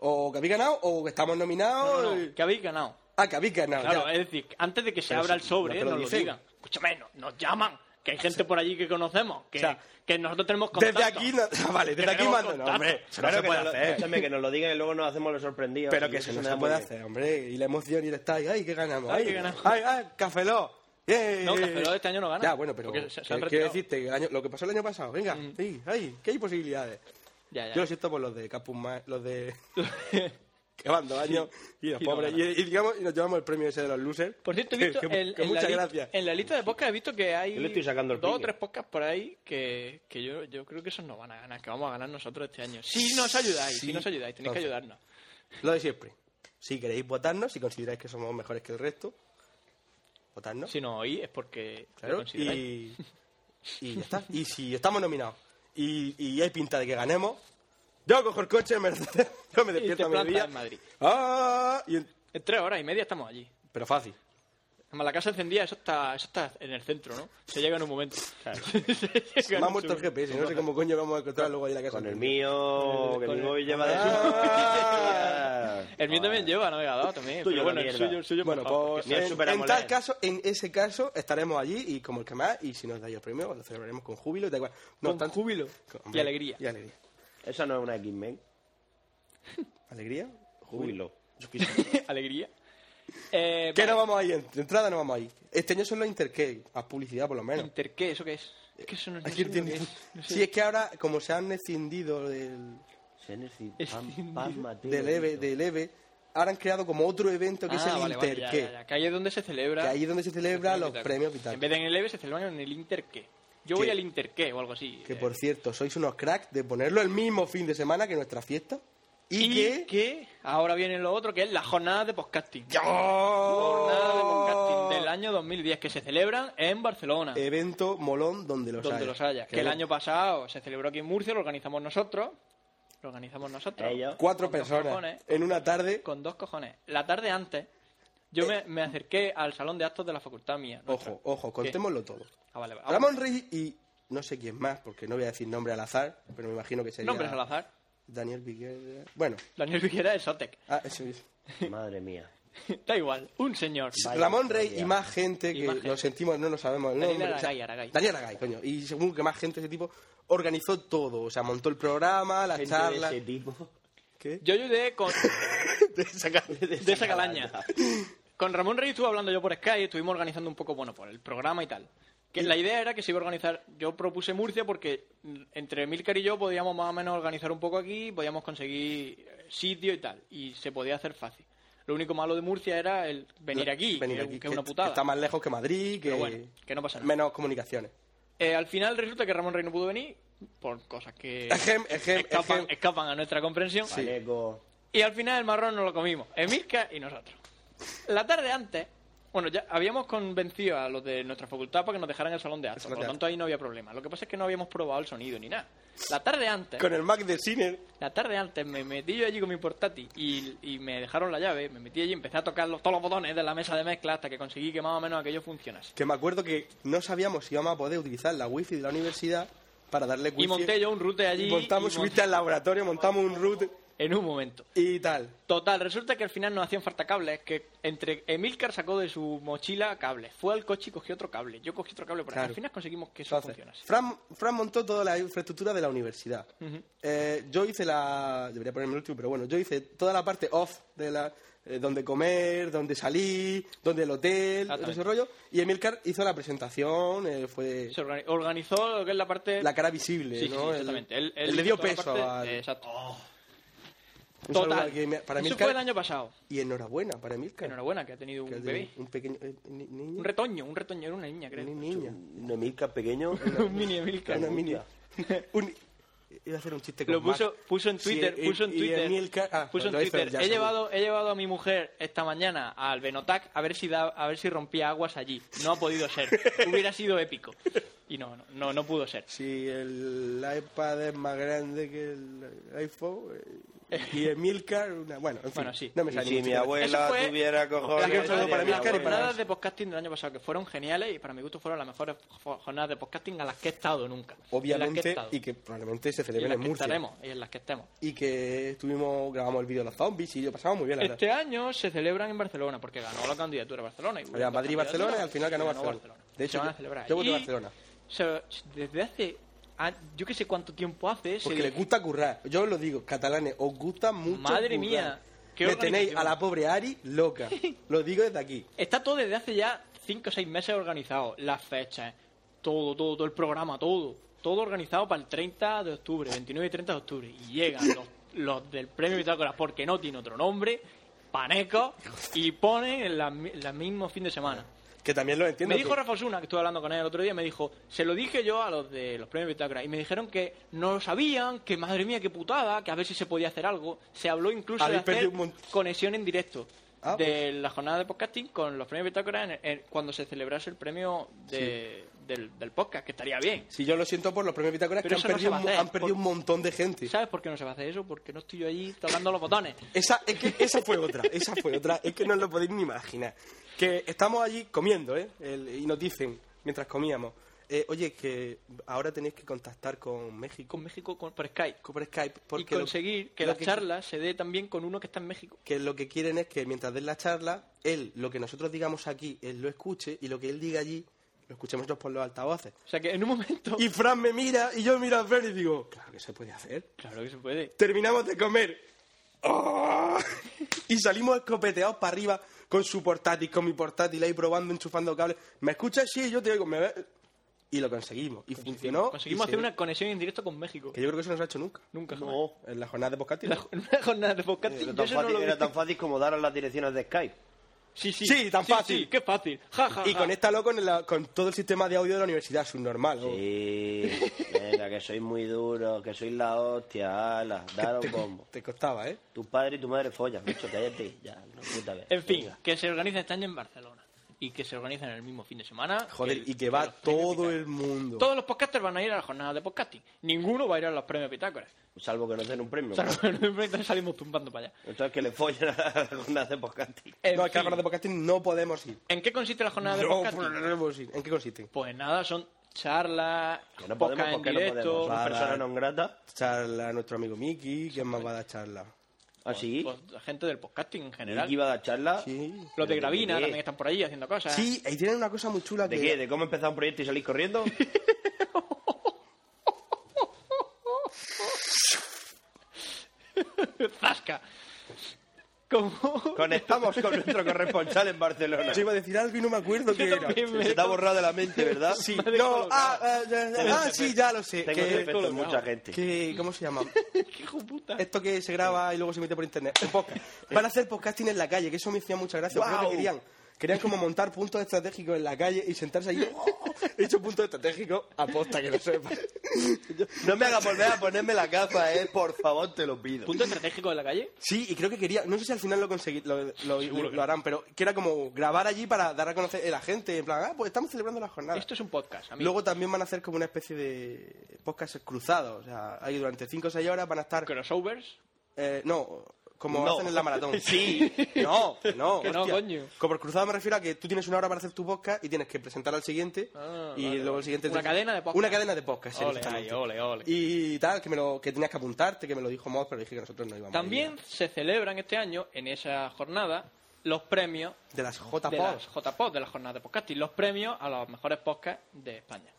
O que habéis ganado, o que estamos No, nominados. no, y- que habéis ganado. Ah, que habéis ganado. Claro, ya. es decir, antes de que se Pero abra si el sobre, no te eh, lo nos lo dicen. digan. Escúchame, no- nos llaman, que hay gente por allí que conocemos, que, o sea, que nosotros tenemos contacto. Desde aquí, no- ah, vale, Que desde aquí tenemos mando. No, contacto. hombre, eso Ah, Claro no se que puede nos lo- hacer. escúchame, que nos lo digan y luego nos hacemos los sorprendidos. Pero Sí, que eso no me se da puede muy bien. hacer, hombre. Y la emoción y el estar ahí, ay, que ganamos. Ay, Ay, que ganamos. Ay, ay, Cafeló. Yeah. No, Café Lock este año no gana. Ya, bueno, pero Porque se- se han que- retirado. Mm. quiero decirte que el año- lo que pasó el año pasado, venga, sí, ay, que hay posibilidades. Ya, ya. Yo lo siento por los de Capus Ma- los de que van dos años y los Y no pobres. ganan. y, y digamos, y nos llevamos el premio ese de los losers. Por cierto, he Que- visto que- en, que en la muchas li- gracias. en la lista de podcasts he visto que hay Yo le estoy sacando el dos o piño. tres podcasts por ahí que, que yo, yo creo que esos no van a ganar, que vamos a ganar nosotros este año. Si nos ayudáis, Sí. si nos ayudáis, tenéis que Entonces. ayudarnos. Lo de siempre. Si queréis votarnos, si consideráis que somos mejores que el resto, votadnos. Si no oís es porque lo claro. consideráis. Y, y ya está. Y si estamos nominados y, y hay pinta de que ganemos, yo cojo el coche, me, yo me te despierto a mediodía. plantas en Madrid. ¡Ah! y en- En tres horas y media estamos allí. pero fácil. Además, la casa encendida, eso está, eso está en el centro, ¿no? Se llega en un momento. Se llega en Me ha un muerto el segundo. GPS, no sé cómo coño vamos a encontrar luego ahí la casa. Con el mío, que mi móvil lleva de El mío Ah. también lleva navegador también. Tuyo pero bueno, la el mierda. suyo, el suyo es Bueno, mejor, pues porque- Mira, el en, Super en AMOLED. tal caso, en ese caso, estaremos allí y como el que más, y si nos dais el premio, lo celebraremos con júbilo y da igual. Con No obstante- júbilo Con- y hombre, alegría. Y alegría. Esa no es una X-Men. ¿Alegría? Júbilo. alegría. Eh, ¿Qué vale. no vamos ahí? De entrada no vamos ahí. Este año son los interqué, a publicidad por lo menos. ¿Inter qué? ¿Eso qué es? Es que eso no, no eh, Aquí sé lo tiene- que es. No sé. Si es que ahora, como se han escindido del, del, EVE, del EVE, ahora han creado como otro evento que es Ah, el vale, vale, ya, Interqué. ya, ya, Que ahí es donde se celebra. Que ahí es donde se celebran los vitales. premios vitales. En vez de en el EVE se celebran en el Inter qué. Yo Que- voy al Inter qué o algo así. Que eh. por cierto, sois unos cracks de ponerlo el mismo fin de semana que nuestra fiesta. Y, Y que... que ahora viene lo otro, que es la jornada de podcasting. Jornada de podcasting del ¡Yo! año 2010 que se celebran en Barcelona. Evento molón donde Eh, los donde haya. los haya. Que el Claro. año pasado se celebró aquí en Murcia, lo organizamos nosotros. Lo organizamos nosotros. Ellos. Cuatro Con dos personas cojones. en una tarde. Con dos cojones. La tarde antes, yo me, me acerqué al salón de actos de la facultad mía. nuestra. Ojo, ojo, contémoslo todo. Ah, vale, vale. Ramón Rey y no sé quién más, porque no voy a decir nombre al azar, pero me imagino que sería... Nombres al azar. Daniel Viguera... Bueno, Daniel Viguera es Sotec. ah, eso es. Madre mía. da igual, un señor. Ramón Rey historia. y más gente Y que más gente. lo sentimos, no lo sabemos el Daniel nombre. o sea, Aragay, Aragay. Daniel Aragay, coño. Y según que más gente de ese tipo organizó todo. O sea, montó el programa, las Gente de charlas. ese tipo. ¿Qué? Yo ayudé con, De esa, ca- de de esa esa calaña. Con Ramón Rey estuve hablando yo por Sky, estuvimos organizando un poco, bueno, por el programa y tal. Que la idea era que se iba a organizar, yo propuse Murcia porque mm, entre Milcar y yo podíamos más o menos organizar un poco aquí, podíamos conseguir eh, sitio y tal, y se podía hacer fácil. Lo único malo de Murcia era el venir aquí, que, que es una putada. está más lejos que Madrid, que, Pero bueno, que no pasa nada. menos comunicaciones. Eh, al final resulta que Ramón Rey no pudo venir por cosas que Ejem, ejem, escapan, ejem. escapan a nuestra comprensión. Paleco. Y al final el marrón nos lo comimos, Emilka y nosotros. La tarde antes, bueno, ya habíamos convencido a los de nuestra facultad para que nos dejaran el salón de actos, salón por lo de tanto ahí no había problema. Lo que pasa es que no habíamos probado el sonido ni nada. La tarde antes, Con el Mac de cine. la tarde antes me metí yo allí con mi portátil y, y me dejaron la llave, me metí allí, empecé a tocar los- todos los botones de la mesa de mezcla hasta que conseguí que más o menos aquello funcionase. Que me acuerdo que no sabíamos si íbamos a poder utilizar la wifi de la universidad para darle wifi. Y monté yo un route allí. Y Pues montamos, y mon- subiste al laboratorio, montamos un root En un momento. y tal. Total, resulta que al final nos hacían falta cables, que entre Emilcar sacó de su mochila cables, fue al coche y cogió otro cable, yo cogí otro cable, por ahí. Claro. al final conseguimos que eso Entonces, funcionase. Fran, Fran montó toda la infraestructura de la universidad. Eh, yo hice la... Debería ponerme el último, pero bueno. Yo hice toda la parte off de la... eh, donde comer, donde salir, donde el hotel, todo ese rollo. Y Emilcar hizo la presentación, eh, fue Se organi- organizó lo que es la parte... la cara visible, Sí, sí, ¿no? sí, exactamente. El- Él, él él le hizo dio toda la peso parte- eh, al- Exacto. un saludo Total, al que me- para eso Emilcar. fue el año pasado. Y enhorabuena para Emilcar. Enhorabuena, que ha tenido Que un es de- bebé. Un pequeño... eh, ni- niño. Un retoño, un retoño, era una niña, creo. Ni- niña. Un Emilcar pequeño. un mini Emilcar. Una mini. un- Iba a hacer un chiste con Lo puso, Mac. puso en Sí, Twitter, y- puso en y Twitter. Emilcar- ah, puso en lo hizo Twitter. él, ya He sabía. llevado, he llevado a mi mujer esta mañana al Benotac a ver si da, a ver si rompía aguas allí. No ha podido ser. Hubiera sido épico. Y no, no, no, no pudo ser. Si el iPad es más grande que el iPhone eh, y el Milcar, una... bueno, en fin, Bueno, sí. no me Y sale si ningún mi chiste. abuela Eso fue- tuviera cojones. Aquí un saludo para sería las Emilcar y buena. para- jornadas de podcasting del año pasado que fueron geniales y para mi gusto fueron las mejores jo- jornadas de podcasting a las que he estado nunca. En las que he Obviamente, estado. y que probablemente Y se en celebra las en que Murcia. estaremos, y en las que estemos. Y que estuvimos, grabamos el vídeo de los zombies y lo pasamos muy bien, la Este año se celebran en Barcelona porque ganó la candidatura Barcelona. y hubo Había dos Madrid y Barcelona, candidaturas, y al final ganó Barcelona. De hecho, se van yo- a celebrar yo voté allí. Barcelona. Se- desde hace. a- yo que sé cuánto tiempo hace. se- verdad. Porque les gusta currar. Yo os lo digo, catalanes, os gusta mucho Madre currar. mía, qué Me tenéis organización. a la pobre Ari loca. lo digo desde aquí. Está todo desde hace ya 5 o 6 meses organizado. Las fechas, todo, todo, todo el programa, todo. Todo organizado para el 30 de octubre, 29 y 30 de octubre. Y llegan los los del premio Bitácora, porque no tiene otro nombre, paneco, y pone el mismo fin de semana. Que también lo entiendo. Me dijo que- Rafa Osuna, que estuve hablando con él el otro día, me dijo, se lo dije yo a los de los premios Bitácora, y me dijeron que no lo sabían, que madre mía, qué putada, que a ver si se podía hacer algo. Se habló incluso de Habéis hacer perdido un mont- conexión en directo Ah, de la jornada de podcasting con los premios Bitácora en- en- cuando se celebrase el premio de- del, del podcast, que estaría bien. Si yo lo siento por los premios Pitágoras, que Pero han eso no se perdido, va a un, mo- hacer, han perdido por- un montón de gente. ¿Sabes por qué no se va a hacer eso? Porque no estoy yo allí tocando los botones. Esa, es que esa fue otra, esa fue otra. Es que no os lo podéis ni imaginar. Que estamos allí comiendo, ¿eh? El- y nos dicen, mientras comíamos, eh, oye, que ahora tenéis que contactar con México, Con México con- por Skype. con- por Skype, porque y lo- conseguir que lo la charla se dé también con uno que está en México. que lo que quieren es que mientras den la charla, él, lo que nosotros digamos aquí, él lo escuche y lo que él diga allí, lo escuchemos nosotros por los altavoces. O sea que en un momento... Y Fran me mira y yo miro a Fran y digo, claro que se puede hacer. Claro que se puede. Terminamos de comer. ¡Oh! Y salimos escopeteados para arriba con su portátil, con mi portátil ahí probando, enchufando cables. ¿Me escuchas? Sí, yo te oigo. ¿Me ve-? Y lo conseguimos. Y funcionó. Conseguimos y hacer se- una conexión en directo con México. Que yo creo que eso no se ha hecho nunca. Nunca No, en la jornada de podcast. La- En una jornada de podcast. Era yo tan, eso no fácil, lo vi. era tan fácil como dar a las direcciones de Skype. Sí, sí. Sí, tan fácil. Sí, qué fácil. Ja, ja, Y ja. conéctalo con, este- la- con todo el sistema de audio de la universidad, subnormal. o- Sí, venga, que sois muy duro, que sois la hostia, ala, daros te, bombo. te costaba, ¿eh? Tu padre y tu madre follan, bicho, cállate, ya, no puta vez. En fin, Venga. que se organiza este año en Barcelona. Y que se organiza en el mismo fin de semana. Joder, el- y que va los premios todo Pitágoras. el mundo. Todos los podcasters van a ir a la jornada de podcasting. Ninguno va a ir a los premios Pitágoras. Salvo que nos den un premio. O sea, claro. no- salimos tumbando para allá. Entonces que le follen a la onda de podcasting. En no, es que a fin, la jornada de podcast no podemos ir. ¿En qué consiste la jornada de No podcasting? podemos ir. ¿En qué consiste? Pues nada, son charlas, Que no podcast podemos en porque no podemos. directo. Somos Va, va. personas no gratas. Charla a nuestro amigo Miki, ¿quién más va a dar charla? Así. pues, la gente del podcasting en general. Miki va a dar charla. Sí. Los de Gravina ¿De qué? también están por ahí haciendo cosas. Sí, ahí tienen una cosa muy chula ¿De que... qué? ¿De cómo empezar un proyecto y salir corriendo? ¡Zasca! Como... Conectamos con nuestro corresponsal en Barcelona. Yo iba a decir algo y no me acuerdo qué Yo era. también me- Se te ha borrado de la mente, ¿verdad? Sí, me he no, descolocado. ah, ah, ya, ya, ah, sí, ya lo sé. Tengo que- defecto en colocado. mucha gente. que- ¿Cómo se llama? ¡Qué hijo puta! Esto que se graba y luego se emite por internet. Un podcast. Van a hacer podcasting en la calle, que eso me hacía mucha gracia. creo que ¡Guau! querían, querían como montar puntos estratégicos en la calle y sentarse ahí. He hecho puntos estratégicos, aposta que lo sepa. No me hagas volver a ponerme la gafa, eh. Por favor, te lo pido. ¿Punto estratégico de la calle? Sí, y creo que quería, no sé si al final lo conseguí, lo, lo- lo harán, pero que era como grabar allí para dar a conocer a la gente, en plan, ah, pues estamos celebrando la jornada. Esto es un podcast, amigo. Luego también van a hacer como una especie de podcast cruzados, o sea, ahí durante 5 o 6 horas van a estar, Crossovers. eh, no, como No. hacen en la maratón. Sí. No, que no. Que no, hostia. coño. Como cruzado me refiero a que tú tienes una hora para hacer tu podcast y tienes que presentar al siguiente Ah, y vale, luego vale. el siguiente... Una cadena de podcast. Una cadena de podcast, sí, Ole, exactamente. ahí, ole, ole. Y tal, que, me lo, que tenías que apuntarte, que me lo dijo Moz, pero dije que nosotros no íbamos a ir. También se celebran este año, en esa jornada, los premios De las j de las JPod, de las jornadas de podcasting, los premios a los mejores podcasts de España.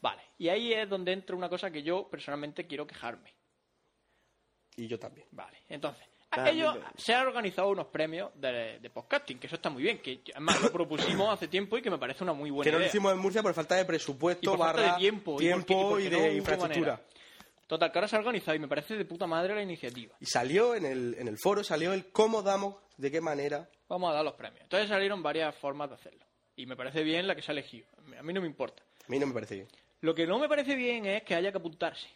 Vale, y ahí es donde entra una cosa que yo personalmente quiero quejarme. Y yo también. Vale, entonces, a ellos se han organizado unos premios de, de podcasting, que eso está muy bien, que además lo propusimos hace tiempo y que me parece una muy buena que no lo idea. hicimos en Murcia por falta de presupuesto, y por falta barra de tiempo, tiempo y, porque- y porque no de hubo infraestructura. manera. Total, que ahora se ha organizado y me parece de puta madre la iniciativa. Y salió en el, en el foro, salió el cómo damos, de qué manera. Vamos a dar los premios. Entonces salieron varias formas de hacerlo. Y me parece bien la que se ha elegido. A mí no me importa. A mí no me parece bien. Lo que no me parece bien es que haya que apuntarse.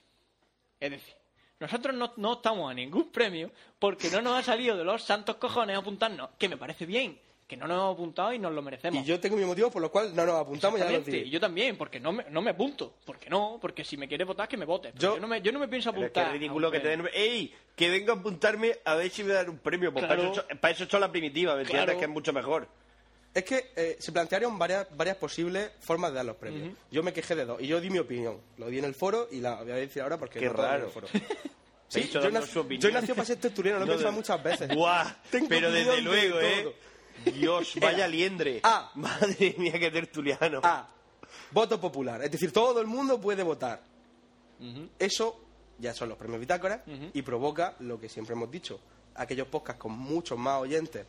Es decir, nosotros no, no estamos a ningún premio porque no nos ha salido de los santos cojones apuntarnos. Que me parece bien, que no nos hemos apuntado y nos lo merecemos. Y yo tengo mi motivo por lo cual no nos apuntamos, ya lo Exactamente, y diré. yo también, porque no me, no me apunto. Porque no, porque si me quieres votar, que me votes. Pero Yo- Yo, no, me, yo no me pienso Pero apuntar. es que es a un ridículo que te premio. den... ¡Ey! Que vengo a apuntarme a ver si me dan un premio. Pues Claro. para, eso, he hecho- para eso he hecho la primitiva, ¿me entiendes? Claro. Que es mucho mejor. Es que eh, se plantearon varias, varias posibles formas de dar los premios. Yo me quejé de dos y yo di mi opinión. Lo di en el foro y la voy a decir ahora porque Qué no todo en el raro. foro. Se ha Sí, dicho yo, dando nací- su opinión. yo nací para ser tertuliano, lo he No, pensado de- muchas veces. ¡Guau! Tengo Pero opinión desde de luego, ¿eh? Dios, vaya liendre. Ah. Madre mía, qué tertuliano. Ah. A. Voto popular. Es decir, todo el mundo puede votar. Eso ya son los premios Bitácora y provoca lo que siempre hemos dicho. Aquellos podcasts con muchos más oyentes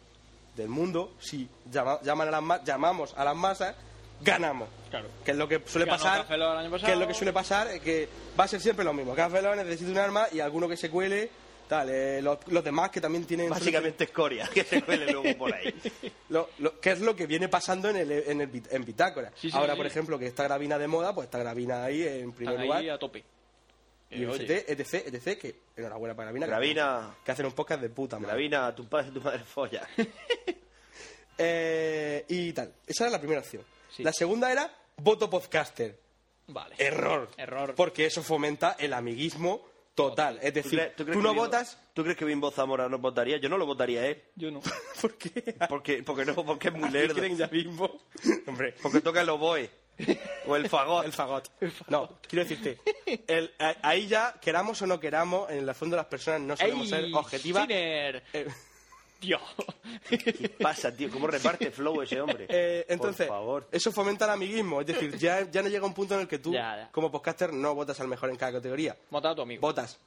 del mundo, si llama- llaman a las ma- llamamos a las masas, ganamos. Claro. Que es lo que suele Ganó pasar. Café Lock el año que es lo pasado. que suele pasar, eh, que va a ser siempre lo mismo. Café Lock necesita un arma y alguno que se cuele tal, eh, los, los demás que también tienen... Básicamente escoria, que se cuele luego por ahí. Lo, lo- ¿Qué es lo que viene pasando en el, en el bit- en Bitácora? Sí, sí, Ahora, sí. por ejemplo, que está Gravina de moda, pues está Gravina ahí en primer Están lugar. ahí a tope. y Eh, oye, etc, etc, etc, que enhorabuena para Gravina. que- Gravina. Que, hacen un podcast de puta madre. Gravina, tu padre y tu madre folla. Eh, y tal. Esa era la primera opción. Sí. La segunda era voto podcaster. vale. Error. Error. Porque eso fomenta el amiguismo total. Es ¿Tú decir, crees- tú, crees no que Bimbo- votas ¿Tú crees que Bimbo Zamora no votaría? Yo no lo votaría a él. Yo no. porque... Porque, porque no, porque es muy lerdo. quieren ya Bimbo? Hombre, Porque toca el oboe. O el fagot. el fagot. No, quiero decirte, el- a- ahí ya, queramos o no queramos, en el fondo las personas no solemos ¡Ey, ser objetivas. Sinner! Eh, Dios. ¿Qué pasa, tío? ¿Cómo reparte flow ese hombre? Eh, entonces, Por favor. eso fomenta el amiguismo. Es decir, ya, ya no llega un punto en el que tú, Ya, ya. como podcaster, no votas al mejor en cada categoría. Mata a tu amigo. Votas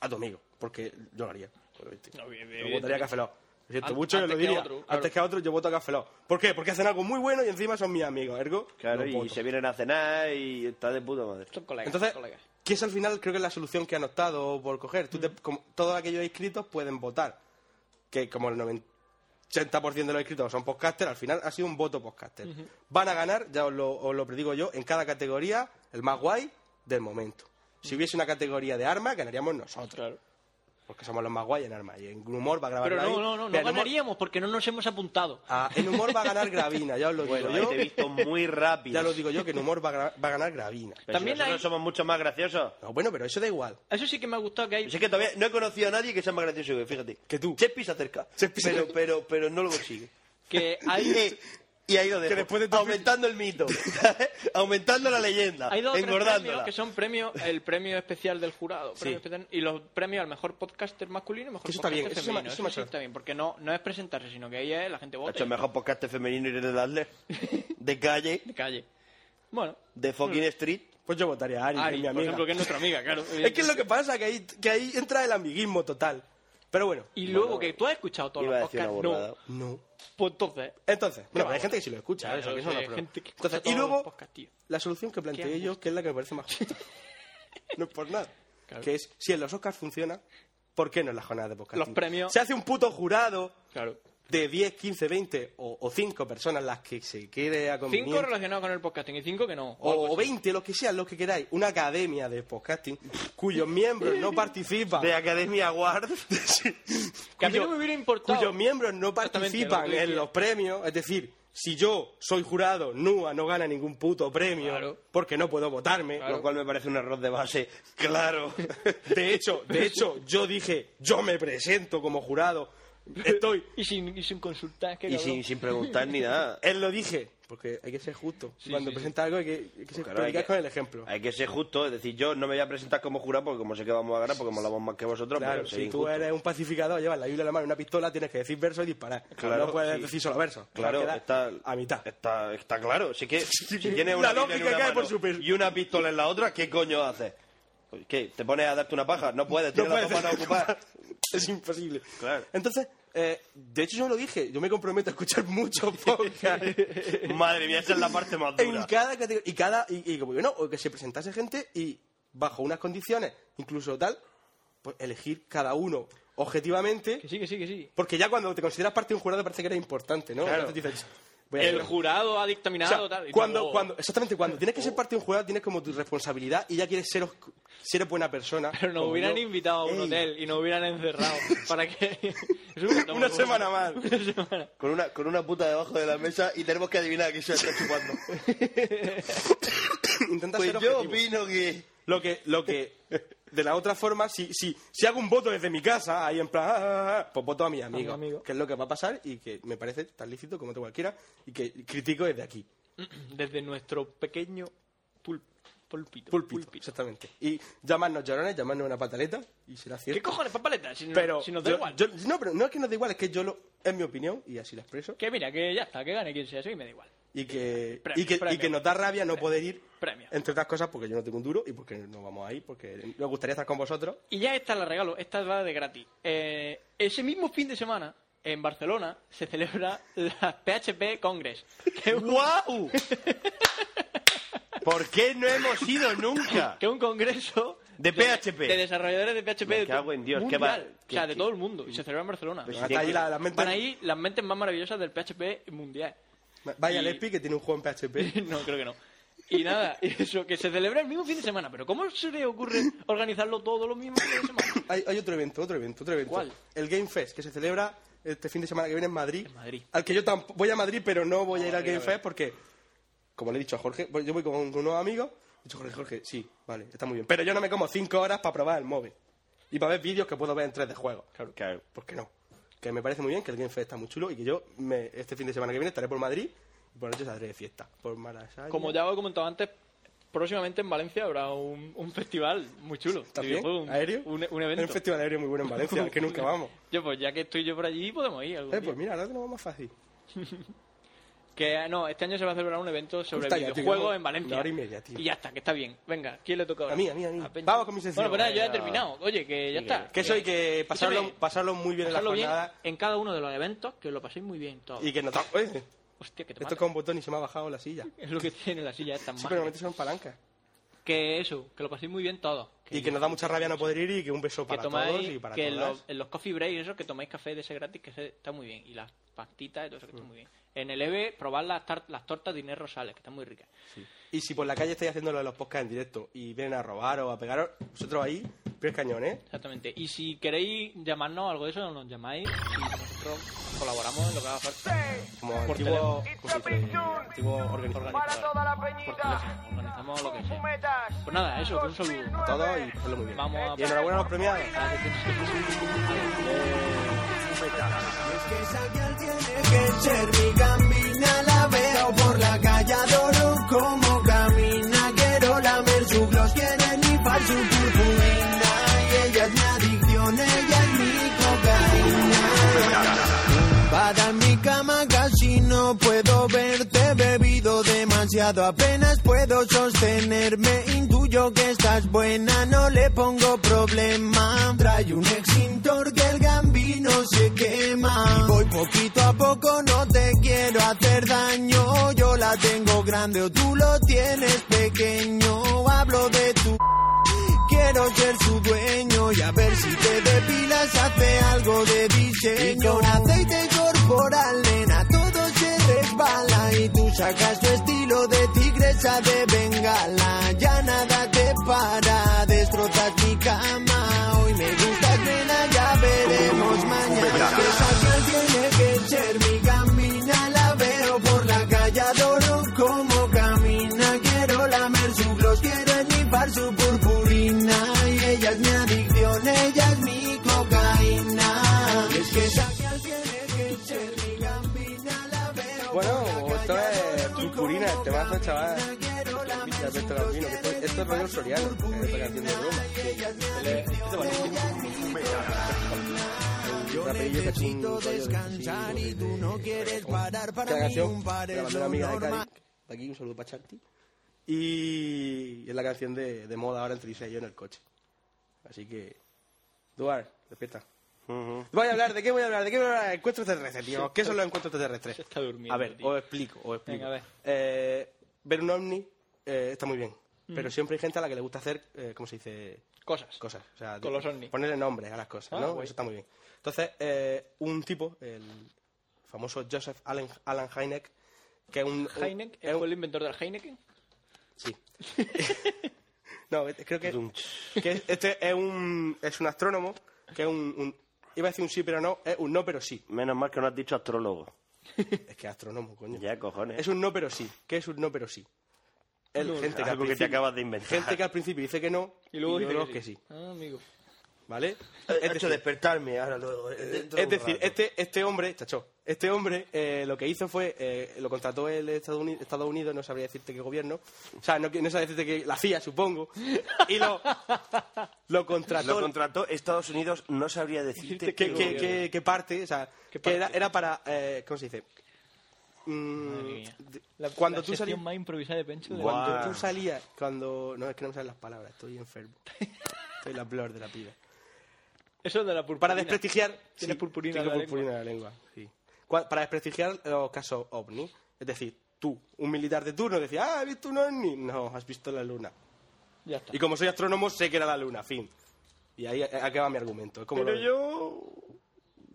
a tu amigo, porque yo lo haría. obviamente. No, bien, bien, yo votaría a bien. Café Lock. Lo siento An- mucho, yo antes lo que a diría. otro, claro. Antes que a otro, yo voto a Café Lock. ¿Por qué? Porque hacen algo muy bueno y encima son mis amigos. Ergo, Claro, los y voto. se vienen a cenar y está de puta madre. Son colegas. Entonces, son colegas. que es al final creo que es la solución que han optado por coger. Tú te- como- todos aquellos inscritos pueden votar. Que como el 90% de los inscritos son podcasters, al final ha sido un voto podcaster. Van a ganar, ya os lo, os lo predigo yo, en cada categoría el más guay del momento. Si hubiese una categoría de armas, ganaríamos nosotros. Claro. Porque somos los más guay en armas. Y en humor va a grabar Pero no, Gravina. no, no, Mira, no en humor- ganaríamos porque no nos hemos apuntado. Ah, en humor va a ganar Gravina, ya os lo Bueno, digo ahí yo. te he visto muy rápido. Ya lo digo yo, que en humor va a, gra- va a ganar Gravina. Pero También si nosotros hay- somos mucho más graciosos. No, bueno, pero eso da igual. Eso sí que me ha gustado que hay... Yo sé que todavía no he conocido a nadie que sea más gracioso que yo, fíjate. Que tú. Chespi se acerca. Chespi se pero, acerca. pero, pero no lo consigue. Que hay... Eh, y ahí lo dejo. Que después de tu- Aumentando el mito. Aumentando la leyenda. Hay dos o tres premios engordándola. que son premios, el premio especial del jurado premio especial- y los premios al mejor podcaster masculino y mejor Eso está podcaster bien, eso me- femenino. eso me sí suena. está bien, porque no, no es presentarse, sino que ahí es la gente Ha vota hecho y el mejor podcast femenino Irene Dadler. De calle, de calle. Bueno, de fucking Mm. street. Pues yo votaría a Ari, que es Ari, mi por amiga. ejemplo, que es nuestra amiga, claro. Es que es lo que pasa, que ahí, que ahí entra el amiguismo total. Pero bueno, Y luego que tú has escuchado todos Iba a los decir una podcasts, burrada. no. no. Pues entonces, Entonces, bueno, va, hay gente bueno. que sí lo escucha, Ya, eso, yo que sé, eso no es hay problema. gente que escucha Entonces, y todos los luego, podcasts, tío. la solución que Qué planteé yo, que es la que me parece más justa, no es por nada, que es, si en los Oscars funciona, ¿por qué no en las jornadas de podcast? Los premios- Se hace un puto jurado claro. de 10, 15, 20 o, o 5 personas las que se quede a Cinco conveniencia. relacionados con el podcasting y cinco que no. o, algo o así. 20, los que sean, los que queráis, una academia de podcasting cuyos miembros no Ah. participan. De Academia Guard. Que a mí cuyo- no me hubiera importado. cuyos miembros no Exactamente, lo participan que tú en decías. los premios, es decir, si yo soy jurado, NUA no gana ningún puto premio Claro. porque no puedo votarme. Lo cual me parece un error de base. Claro. De hecho, de hecho, yo dije, yo me presento como jurado, estoy... Y sin, y sin consultar, que y sin, sin preguntar ni nada. Él lo dije, porque hay que ser justo. Cuando sí, presenta algo hay que, hay que ser- Pues Claro, hay predicar que- con el ejemplo. Hay que ser justo, es decir, yo no me voy a presentar como jurado porque como sé que vamos a ganar, porque molamos más que vosotros, pues Claro, pero si soy tú injusto. eres un pacificador, llevas la Biblia en la mano y una pistola, tienes que decir verso y disparar. Claro, no puedes sí. decir solo verso. Claro, Queda está a mitad. Está, está claro. Si, que, si tienes una La Biblia en lógica una cae por mano su peso. y una pistola en la otra, ¿qué coño haces? Pues, ¿Qué? ¿Te pones a darte una paja? No puedes, tienes la puedes. paja no ocupada. es imposible. Claro. Entonces, eh, de hecho yo lo dije, yo me comprometo a escuchar muchos podcasts Madre mía, esa es la parte más en dura. cada categoría y cada y, y como que no, o que se presentase gente y bajo unas condiciones, incluso tal, pues elegir cada uno objetivamente, Que sí, que sí, que sí. porque ya cuando te consideras parte de un jurado parece que era importante, ¿no? Claro. Entonces dices, voy a El hacer- jurado ha O dictaminado sea, tal. y Oh. cuando, dices, "Oh". cuando, exactamente, cuando tienes que ser parte de un jurado tienes como tu responsabilidad y ya quieres ser, os- ser buena persona. Pero nos como hubieran yo. invitado a un Ey, hotel y nos hubieran encerrado. ¿Para qué? Es un- Una semana más. Una semana. Con una, con una puta debajo de la mesa y tenemos que adivinar que se está chupando. Intenta Pues ser yo objetivo. opino que... Lo que, lo que de la otra forma, si, si, si hago un voto desde mi casa, ahí en plan, ah, ah, ah, pues voto a mi amigo, amigo. que es lo que va a pasar y que me parece tan lícito como otro cualquiera y que critico desde aquí. Desde nuestro pequeño pul- pulpito. Púlpito, exactamente. Y llamarnos llorones, llamarnos una pataleta y será ¿Qué cierto. cojones, papaleta? Si, no- pero si nos da yo- igual. yo- no, pero no es que nos da igual, es que yo lo, es mi opinión y así la expreso. Que mira, que ya está, que gane quien sea, eso y me da igual. Y que, Premio, y que, y premio. que nos da rabia no poder ir, Premio. entre otras cosas, porque yo no tengo un duro y porque no vamos ahí, porque nos gustaría estar con vosotros. Y ya esta la regalo, esta va de gratis. Eh, ese mismo fin de semana, en Barcelona, se celebra la PHP Congress. Que es un, ¡Guau! ¿Por qué no hemos ido nunca? que es un congreso De PHP. De desarrolladores de PHP. Me de todo- cago en Dios, qué va- mundial, O sea, qué- Pues, de qué- todo el mundo. Y se celebra en Barcelona. Pero si hasta tiene- ahí la- las mentes- Van ahí las mentes más maravillosas del PHP mundial. Vaya y- Lespi que tiene un juego en PHP. no, creo que no. Y nada, y eso, que se celebra el mismo fin de semana. Pero ¿cómo se le ocurre organizarlo todo lo mismo fin de semana? Hay, hay otro evento, otro evento, otro evento. ¿Cuál? El Game Fest, que se celebra este fin de semana que viene en Madrid. En Madrid. Al que yo tampoco... Voy a Madrid, pero no voy a ir al Madrid, Game a ver. Fest porque, como le he dicho a Jorge, voy- yo voy con, con unos amigos. He dicho, Jorge, Jorge, sí, vale, está muy bien. Pero yo no me como cinco horas para probar el móvil. Y para ver vídeos que puedo ver en 3 de juego. Claro, claro. ¿Por qué no? Que me parece muy bien, que el Game Fest está muy chulo y que yo me- este fin de semana que viene estaré por Madrid y por la noche saldré de fiesta. Por Malasaña. Como ya os he comentado antes, próximamente en Valencia habrá un, un festival muy chulo. de ¿También? videojuegos, un- ¿Aéreo? Un, un evento. Hay un festival aéreo muy bueno en Valencia, al que nunca vamos. Yo, pues ya que estoy yo por allí, podemos ir. algún Eh, día. pues mira, ahora te lo vamos fácil. Que eh, no, este año se va a celebrar un evento sobre Justa ya, tío, videojuegos vamos en Valencia. una hora y media, tío. Y ya está, que está bien. Venga, ¿quién le toca ahora? A mí, a mí, a mí. Peña. Vamos con mi sección. Bueno, pero nada, yo ya he Venga. terminado. Oye, que ya está. Que soy que pasarlo, Escúchame, pasarlo muy bien en la Pasadlo bien jornada en cada uno de los eventos, que lo paséis muy bien todo. y que no... ta- Oye, Hostia, que te esto mata. es con un botón y se me ha bajado la silla. Es lo que tiene la silla esta Sí, mágica. pero normalmente son palancas. Que eso, que lo paséis muy bien todo. Y que nos da mucha rabia no poder ir y que un beso que para todos tomáis, y para que en todas. los, en los coffee breaks, eso, que tomáis café de ese gratis, que ese está muy bien. Y las pastitas y todo eso, Mm. que está muy bien. En el EVE, probad las, tar- las tortas de Inés Rosales, que están muy ricas. Y si por la calle estáis haciendo lo de los podcasts en directo y vienen a robar o a pegaros, vosotros ahí, pies cañón, ¿eh? Exactamente. Y si queréis llamarnos o algo de eso, nos llamáis y nosotros colaboramos en lo que haga falta. Como Por antiguo, como se dice, antiguo Para organizador. toda la peñita. Organizamos lo que sea. Pues nada, eso, que un saludo. A todos y pasarlo muy bien. Vamos a- pues, Y enhorabuena a los premiados. que ser mi gambina la veo por la calle adoro como camina quiero lamer su gloss quiere nifar su purpurina y ella es mi adicción ella es mi cocaína para mi cama casi no puedo verte he bebido demasiado apenas puedo sostenerme intuyo que estás buena no le pongo problema trae un extintor que el gambino se quema Y voy poquito a poco no te quiero hacer daño yo la tengo grande o tú lo tienes pequeño hablo de tu Quiero ser su dueño y a ver si te depilas, hace algo de diseño. Y con aceite corporal, nena, todo se resbala. Y tú sacas tu estilo de tigresa de bengala. Ya nada te para, destrozas mi cama. Hoy me gustas, nena, ya veremos mañana. Esa piel tiene que ser mi camina, la veo por la calle, adoro cómo camina. Quiero lamer su gloss, quiero enifar su purpurina. Y ella es mi adicción, ella es mi cocaína. Y es que esa piel tiene que ser mi gambina, la veo Bueno, por la esto calle, es adoro cómo purpurina, el temazo, camina. chaval. Quiero lamer su Alberto gloss, Gambino, que esto- quiero esto es rollo enifar su soriano, que es la canción de Roma. purpurina. Y ella es mi Un rapidillo que es un rollo Necesito de- sí, descansar y tú no quieres parar que la para mí canción un par de la es mejor lo amiga de normal. Cádiz. De aquí un saludo para Chanti. Y es la canción de, de moda ahora entre Isa y yo en el coche. Así que. Duar, despierta. Voy a hablar, ¿de qué voy a hablar? ¿De qué voy a hablar? Encuentros terrestres, tío. ¿Qué son los encuentros terrestres? Se está durmiendo, A ver, tío. os explico, os explico. Venga, a ver. Eh, ver un ovni eh, está muy bien. Mm. Pero siempre hay gente a la que le gusta hacer, eh, ¿cómo se dice? Cosas. cosas. O sea, Con de- los ovnis. Ponerle nombres a las cosas, Ah, ¿no? guay. Eso está muy bien. Entonces, eh, un tipo, el famoso Joseph Allen, Alan Hynek, que es un... un- Heineken, es ¿él un- fue el inventor del Heineken? Sí. no, eh, creo que, que este es un, es un astrónomo, que es un, un- Iba a decir un sí, pero no. Es un no, pero sí. Menos mal que no has dicho astrólogo. Es que es astrónomo, coño. Ya, cojones. Es un no, pero sí. ¿Qué es un no, pero sí? Es gente al algo que te principio- acabas de inventar. Gente que al principio dice que no Y luego dice que, sí. Ah, amigo. ¿Vale? He Es hecho decir, despertarme ahora luego. eh, es decir, este, este hombre, chacho, este hombre eh, lo que hizo fue, eh, lo contrató el Estados Unidos, Estados Unidos, no sabría decirte qué gobierno, o sea, no, que- no sabría decirte que la CIA, supongo, y lo, lo contrató, Lo contrató Estados Unidos, no sabría decirte que, que- qué- que- que parte, o sea, ¿Qué que era, parte? era para, eh, ¿cómo se dice? Mm, Madre mía. de- cuando La tú sección salías... más improvisada de Pencho. de- Cuando Guau. tú salías, cuando... No, es que no me salen las palabras, estoy enfermo. Estoy la flor de la piba. Eso es de la purpurina. Para desprestigiar. Tiene sí, purpurina tengo en la purpurina en la lengua, sí. Cua- Para desprestigiar los casos ovni. Es decir, tú, un militar de turno, decía, ah, he visto un ovni. No, has visto la luna. Ya está. Y como soy astrónomo, sé que era la luna, fin. Y ahí a- acaba mi argumento. Es como, Pero lo, de- yo.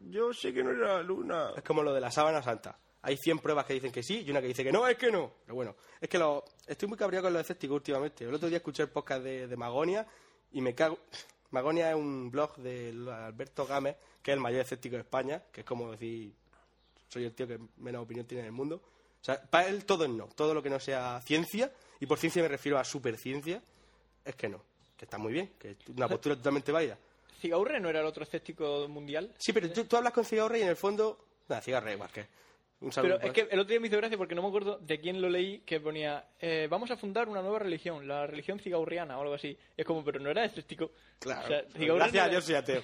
Yo sé que no era la luna. es como lo de la sábana santa. Hay 100 pruebas que dicen que sí y una que dice que no, es que no. Pero bueno, es que lo, estoy muy cabreado con los escépticos últimamente. El otro día escuché el podcast de, de Magonia y me cago... Magonia es un blog de Alberto Gámez, que es el mayor escéptico de España, que es como decir soy el tío que menos opinión tiene en el mundo. O sea, para él todo es no, todo lo que no sea ciencia, y por ciencia me refiero a superciencia, es que no, que está muy bien, que es una postura totalmente válida. ¿Cigaurre no era el otro escéptico mundial? Sí, pero tú, tú hablas con Cigarra y en el fondo... Nada, Cigarra igual que... Un saludo. ¿eh? Pero es que el otro día me hizo gracia porque no me acuerdo de quién lo leí que ponía eh, vamos a fundar una nueva religión, la religión cigaurriana o algo así. Es como, pero no era escéptico. Claro. O sea, Cigaurre Gracias no a era- Dios soy ateo.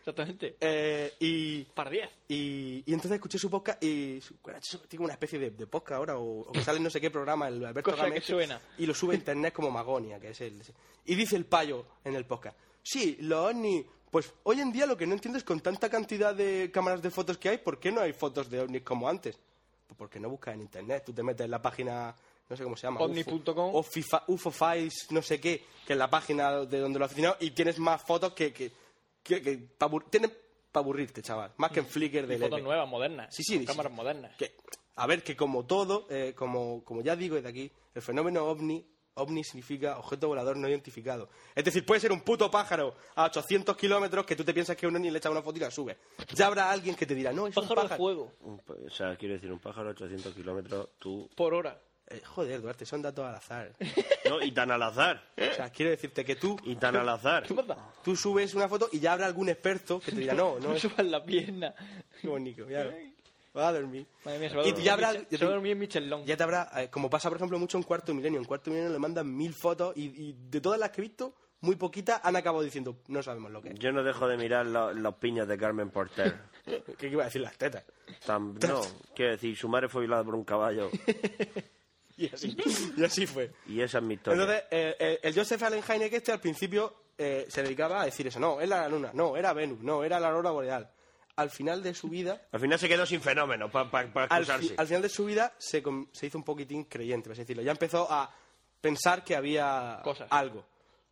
Exactamente. Eh, y... Par 10. Y, y entonces escuché su podcast y su- bueno, eso tiene una especie de, de podcast ahora o, o que sale en no sé qué programa el Alberto Cosa Gámez, que suena. y lo sube a internet como Magonia que es el y dice el payo en el podcast sí los ovnis pues hoy en día lo que no entiendo es con tanta cantidad de cámaras de fotos que hay ¿por qué no hay fotos de ovnis como antes? Pues porque no buscas en internet tú te metes en la página no sé cómo se llama Ovni.com. o FIFA, UFO Files no sé qué que es la página de donde lo aficionado y tienes más fotos que que, que, que pa' abur- tienen para aburrirte chaval más que en Flickr de Y fotos leve. nuevas, modernas. Sí, sí, con sí. Cámaras modernas. Que- a ver, que como todo, eh, como, como ya digo desde aquí, el fenómeno ovni, ovni significa objeto volador no identificado. Es decir, puede ser un puto pájaro a 800 kilómetros que tú te piensas que es un ovni y le echas una foto y la sube. Ya habrá alguien que te dirá, no, es Pájaro un de pájaro. fuego. Un pa- O sea, quiero decir, un pájaro a 800 kilómetros, tú. Por hora. Eh, joder, Duarte, son datos al azar. No, y tan al azar. O sea, quiero decirte que tú, Y tan al azar. ¿Qué pasa? tú subes una foto y ya habrá algún experto que te dirá, no, no No es subas la pierna. bonito. Ya, va a dormir. Madre mía, se va a Y dormir. ya habrá- Se va a dormir en Michelón. Ya te habrá, eh, como pasa por ejemplo mucho en Cuarto Milenio, en Cuarto Milenio le mandan mil fotos y, y de todas las que he visto, muy poquitas han acabado diciendo, no sabemos lo que es. Yo no dejo de mirar lo- los piños de Carmen Porter. ¿Qué iba a decir las tetas? Tan- no, quiero decir, su madre fue violada por un caballo. Y así, y así fue. Y esa es mi historia. Entonces, eh, eh, el Joseph Allen Hynek este al principio eh, se dedicaba a decir eso, no, era la luna, no, era Venus, no, era la aurora boreal. Al final de su vida, al final se quedó sin fenómeno para al, excusarse. fi- al final de su vida se, com- se hizo un poquitín creyente, es decirlo. Ya empezó a pensar que había Cosas. algo.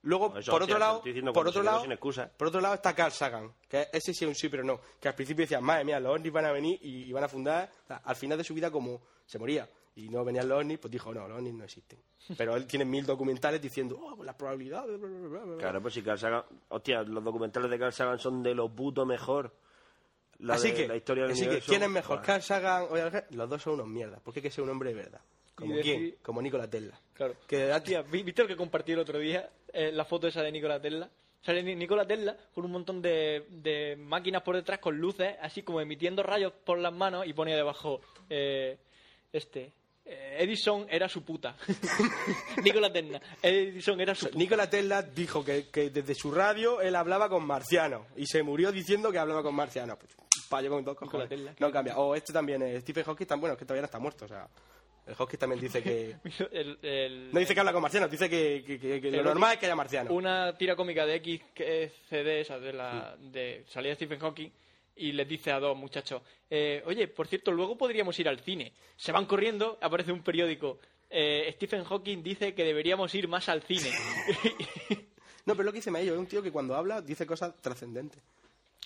Luego, Eso, por otro hostia, te lo lado, estoy diciendo por cuando otro se quedó lado, sin excusa. por otro lado está Carl Sagan, que ese sí es un sí pero no, que al principio decía, madre mía, los ovnis van a venir y, y van a fundar, O sea, al final de su vida como se moría y no venían los ovnis, pues dijo, no, los ovnis no existen. Pero él tiene mil documentales diciendo, oh, pues las probabilidades, bla, bla, bla, bla". Claro, pues si Carl Sagan... Hostia, los documentales de Carl Sagan son de lo puto mejor. La así de- que, la historia del así que, universo. ¿quién es mejor, Buah. Carl Sagan o Alger? Los dos son unos mierdas, porque hay que ser un hombre de verdad. ¿Como decir- quién? Como Nikola Tesla. Claro. Que ha- Hostia, ¿vi- ¿viste lo que compartí el otro día? Eh, la foto esa de Nikola Tesla. Sale Ni- Nikola Tesla con un montón de, de máquinas por detrás con luces, así como emitiendo rayos por las manos y ponía debajo, eh, este, eh, Edison era su puta. Nikola Tesla, Edison era su puta. Nikola Tesla dijo que, que desde su radio él hablaba con marcianos y se murió diciendo que hablaba con marcianos. Pues, payo con dos cojones. Tesla. No cambia. O este también, eh, Stephen Hawking, tan bueno, es que todavía no está muerto. O sea, el Hawking también dice que. El- el- No dice que habla con marcianos, dice que, que- que- que lo El- normal es que haya marcianos. una tira cómica de XCD, esa de la de salida de Stephen Hawking, y les dice a dos muchachos, eh, oye, por cierto, luego podríamos ir al cine. Se van corriendo, aparece un periódico. eh, Stephen Hawking dice que deberíamos ir más al cine. No, pero lo que dice Maello es un tío que cuando habla dice cosas trascendentes.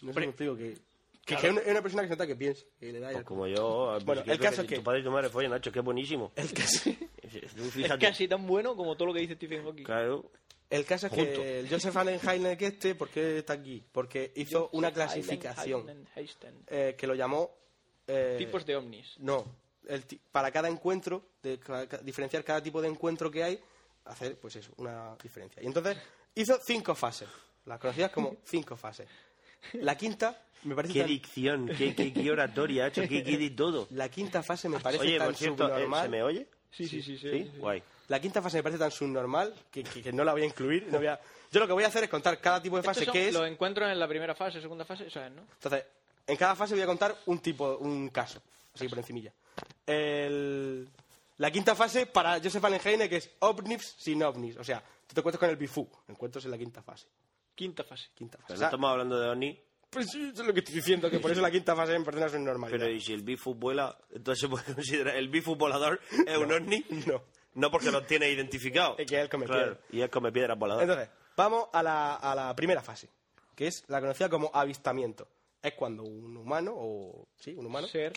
No sé Hombre, si me explico que. Que, que es, una, es una persona que se nota que piensa, que le da Pues el... como yo... al Bueno, principio el caso es tu que- padre y tu madre follan, Nacho, que es buenísimo. el caso, Tú es fíjate. casi tan bueno como todo lo que dice Stephen Hawking. Claro. el caso es Junto. que el Joseph Allen Hynek este, ¿por qué está aquí? Porque hizo una clasificación Island, Einstein. eh, que lo llamó... eh, Tipos de ovnis. No, el ti- para cada encuentro, de ca- ca- diferenciar cada tipo de encuentro que hay, hacer pues eso, una diferencia. Y entonces hizo cinco fases, las conocidas como cinco fases. La quinta me parece Qué tan- dicción, qué, qué, qué oratoria, ha hecho, qué, qué de todo. la quinta fase me parece Oye, tan por cierto, eh, subnormal. ¿se me oye? Sí, sí, sí, sí. ¿Sí? Guay. Pues La quinta fase me parece tan subnormal que, que- que no la voy a incluir. no voy a- Yo lo que voy a hacer es contar cada tipo de Estos fase son que es. Los encuentros en la primera fase, segunda fase, eso es, ¿no? Entonces, en cada fase voy a contar un tipo, un caso, así por encimilla. El- La quinta fase para Joseph Allen Heine, que es ovnis sin ovnis. O sea, tú te encuentras con el bifú, encuentros en la quinta fase. Quinta fase. Quinta fase. Pero O no sea, estamos hablando de Oni. pues sí, eso es lo que estoy diciendo, que por eso la quinta fase me parece una Pero subnormalidad. ¿y si el bifus vuela? Entonces se puede considerar el bifus volador es un ovni. No, No porque los tiene identificados. Es que él come Claro, piedras. Y él come piedras voladoras. Entonces, vamos a la, a la primera fase, que es la conocida como avistamiento. Es cuando un humano, o. Sí, un humano. Ser.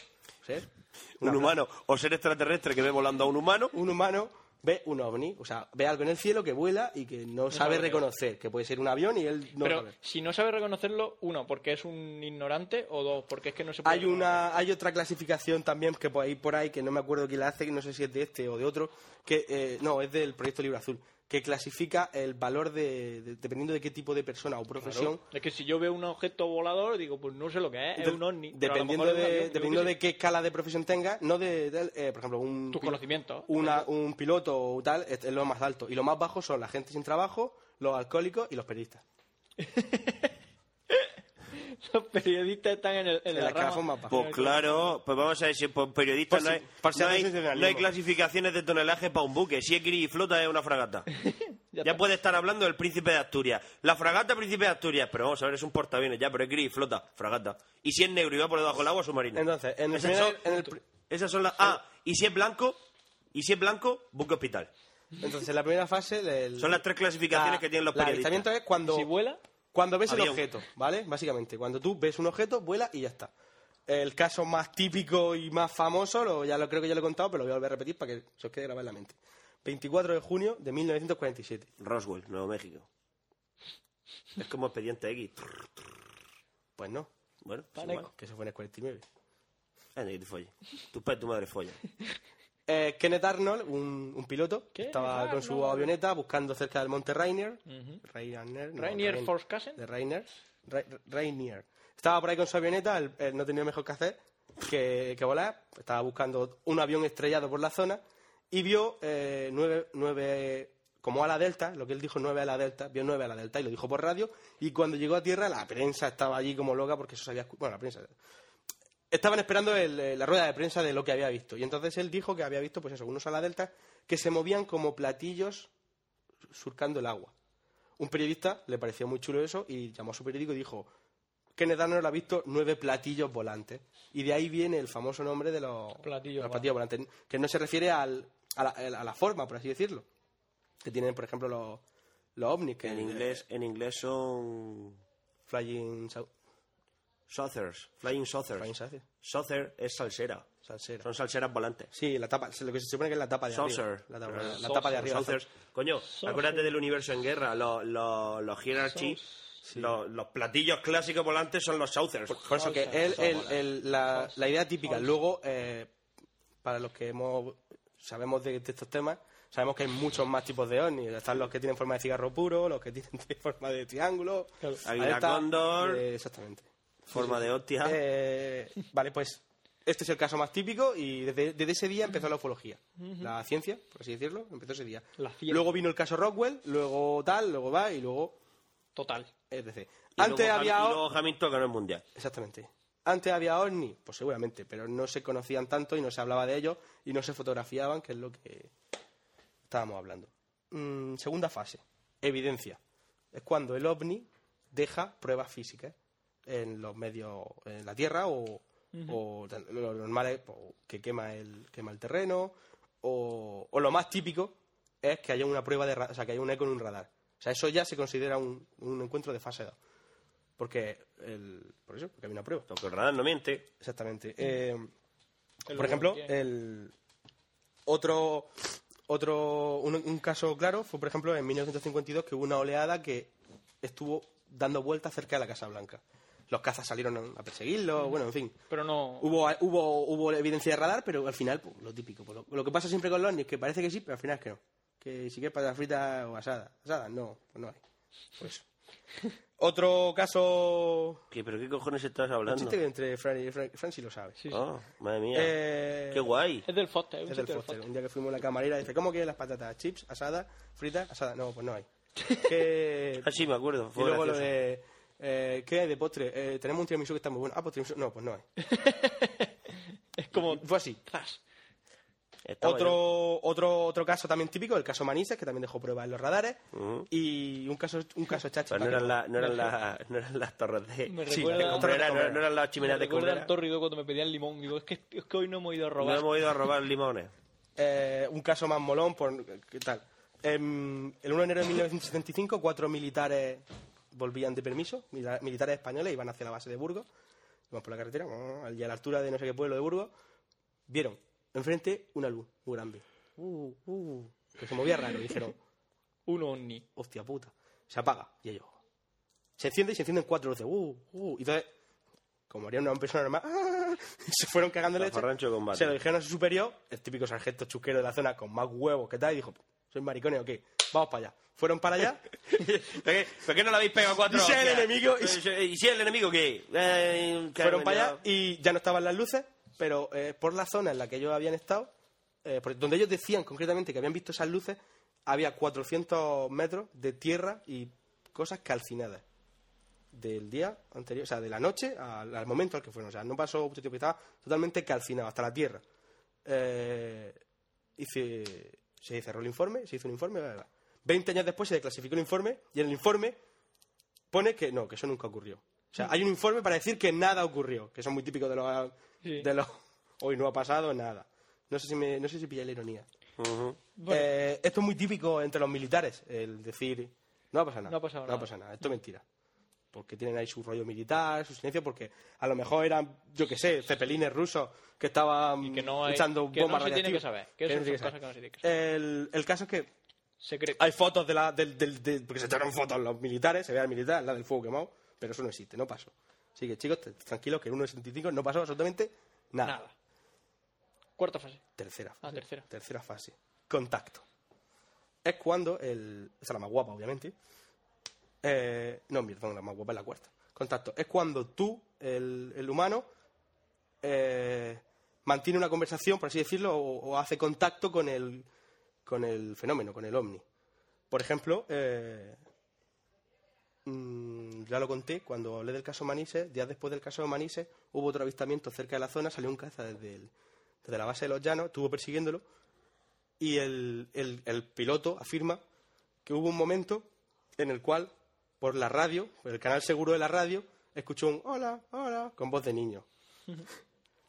ser, un una- humano o ser extraterrestre que ve volando a un humano. Un humano ve un ovni, o sea, ve algo en el cielo que vuela y que no, sabe sabe qué es. reconocer, que puede ser un avión y él no Pero sabe. si no sabe reconocerlo, uno, porque es un ignorante, o dos, porque es que no se puede. Hay una, hay otra clasificación también que por ahí por ahí que no me acuerdo quién la hace, que no sé si es de este o de otro, que eh, no es del proyecto Libro Azul, que clasifica el valor de, de- dependiendo de qué tipo de persona o profesión. Claro. Es que si yo veo un objeto volador, digo, pues no sé lo que es, es un ovni. pero a lo Dependiendo, mejor es un de, avión, yo dependiendo qué sé. de qué escala de profesión tenga, no de, del, eh, por ejemplo, un, Tus pil- conocimientos. una- un piloto o tal es, es lo más alto. Y lo más bajo son la gente sin trabajo, los alcohólicos y los periodistas. Los periodistas están en, el, en, En la la que la rama. forma baja. Pues claro, pues vamos a ver si por periodista Por si- no, hay, por si no, hace hay, sensacionalismo. no hay clasificaciones de tonelaje para un buque. Si es gris y flota es una fragata. Ya ya está. puede estar hablando del príncipe de Asturias. La fragata príncipe de Asturias, pero vamos a ver, es un portaaviones ya, pero es gris y flota, fragata. Y si es negro y va por debajo del agua, submarino. Entonces, en el esas, primer- son, en el pr- esas son las... Ah, y si es blanco, y si es blanco, buque hospital. Entonces, la primera fase del- Son las tres clasificaciones la- que tienen los la periodistas. avistamiento es cuando Si vuela, Cuando ves el Avión. objeto, ¿vale? Básicamente, cuando tú ves un objeto, vuela y ya está. El caso más típico y más famoso, lo, ya lo creo que ya lo he contado, pero lo voy a volver a repetir para que se os quede grabado en la mente. 24 de junio de 1947. Roswell, Nuevo México. Es como expediente X. Pues no, Bueno, es Paneco. igual. que eso fue en el 49. Ah, no, que te folle. Tu padre y tu madre follan. Eh, Kenneth Arnold, un, un piloto, que Kenneth estaba con su Arnold. avioneta buscando cerca del monte Rainier. Rainier, no, Rainier Rain- Forskasen. De Rainier. Ra- Rainier. Estaba por ahí con su avioneta, él, él no tenía mejor que hacer que, que volar. Estaba buscando un avión estrellado por la zona y vio eh, nueve, nueve, como a la delta, lo que él dijo, nueve a la delta, vio nueve a la delta y lo dijo por radio. Y cuando llegó a tierra, la prensa estaba allí como loca porque eso se había escu- Bueno, la prensa, estaban esperando el, eh, la rueda de prensa de lo que había visto. Y entonces él dijo que había visto, pues eso, unos ala delta que se movían como platillos surcando el agua. Un periodista le pareció muy chulo eso y llamó a su periódico y dijo, Kenneth Arnold ha visto nueve platillos volantes. Y de ahí viene el famoso nombre de los Platillos de los platillos volantes, que no se refiere al- a, la, a la forma, por así decirlo, que tienen, por ejemplo, los, los ovnis. Que Que en eh, inglés, en inglés son Flying... Sau- saucers, flying saucers. Flying saucer. Saucer es salsera. Salsera. Son salseras volantes. Sí, la tapa, lo que se supone que es la tapa de Saucer. arriba. La tapa, Pero- la tapa de arriba. Saucers. Coño, acuérdate del universo en guerra. Los, los, los hierarchy, los, los platillos clásicos volantes son los saucers. Por eso que él, él- él- la, la idea típica, luego, eh, para los que hemos sabemos de, de estos temas, sabemos que hay muchos más tipos de ovnis. Están los que tienen forma de cigarro puro, los que tienen de forma de triángulo. Claro. Águila Ahí está, cóndor. Ah. eh, exactamente. Forma de hostia. Eh, vale, pues este es el caso más típico y desde, desde ese día empezó la ufología. La ciencia, por así decirlo, empezó ese día. La ciencia. luego vino el caso Rockwell, luego tal, luego va y luego total. etc. Y Antes luego Ham- había... y luego Hamilton ganó el mundial. Exactamente. Antes había ovni, pues seguramente, pero no se conocían tanto y no se hablaba de ellos y no se fotografiaban, que es lo que estábamos hablando. Mm, segunda fase, evidencia. Es cuando el ovni deja pruebas físicas en los medios, en la tierra o, o tan- lo normal es pues, que quema el, quema el terreno o, o lo más típico es que haya una prueba de, ra- o sea, que haya un eco en un radar. O sea, eso ya se considera un, un encuentro de fase 2. Porque, el, por eso, porque hay una prueba. Aunque el radar no miente. Exactamente. Eh, El por ejemplo, Uruguay. eh, el otro otro un, un caso claro fue por ejemplo en 1952 que hubo una oleada que estuvo dando vueltas cerca de la Casa Blanca. Los cazas salieron a perseguirlo, bueno, en fin. Pero no. Hubo, hubo, hubo evidencia de radar, pero al final, pues, lo típico. pues, lo, lo que pasa siempre con los ovnis, que parece que sí, pero al final es que no. Que si que es para frita o asada. Asada, no, pues no hay. Pues. Otro caso. ¿Qué, ¿Pero qué cojones estás Un hablando? chiste que entre Fran y Fran, Fran sí lo sabe. Sí, sí. Oh, madre mía. Eh, qué guay. Es del Foster. un Es del chiste Foster. Un día que fuimos a la camarera dice, ¿cómo quieres las patatas? ¿Chips? ¿Asadas? ¿Fritas? ¿Asadas? No, pues no hay. Que- Ah, sí, me acuerdo. y Fue luego lo gracioso. de... eh, ¿Qué hay de postre? Eh, tenemos un tiramisú que está muy bueno. Ah, pues tiramisú... No, pues no hay. Es como. Fue así. Zas. Estaba yo. Otro, otro, otro caso también típico, el caso Manises, que también dejó pruebas en los radares. Ujú. Y un caso, un caso chachi. Mm. Pero no eran, la- no, eran la- no eran las torres Me de... Sí, recuerda- de No, Torres de era- no, Cabrera. no eran las Me chimeneas de recuerda Cumbera. al torrido cuando me pedían limón. Digo, es que, es que hoy no hemos ido a No robar. hemos ido a robar limones. eh, un caso más molón, por, ¿qué tal? Em, el 1 de enero de 1975, cuatro militares volvían de permiso, mila- militares españoles, iban hacia la base de Burgos, iban por la carretera, mm, y a la altura de no sé qué pueblo de Burgos, vieron enfrente una luz muy grande, Uh, uh. que se movía raro, y dijeron, Un ovni. hostia puta, se apaga, y ellos, se enciende y se encienden cuatro luces, uh, uh, y entonces, como haría una persona normal, ¡ah! se fueron cagando leche, Zafarrancho de combate. se lo dijeron a su superior, el típico sargento chusquero de la zona con más huevos que tal, y dijo, ¿soy maricones o qué? Vamos para allá. Fueron para allá ¿Por qué, por qué no la habéis pegado cuatro Y si el hostias? enemigo- Eh, y ¿Y si, el enemigo qué? Eh, fueron Carmen, para ya. allá y ya no estaban las luces, pero eh, por la zona en la que ellos habían estado, eh, por- donde ellos decían concretamente que habían visto esas luces, había 400 metros de tierra y cosas calcinadas del día anterior, o sea, de la noche al, al momento al que fueron. O sea, no pasó mucho tiempo, estaba totalmente calcinado hasta la tierra. Eh, hice, se cerró el informe, se hizo un informe, bla, bla, bla. 20 años después se desclasificó el informe y en el informe pone que no, que eso nunca ocurrió. O sea, hay un informe para decir que nada ocurrió, que son muy típicos de los... Sí. De los hoy no ha pasado nada. No sé si, me, no sé si pilláis la ironía. Ujú. Bueno. Eh, esto es muy típico entre los militares, el decir, no ha pasado nada. No ha pasado nada. nada, esto es mentira. Porque tienen ahí su rollo militar, su silencio, porque a lo mejor eran, yo qué sé, cepelines rusos que estaban Y que no hay- echando que no bombas se tiene que radiactivas. saber, que eso no se son tiene cosas que no se tiene que El, el caso es que Secreto. hay fotos de la. Del, del- del- porque se echaron fotos los militares, se ve al militar, la del fuego quemado, pero eso no existe, no pasó. Así que chicos, t- tranquilos, que en 1.65 no pasó absolutamente nada. Nada. Cuarta fase. Tercera fase. Ah, tercera. fase. Contacto. Es cuando el. Esa es la más guapa, obviamente. Eh, no, perdón, la más guapa es la cuarta. Contacto. Es cuando tú, el, el humano, eh, mantiene una conversación, por así decirlo, o, o hace contacto con el, con el fenómeno, con el ovni. Por ejemplo, eh, mm, ya lo conté, cuando hablé del caso Manises, días después del caso de Manises, hubo otro avistamiento cerca de la zona, salió un caza desde, el- desde la base de los llanos, estuvo persiguiéndolo, y el, el- el piloto afirma que hubo un momento en el cual, por la radio, por el canal seguro de la radio, escuchó un hola, hola, con voz de niño.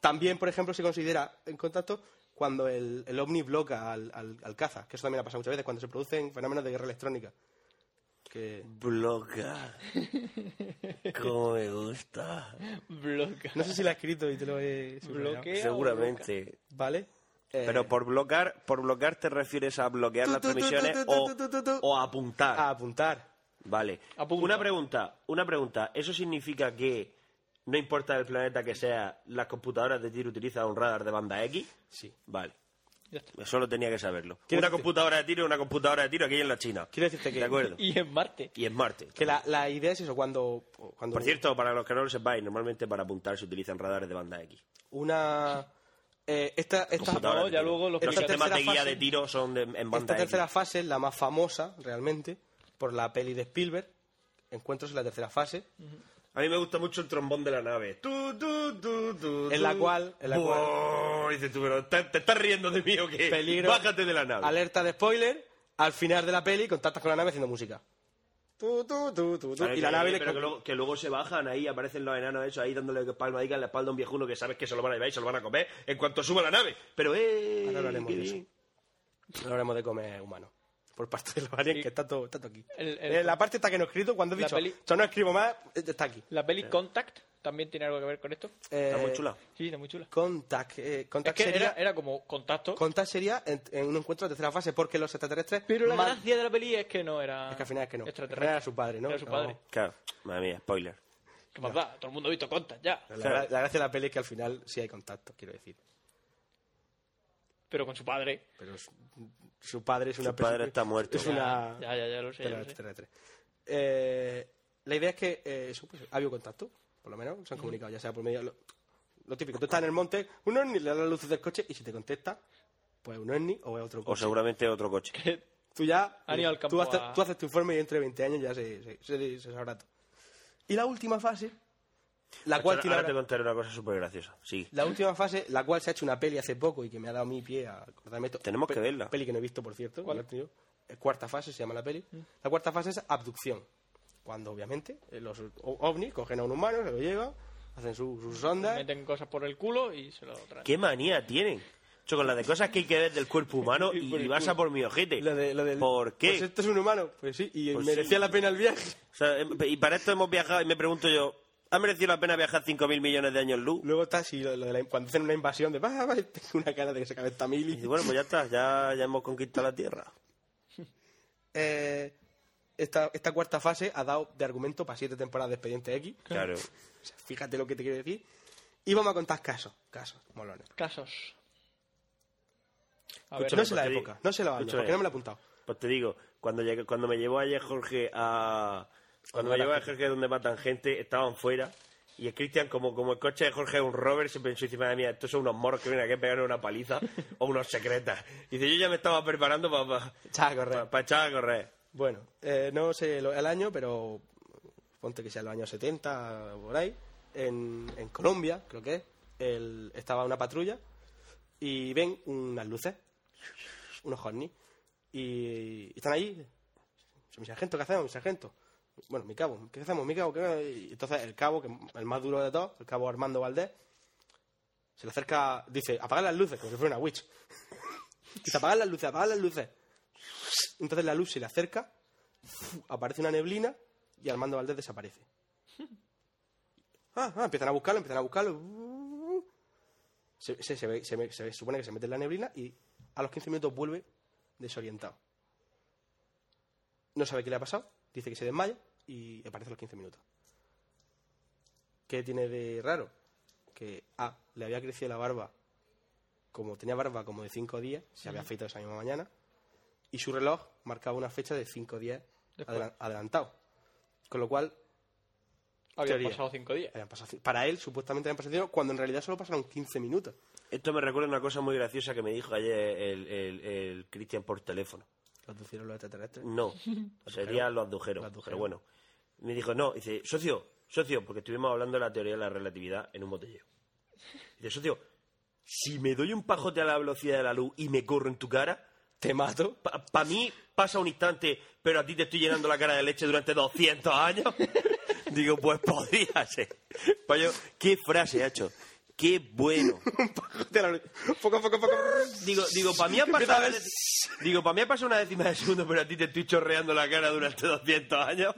También, por ejemplo, se considera en contacto cuando el, el ovni bloca al, al- al caza, que eso también ha pasado muchas veces, cuando se producen fenómenos de guerra electrónica. Que... Bloca. Como me gusta. Bloca. No sé si la he escrito y te lo he... subrayado. Bloquea. Seguramente. ¿Vale? Eh, Pero por bloquear, por bloquear te refieres a bloquear Tu, las tu, tu, tu, transmisiones tu, tu, o, tu, tu, tu. o a apuntar. A apuntar. Vale. Apunta. Una pregunta, una pregunta. ¿Eso significa que no importa el planeta que sea, las computadoras de tiro utilizan un radar de banda X? Sí. Vale. Ya está. Solo tenía que saberlo. Una Quiero decirte- computadora de tiro, una computadora de tiro aquí en la China. Quiero decirte que- De acuerdo. Y en Marte. Y es Marte. Que la, la idea es eso, cuando... cuando Por cierto, para los que no lo sepáis, normalmente para apuntar se utilizan radares de banda X. Una... eh, esta, esta, Computadoras no, de ya tiro. luego lo Los explicaré. sistemas de Tercera guía fase. de tiro son de- en banda Esta X. tercera fase es la más famosa, realmente, por la peli de Spielberg, Encuentros en la tercera fase, A mí me gusta mucho el trombón de la nave. Tu, tu, tu, tu, En la tu. cual- en la Buah, dices tú, pero ¿te, te estás riendo de mí o qué? Peligro. Eh, Bájate de la nave. Alerta de spoiler, al final de la peli contactas con la nave haciendo música. Tu, tu, tu, tu, tu, Vale, y la pero- nave le pero que, luego, que luego se bajan ahí, aparecen los enanos esos ahí dándole palmadica en la espalda a un viejuno que sabes que se lo van a llevar y se lo van a comer en cuanto suba la nave. Pero eh, Ahora hablaremos qué de eso. bien. Ahora haremos de comer humano. Por parte de los aliens, que está todo, está todo aquí. El- el- Eh, la parte está que no he escrito, cuando he La dicho, peli- yo no escribo más, eh, está aquí. La peli Contact también tiene algo que ver con esto. Eh, Está muy chula. Sí, está muy chula. Contact, eh, Es contact que sería, era, era como contacto. contact sería en, en un encuentro de tercera fase, porque los extraterrestres... Pero la man- gracia de la peli es que no era. Es que al final es que no. extraterrestre. Era su padre, ¿no? Era su No. padre. Claro, madre mía, spoiler. ¿Qué más da? Todo el mundo ha visto Contact ya. La, gra- la gracia de la peli es que al final sí hay contacto, quiero decir. Pero con su padre. Pero su, su padre es una Su padre persona- está muerto. Es una... Ya, ya, ya lo sé. ya lo sé. extraterrestre. Eh, la idea es que eh, eso, pues, ha habido contacto, por lo menos, Mm. se han comunicado, ya sea por medio... Lo, lo típico, tú estás en el monte, un ovni le da las luces del coche y si te contesta, pues un ovni o es otro O coche. seguramente otro coche. Tú ya... Han ido al campo tú, haces, a- tú haces tu informe y entre 20 años ya se, se, se- se sabrá todo. Y la última fase, la cual Ahora- tiene ahora te ahora- contaré una cosa súper graciosa. Sí. la última fase, la cual se ha hecho una peli hace poco y que me ha dado mi pie a acordarme esto. Tenemos que verla. Peli que no he visto, por cierto. no la he tenido. Eh, Cuarta fase se llama la peli. La cuarta fase es abducción. Cuando, obviamente, eh, los o- ovnis cogen a un humano, se lo llevan, hacen su- sus ondas. Meten cosas por el culo y se lo traen. ¿Qué manía tienen? Yo con la de cosas que hay que ver del cuerpo humano y, por el vas a culo. por mi ojete. Lo de- lo del- ¿Por qué? Pues esto es un humano. Pues sí, y Pues merecía sí. la pena el viaje. O sea, em- y para esto hemos viajado y me pregunto yo, ¿ha merecido la pena viajar 5.000 millones de años luz? Luego está así, lo, lo de la- cuando hacen una invasión de... "Va, va", y tengo una cara de que se cabe esta Y dice, mili. bueno, pues ya está, ya, ya hemos conquistado la Tierra. Eh, esta, esta cuarta fase ha dado de argumento para siete temporadas de Expediente X. Claro. O sea, fíjate lo que te quiero decir. Y vamos a contar casos. Casos, molones. Casos. A ver, Escúchame, No sé la porque- época, no sé la banda, escúchame. porque no me la he apuntado. Pues te digo, cuando, llegué- cuando me llevó ayer Jorge a... Cuando me llevó a Jorge donde matan gente, estaban fuera. Y el Cristian, como, como el coche de Jorge es un rover, se pensó encima de mí, estos son unos moros que vienen aquí a pegarle una paliza o unos secretas. Y dice, yo ya me estaba preparando para Echar a correr. echar a correr. Bueno, eh, no sé lo- el año, pero ponte que sea los años 70 o por ahí. En, en Colombia, creo que es, el- estaba una patrulla y ven unas luces, unos hornis, y, y están ahí. Mi sargento, ¿qué hacemos? Mi sargento. Bueno, mi cabo, ¿qué hacemos? Mi cabo, ¿qué hacemos?". Y entonces el cabo, que es el más duro de todos, el cabo Armando Valdés, se le acerca, dice, apagar las luces, como si fuera una witch. dice, apagar las luces, apagar las luces. Entonces la luz se le acerca, aparece una neblina y Armando Valdés desaparece. Ah, ah, empiezan a buscarlo, empiezan a buscarlo. Se, se- se ve- se me- se ve- supone que se mete en la neblina y a los 15 minutos vuelve desorientado. No sabe qué le ha pasado, dice que se desmaya y aparece a los 15 minutos. ¿Qué tiene de raro? Que A, le había crecido la barba, como tenía barba como de 5 días, se había afeitado esa misma mañana y su reloj marcaba una fecha de 5 días adela- adelantado. Con lo cual, habían teoría. pasado cinco días. habían pasado ci- para él supuestamente habían pasado 5 días, cuando en realidad solo pasaron 15 minutos. Esto me recuerda una cosa muy graciosa que me dijo ayer el, el, el Cristian por teléfono. Los decidieron los extraterrestres. No, sería los agujeros. Los agujeros. Pero bueno, me dijo, no, dice, socio, socio, porque estuvimos hablando de la teoría de la relatividad en un botellero. Dice, socio, si me doy un pajote a la velocidad de la luz y me corro en tu cara, Te mato. para mí pasa un instante, pero a ti te estoy llenando la cara de leche durante 200 años. Digo, pues podría ser. Payo, qué frase ha hecho. Qué bueno. Te la- Poco, poco, poco. Digo, digo, para mí ha pasado. una dec- Digo, para mí ha pasado una décima de segundo, pero a ti te estoy chorreando la cara durante 200 años.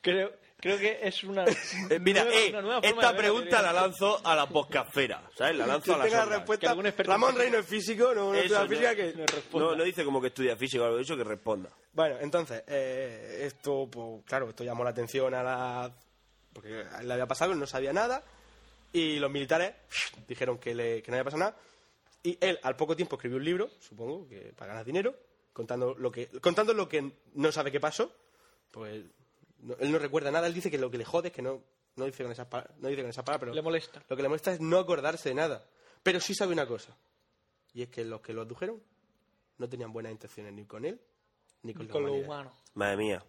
Creo, creo que es una. Eh, Mira, nueva- eh, una nueva forma de esta ver la pregunta la teoría. lanzo a la poscafera, ¿sabes? La lanzo Que a la tenga la sonda. Que respuesta. algún experto- Ramón Reino es físico, no, no Eso, estudia no- física que... no responda. No, no dice como que estudia física o algo de eso, que responda. Bueno, entonces, eh, esto, pues, claro, esto llamó la atención a la... Porque a él le había pasado, él no sabía nada, y los militares dijeron que, le- que no había pasado nada, y él al poco tiempo escribió un libro, supongo, que para ganar dinero, contando lo que, contando lo que no sabe qué pasó, pues no- él no recuerda nada, él dice que lo que le jode es que no, no dice con esas palabras, no dice con esas palabras, pero Le molesta. lo que le molesta es no acordarse de nada, pero sí sabe una cosa, y es que los que lo abdujeron no tenían buenas intenciones ni con él, ni con, la Con lo humanidad. humano. Madre mía.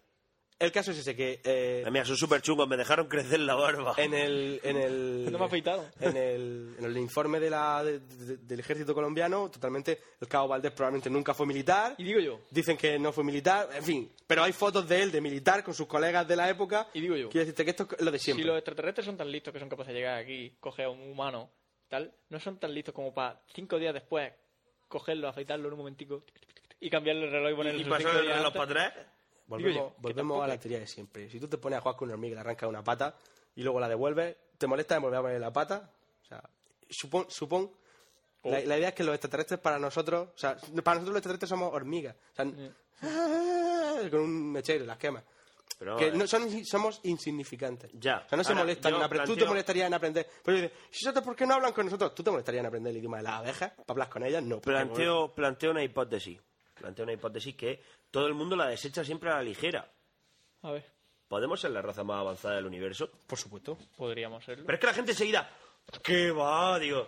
El caso es ese que eh, Madre mía, son súper chungos, me dejaron crecer la barba. en el en el No me he afeitado. en el, en el informe de la, de- de- del ejército colombiano, totalmente el cabo Valdés probablemente nunca fue militar. Y digo yo. Dicen que no fue militar, en fin, pero hay fotos de él de militar con sus colegas de la época. Y digo yo. Quiero decirte que esto es lo de siempre. Si los extraterrestres son tan listos que son capaces de llegar aquí, coger a un humano, tal, no son tan listos como para cinco días después cogerlo, afeitarlo en un momentico tic, tic, tic, tic, y cambiarle el reloj y ponerle y sus pasaron cinco el días reloj antes. para atrás. Volvemos, Digo yo, que volvemos tampoco a la es- teoría de siempre. Si tú te pones a jugar con una hormiga y le arrancas una pata y luego la devuelves, te molesta de volver a poner la pata. O sea, supón. supón la, la idea es que los extraterrestres para nosotros, o sea, para nosotros los extraterrestres somos hormigas. O sea, ¡ah! con un mechero las quemas. Pero, que eh, no son, somos insignificantes. Ya. O sea, no se Ahora, molestan yo en aprender. Tú te planteo- molestarías en aprender. Pero dices, "Si nosotros, ¿por qué no hablan con nosotros? Tú te molestarías en aprender el idioma de las abejas para hablar con ellas. No, porque Planteo, planteo una hipótesis. Planteo una hipótesis que todo el mundo la desecha siempre a la ligera. A ver, ¿Podemos ser la raza más avanzada del universo? Por supuesto. podríamos serlo. Pero es que la gente seguida... ¿Qué va? Digo,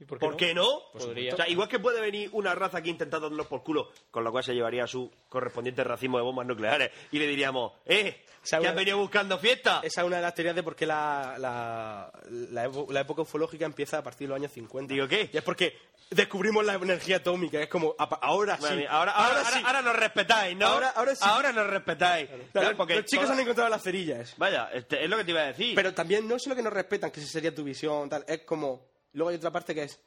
¿Y por qué ¿Por qué no? Podría. O sea, igual que puede venir una raza aquí intentando darnos por culo, con lo cual se llevaría su correspondiente racimo de bombas nucleares y le diríamos, ¡eh! sea, ¿Que una- han venido buscando fiesta? Esa es una de las teorías de por qué la, la, la evo- la época ufológica empieza a partir de los años 50. Digo, ¿qué? Y es porque descubrimos la energía atómica. Es como, apa- ahora Madre sí. mía, ahora, ahora, ahora, sí. ahora nos respetáis, ¿no? Ahora- ahora sí. nos respetáis. Claro, Claro, porque los chicos toda- han encontrado las cerillas. Vaya, este, es lo que te iba a decir. Pero también no es lo que nos respetan, que esa sería tu visión, tal. Es como... Luego hay otra parte que es...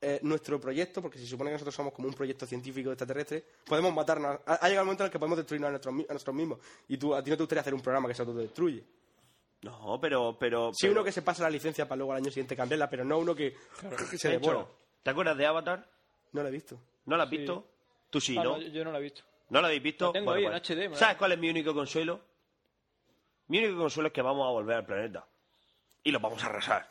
eh, nuestro proyecto, porque se supone que nosotros somos como un proyecto científico extraterrestre, podemos matarnos. Ha, ha llegado el momento en el que podemos destruirnos a nosotros, mi- a nosotros mismos. Y tú, a ti no te gustaría hacer un programa que se autodestruye. No, pero. pero Sí, pero- uno que se pasa la licencia para luego al año siguiente cambiarla, pero no uno que que se De hecho, devora. ¿Te acuerdas de Avatar? No lo he visto. ¿No la has visto? Tú sí, Ah, ¿no? no, yo- yo no la he visto. ¿No la habéis visto? pues, La tengo ahí en HD, me la- ¿Sabes cuál es mi único consuelo? Mi único consuelo es que vamos a volver al planeta. Y lo vamos a arrasar.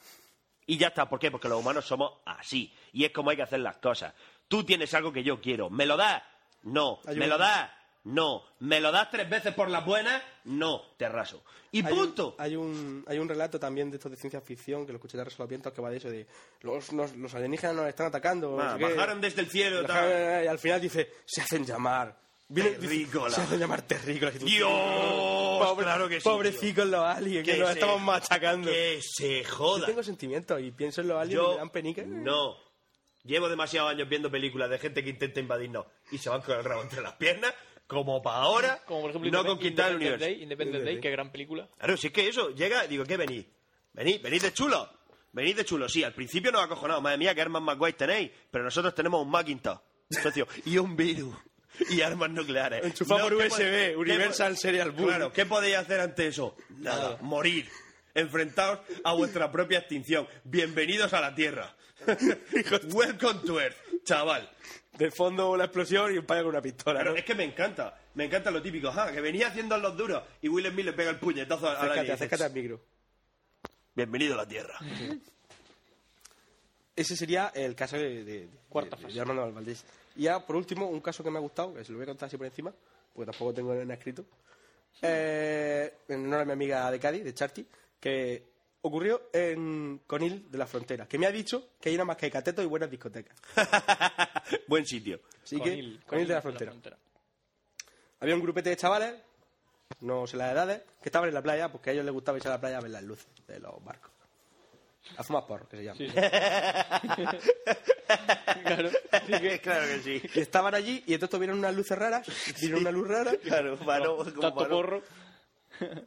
Y ya está. ¿Por qué? Porque los humanos somos así. Y es como hay que hacer las cosas. Tú tienes algo que yo quiero. ¿Me lo das? No. ¿Me Ayúdame. lo das? No. ¿Me lo das tres veces por las buenas? No. Te arraso. Y Hay un- punto. Hay un, hay un relato también de estos de ciencia ficción que lo escuché de Arroz a los Vientos que va de eso de los, nos- los alienígenas nos están atacando. Ah, no sé qué. bajaron desde el cielo. Bajaron, tal. eh, Y al final dice, se hacen llamar. Viene- dice, Terrícola. se hacen llamar terrícolas. Y tú, Dios, claro que sí, tío. Pobrecicos los aliens, que, Que nos se- estamos machacando. Que se Yo joda. tengo sentimientos y pienso en los aliens y me dan penica. No. Llevo demasiados años viendo películas de gente que intenta invadirnos y se van con el rabo entre las piernas, como para ahora, Como por ejemplo no Independ- conquistar el Independence universo. Day, Independence Day, qué gran película. Claro, si es que eso, llega, digo, ¿qué venís? Venís, venís de chulo. Venís de chulo, sí, al principio nos acojonamos, madre mía, qué armas más guays tenéis, pero nosotros tenemos un Macintosh, socio, y un virus, y armas nucleares. Enchufado por ¿qué USB, pod- qué pod- Universal Serial Boom. Claro, ¿qué podéis hacer ante eso? Nada, morir. Enfrentaos a vuestra propia extinción. Bienvenidos a la Tierra. Welcome to Earth, chaval. De fondo una explosión y un payo con una pistola. Claro, ¿no? es que me encanta, me encanta lo típico, ajá, que venía haciendo los duros y Will Smith le pega el puñetazo a la Acércate, acércate al micro. Bienvenido a la Tierra. Ese sería el caso de, de- de- Cuarta de- fase. de Armando Valdés. Y ya, por último, un caso que me ha gustado, que se lo voy a contar así por encima, porque tampoco tengo nada escrito. Eh, en honor a mi amiga de Cádiz, de Charti, que ocurrió en Conil de la Frontera, que me ha dicho que hay nada más que catetos y buenas discotecas. Buen sitio. Así que, Conil, de la Frontera. Había un grupete de chavales, no sé las edades, que estaban en la playa, porque a ellos les gustaba irse a la playa a ver las luces de los barcos. A fumar porro, que se llama. Sí, sí. claro. sí que- claro que sí. Y estaban allí y entonces vieron unas luces raras, vieron una luz rara. Claro, varón, como Tanto varón. porro,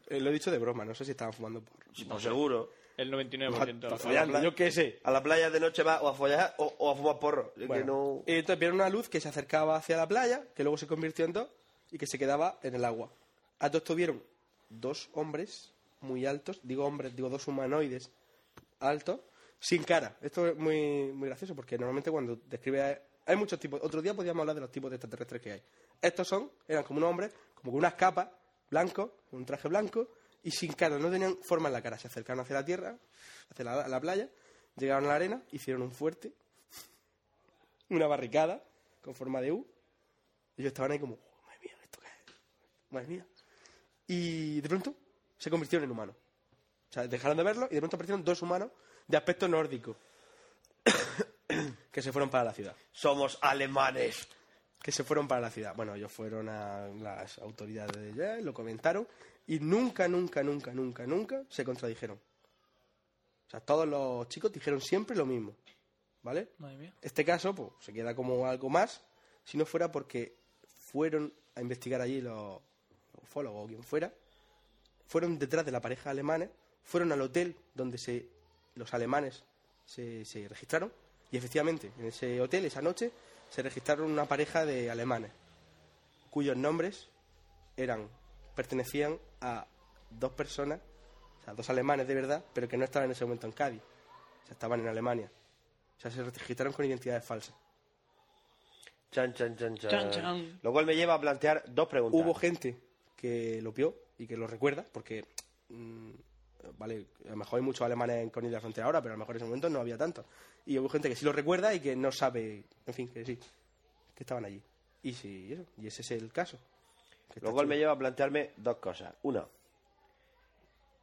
Eh, lo he dicho de broma, no sé si estaban fumando porro. Sí, pues seguro. el 99% de la Follando, gente. yo qué sé. A la playa de noche va o a follar o, o a fumar porro. Es que Bueno, no- eh, entonces vieron una luz que se acercaba hacia la playa, que luego se convirtió en dos y que se quedaba en el agua. A todos tuvieron dos hombres muy altos, digo hombres, digo dos humanoides altos, sin cara. Esto es muy, muy gracioso porque normalmente cuando describe. Hay muchos tipos. Otro día podíamos hablar de los tipos de extraterrestres que hay. Estos son, eran como unos hombres, como con unas capas, blancos, con un traje blanco y sin cara. No tenían forma en la cara. Se acercaron hacia la tierra, hacia la- la playa, llegaron a la arena, hicieron un fuerte una barricada con forma de U. Y yo estaban ahí como, "Oh, madre mía, ¿esto qué es? Madre mía. Y de pronto se convirtieron en humanos. O sea, dejaron de verlo y de pronto aparecieron dos humanos de aspecto nórdico que se fueron para la ciudad. Somos alemanes. Que se fueron para la ciudad. Bueno, ellos fueron a las autoridades de allá, lo comentaron y nunca, nunca, nunca, nunca, nunca se contradijeron. O sea, todos los chicos dijeron siempre lo mismo. ¿Vale? Madre mía. Este caso pues, se queda como algo más, si no fuera porque fueron a investigar allí los, los ufólogos o quien fuera, fueron detrás de la pareja alemanes, fueron al hotel donde se, los alemanes se, se registraron y efectivamente en ese hotel esa noche se registraron una pareja de alemanes cuyos nombres eran pertenecían a dos personas, o sea, dos alemanes de verdad, pero que no estaban en ese momento en Cádiz, o sea, estaban en Alemania. O sea, se registraron con identidades falsas. Chan, chan, chan, chan. Chan, chan. Lo cual me lleva a plantear dos preguntas. Hubo gente que lo vio y que lo recuerda, porque, mm, vale, a lo mejor hay muchos alemanes en Conil de la Frontera ahora, pero a lo mejor en ese momento no había tantos. Y hubo gente que sí lo recuerda y que no sabe, en fin, que sí, que estaban allí. Y sí, eso, y ese es el caso. Que está Lo cual chulo. me lleva a plantearme dos cosas. Una,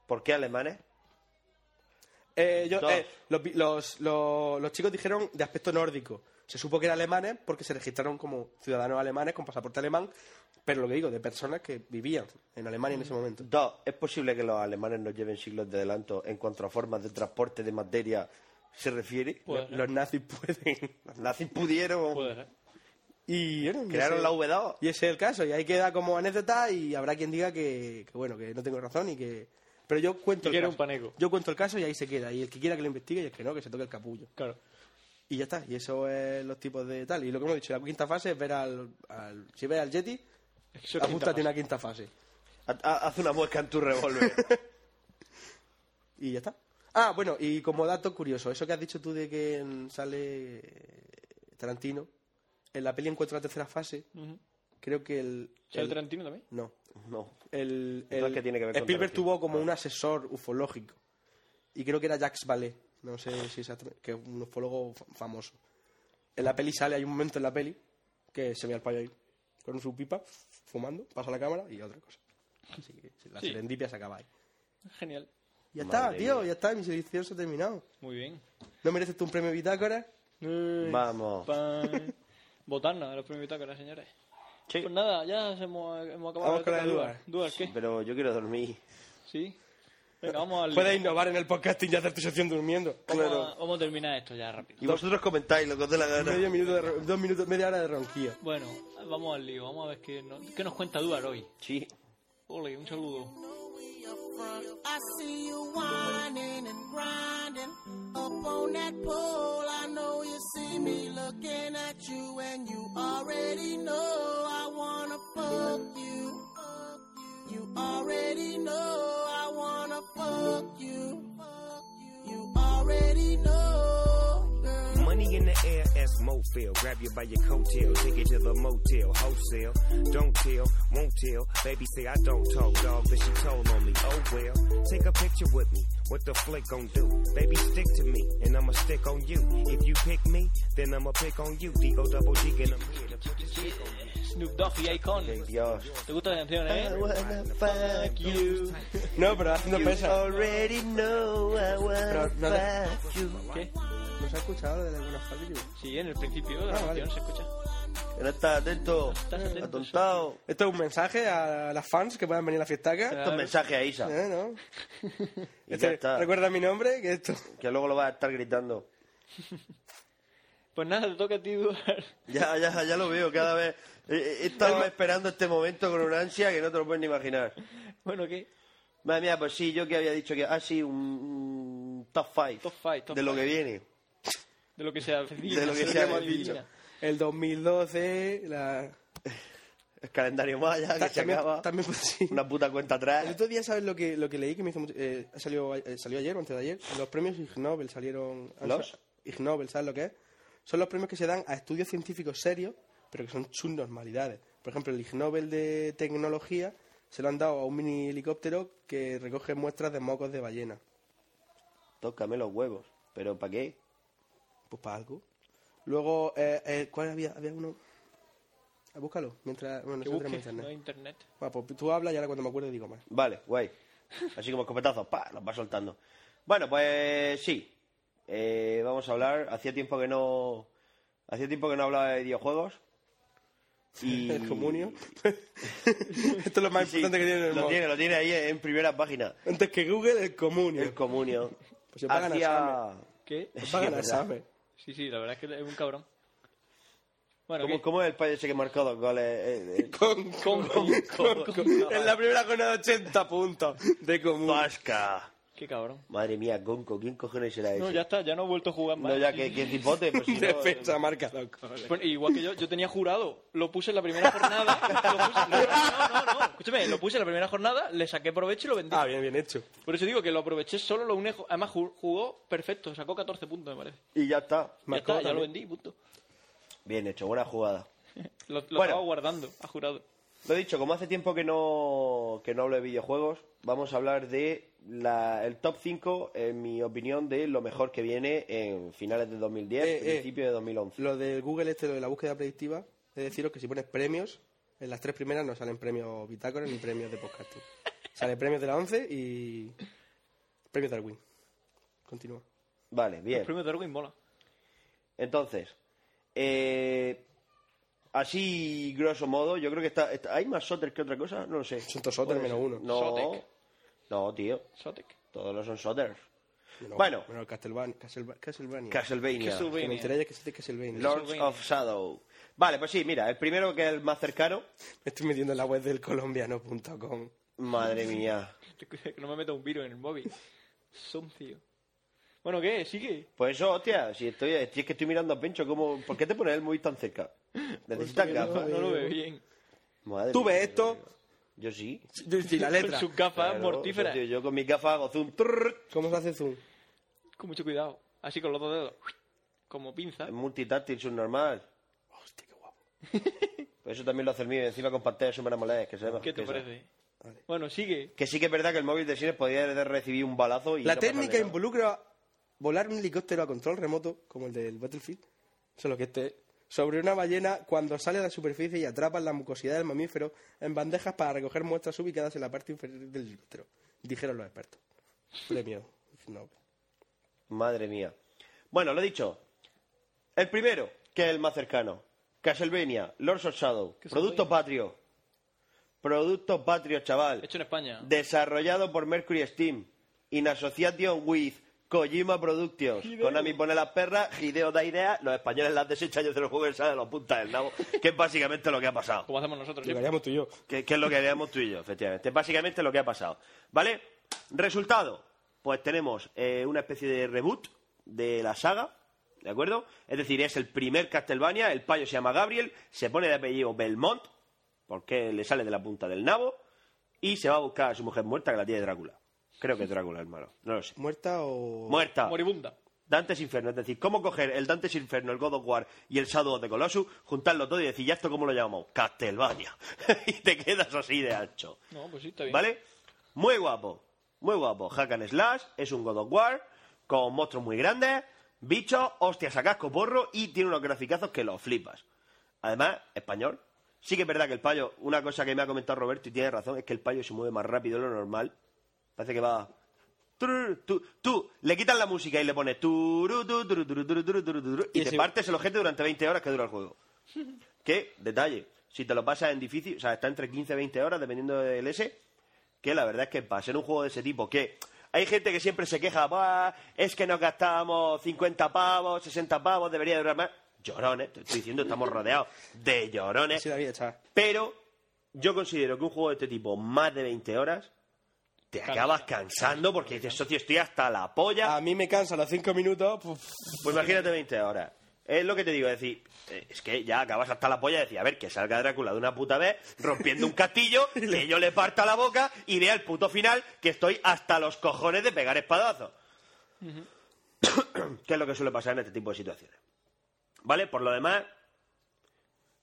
¿por qué alemanes? Eh, yo- Dos. eh, los, vi- los- los- los chicos dijeron de aspecto nórdico. Se supo que eran alemanes porque se registraron como ciudadanos alemanes con pasaporte alemán, pero lo que digo, de personas que vivían en Alemania en ese momento. Dos, ¿es posible que los alemanes nos lleven siglos de adelanto en cuanto a formas de transporte de materia se refiere? Puede ser, Los nazis pueden. Los nazis pudieron, puede ser. ¿eh? Y bueno, y crearon ese- la V2. Y ese es el caso, y ahí queda como anécdota y habrá quien diga que, que, bueno, que no tengo razón y que... Pero yo cuento Y que el era caso. un paneco. Yo cuento el caso y ahí se queda. Y el que quiera que lo investigue y el que no, que se toque el capullo. Claro. Y ya está, y eso es los tipos de tal. Y lo que hemos dicho, la quinta fase es ver al. al- si ves al Yeti, Eso es quinta apúntate fase. una quinta fase. Ha- ha- Haz una muesca en tu revólver. Y ya está. Ah, bueno, y como dato curioso, eso que has dicho tú de que mm, sale Tarantino, en la peli Encuentro la tercera fase, creo que el. ¿Sale el- Tarantino también? No. no. El, Entonces, el- ¿qué tiene que ver con Spielberg Tarantino? Ah. tuvo como un asesor ufológico. Y creo que era Jacques Vallée. No sé si exactamente. Que es un ufólogo fa- famoso. En la peli sale, hay un momento en la peli que se ve al payo ahí con su pipa, fumando, pasa la cámara y otra cosa. Así que la Sí. serendipia se acaba ahí. Genial. Ya Madre está, tío, mía. ya está, mi selección se ha terminado. Muy bien. ¿No mereces tú un premio Bitácora? Vamos. Pan. Botarna de los premios Bitácora, señores. Sí. Pues nada, ya se hemos, hemos acabado. Vamos con la de Duar. Duar. ¿Duar qué? Pero yo quiero dormir. Sí. Venga, vamos al. Puedes innovar en el podcasting y hacer tu sección durmiendo. vamos, a, vamos a terminar esto ya rápido. Y vosotros comentáis lo que os dé la gana. Medio minuto de ro- dos minutos, media hora de ronquillo. Bueno, vamos al lío. Vamos a ver qué nos, qué nos cuenta Duar hoy. Sí. Ole, un saludo. I see you whining and grinding up on that pole. I know you see me looking at you, and you already know I wanna fuck you. You already know I wanna fuck you. You already know. girl. Money in the air, as Mo feel. Grab you by your coattail, take you to the motel, wholesale. Don't tell, won't tell. Baby say I don't talk, dog, but she told on me. Oh well, take a picture with me. What the flick gon' do? Baby, stick to me, and I'ma stick on you. If you pick me, then I'ma pick on you. Digo double G, and I'm here to put this shit on you. Snoop Dogg y Icon. Dios. ¿Te gusta la canción, Ah, eh? fuck you. No, pero haciendo pesas. already know I Pero wanna no te- fuck you. ¿Qué? ¿No se ha escuchado de alguna familia? Sí, en el principio de la Ah, vale. canción se escucha. Que No estás atento. Estás atento, Atontado. Esto es un mensaje a las fans que puedan venir a la fiesta acá. Claro. Esto es mensaje a Isa. Eh, ¿no? Y Este, ya está. Recuerda mi nombre, que esto. Que luego lo vas a estar gritando. Pues nada, te toca a ti, Duar. Ya, ya, ya lo veo cada vez. He, he estado eh, esperando este momento con una ansia que no te lo puedes ni imaginar. Bueno, ¿qué? Madre mía, pues sí, yo que había dicho que. Ah, sí, un, un top 5. Top five, top de lo five. que viene. De lo que sea. De lo que sea, hemos dicho. El 2012, la. El calendario maya que se también, acaba. también pues, sí. Una puta cuenta El atrás. otro día, ¿sabes lo que, lo que leí? Que me hizo mucho- eh, salió, eh, salió ayer o antes de ayer. Los premios Ig Nobel salieron... ¿Los? Ig Nobel, ¿sabes lo que es? Son los premios que se dan a estudios científicos serios, pero que son sus normalidades. Por ejemplo, el Ig Nobel de tecnología se lo han dado a un mini helicóptero que recoge muestras de mocos de ballena. Tócame los huevos. ¿Pero para qué? Pues para algo. Luego, eh, eh, ¿cuál había? Había uno... Ah, Búscalo, mientras... Bueno, Que eso lo tenemos en busques, internet. no hay internet. Bueno, pues tú hablas y ahora cuando me acuerde digo más. Vale, guay. Así como escopetazos, pa, los va soltando. Bueno, pues sí. Eh, vamos a hablar. Hacía tiempo que no. Hacía tiempo que no hablaba de videojuegos. Y... El comunio. Esto es lo más Sí, importante que tiene en el Lo mundo. tiene, lo tiene ahí en primera página. Antes que Google, el comunio. El comunio. Pues se pagan Hacía... examen. ¿Qué? Sí, Pagan es a verdad. Same. Sí, sí, la verdad es que es un cabrón. Bueno, ¿Cómo, ¿qué? cómo es el país ese que marcó dos goles? Eh, eh, Con, con, con, con, con. En la primera jornada 80 puntos de común. Vasca. ¿Qué cabrón? Madre mía, Gonco, ¿quién cojones será ese? No, ya está, ya no he vuelto a jugar más. No, ya, que, que cipote, pues si no, Defensa marca los goles. Bueno, igual que yo, yo tenía jurado, lo puse en la primera jornada. lo puse- no, no, no, escúchame, lo puse en la primera jornada, le saqué provecho y lo vendí. Ah, bien, bien hecho. Por eso digo que lo aproveché solo, lo unejo. Además, ju- jugó perfecto, sacó 14 puntos, me parece. Y ya está. Ya, Marcó está, ya lo también. vendí, punto. Bien hecho, buena jugada. Lo, lo Bueno. estaba guardando, ha jurado. Lo dicho, como hace tiempo que no, que no hablo de videojuegos, vamos a hablar de la- el top 5, en mi opinión, de lo mejor que viene en finales de 2010, Eh, eh. principio de 2011. Lo del Google este, lo de la búsqueda predictiva, es deciros que si pones premios, en las tres primeras no salen premios bitácoras ni premios de podcasting. Sale premios de la 11 y premios Darwin. Continúa. Vale, bien. El premio de Darwin mola. Entonces, eh, así grosso modo, yo creo que está, está- ¿Hay más Sotter que otra cosa? No lo sé. Son todos Sotter Puede ser. menos uno. No, Sotek. no, tío. Sotek. Todos los son Sotters. Menos- Bueno. Menos Castlevania. Castlevania. Mm. Castlevania. Castlevania. Castlevania. Que me enteré ya que existe Castlevania. Lords Castlevania. of Shadow. Vale, pues sí, mira, el primero que es el más cercano. Me estoy metiendo en la web del colombiano.com. Madre mía. Que no me meta un virus en el móvil. Son tío. Bueno, ¿qué? ¿Sigue? Pues eso, hostia, si estoy, si es que estoy mirando a Pencho, ¿cómo, ¿por qué te pones el móvil tan cerca? Necesitas Porque gafas. No, no lo veo bien. Madre Tú mía, ves esto Yo sí. y la Con letra. sus gafas Claro, mortíferas. Yo, tío, yo con mis gafas hago zoom. trrr, ¿Cómo se hace zoom? Con mucho cuidado. Así con los dos dedos. Como pinza. es multitáctil, subnormal. Hostia, qué guapo. Pues eso también lo hace el mío, encima con pantallas super AMOLED, que se ve mejor ¿Qué te que esa. parece? Bueno, sigue. Que sí que es verdad que el móvil de cine podía de recibir un balazo y... La no pasarle técnica nada. involucra volar un helicóptero a control remoto, como el del Battlefield, solo que este, es, sobre una ballena cuando sale a la superficie y atrapa la mucosidad del mamífero en bandejas para recoger muestras ubicadas en la parte inferior del helicóptero, dijeron los expertos. Premio. No. Madre mía. Bueno, lo dicho. El primero, que es el más cercano. Castlevania, Lords of Shadow. Producto patrio. Producto patrio, chaval. Hecho en España. Desarrollado por Mercury Steam. In association with Kojima Productions. Konami pone las perras, Hideo da ideas, los españoles las desechan y hacen los juegos salen los puntas del nabo. Que es básicamente lo que ha pasado. Como hacemos nosotros. Lo siempre. haríamos tú y yo. Que, que es lo que haríamos tú y yo, efectivamente. Es básicamente lo que ha pasado. ¿Vale? Resultado. Pues tenemos eh, una especie de reboot de la saga. ¿De acuerdo? Es decir, es el primer Castlevania. El payo se llama Gabriel. Se pone de apellido Belmont. Porque le sale de la punta del nabo. Y se va a buscar a su mujer muerta que la tiene Drácula. Creo que es Drácula, hermano. No lo sé. ¿Muerta o...? Muerta. Moribunda. Dantes Inferno, es decir, cómo coger el Dantes Inferno, el God of War y el Shadow of the Colossus, juntarlo todo y decir, ¿ya esto cómo lo llamamos? Castlevania. y te quedas así de ancho. No, pues sí, está bien. ¿Vale? Muy guapo. Muy guapo. Hack and Slash es un God of War con monstruos muy grandes, bichos, hostias a casco porro y tiene unos graficazos que los flipas. Además, español. Sí que es verdad que el payo, una cosa que me ha comentado Roberto y tiene razón, es que el payo se mueve más rápido de lo normal. Parece que va... Turur, Tú, tú le quitas la música y le pones... turu, turu, turu, turu, turu, turu, turu, turu, Y te partes el ojete durante 20 horas que dura el juego. Que, detalle, si te lo pasas en difícil, o sea, está entre 15 y 20 horas, dependiendo del S, que la verdad es que para ser un juego de ese tipo, que hay gente que siempre se queja, "Buah, es que nos gastamos 50 pavos, 60 pavos, debería durar más. Llorones, te estoy diciendo, estamos rodeados de llorones. Sí, la había echado. Pero yo considero que un juego de este tipo, más de 20 horas, te acabas cansando porque dices, socio, estoy hasta la polla. A mí me cansa los cinco minutos. puf. Pues imagínate 20 horas. Es lo que te digo, es decir, eh, es que ya acabas hasta la polla de decir, a ver, que salga Drácula de una puta vez rompiendo un castillo, que yo le parta la boca y vea el puto final que estoy hasta los cojones de pegar espadazos. que es lo que suele pasar en este tipo de situaciones. ¿Vale? Por lo demás,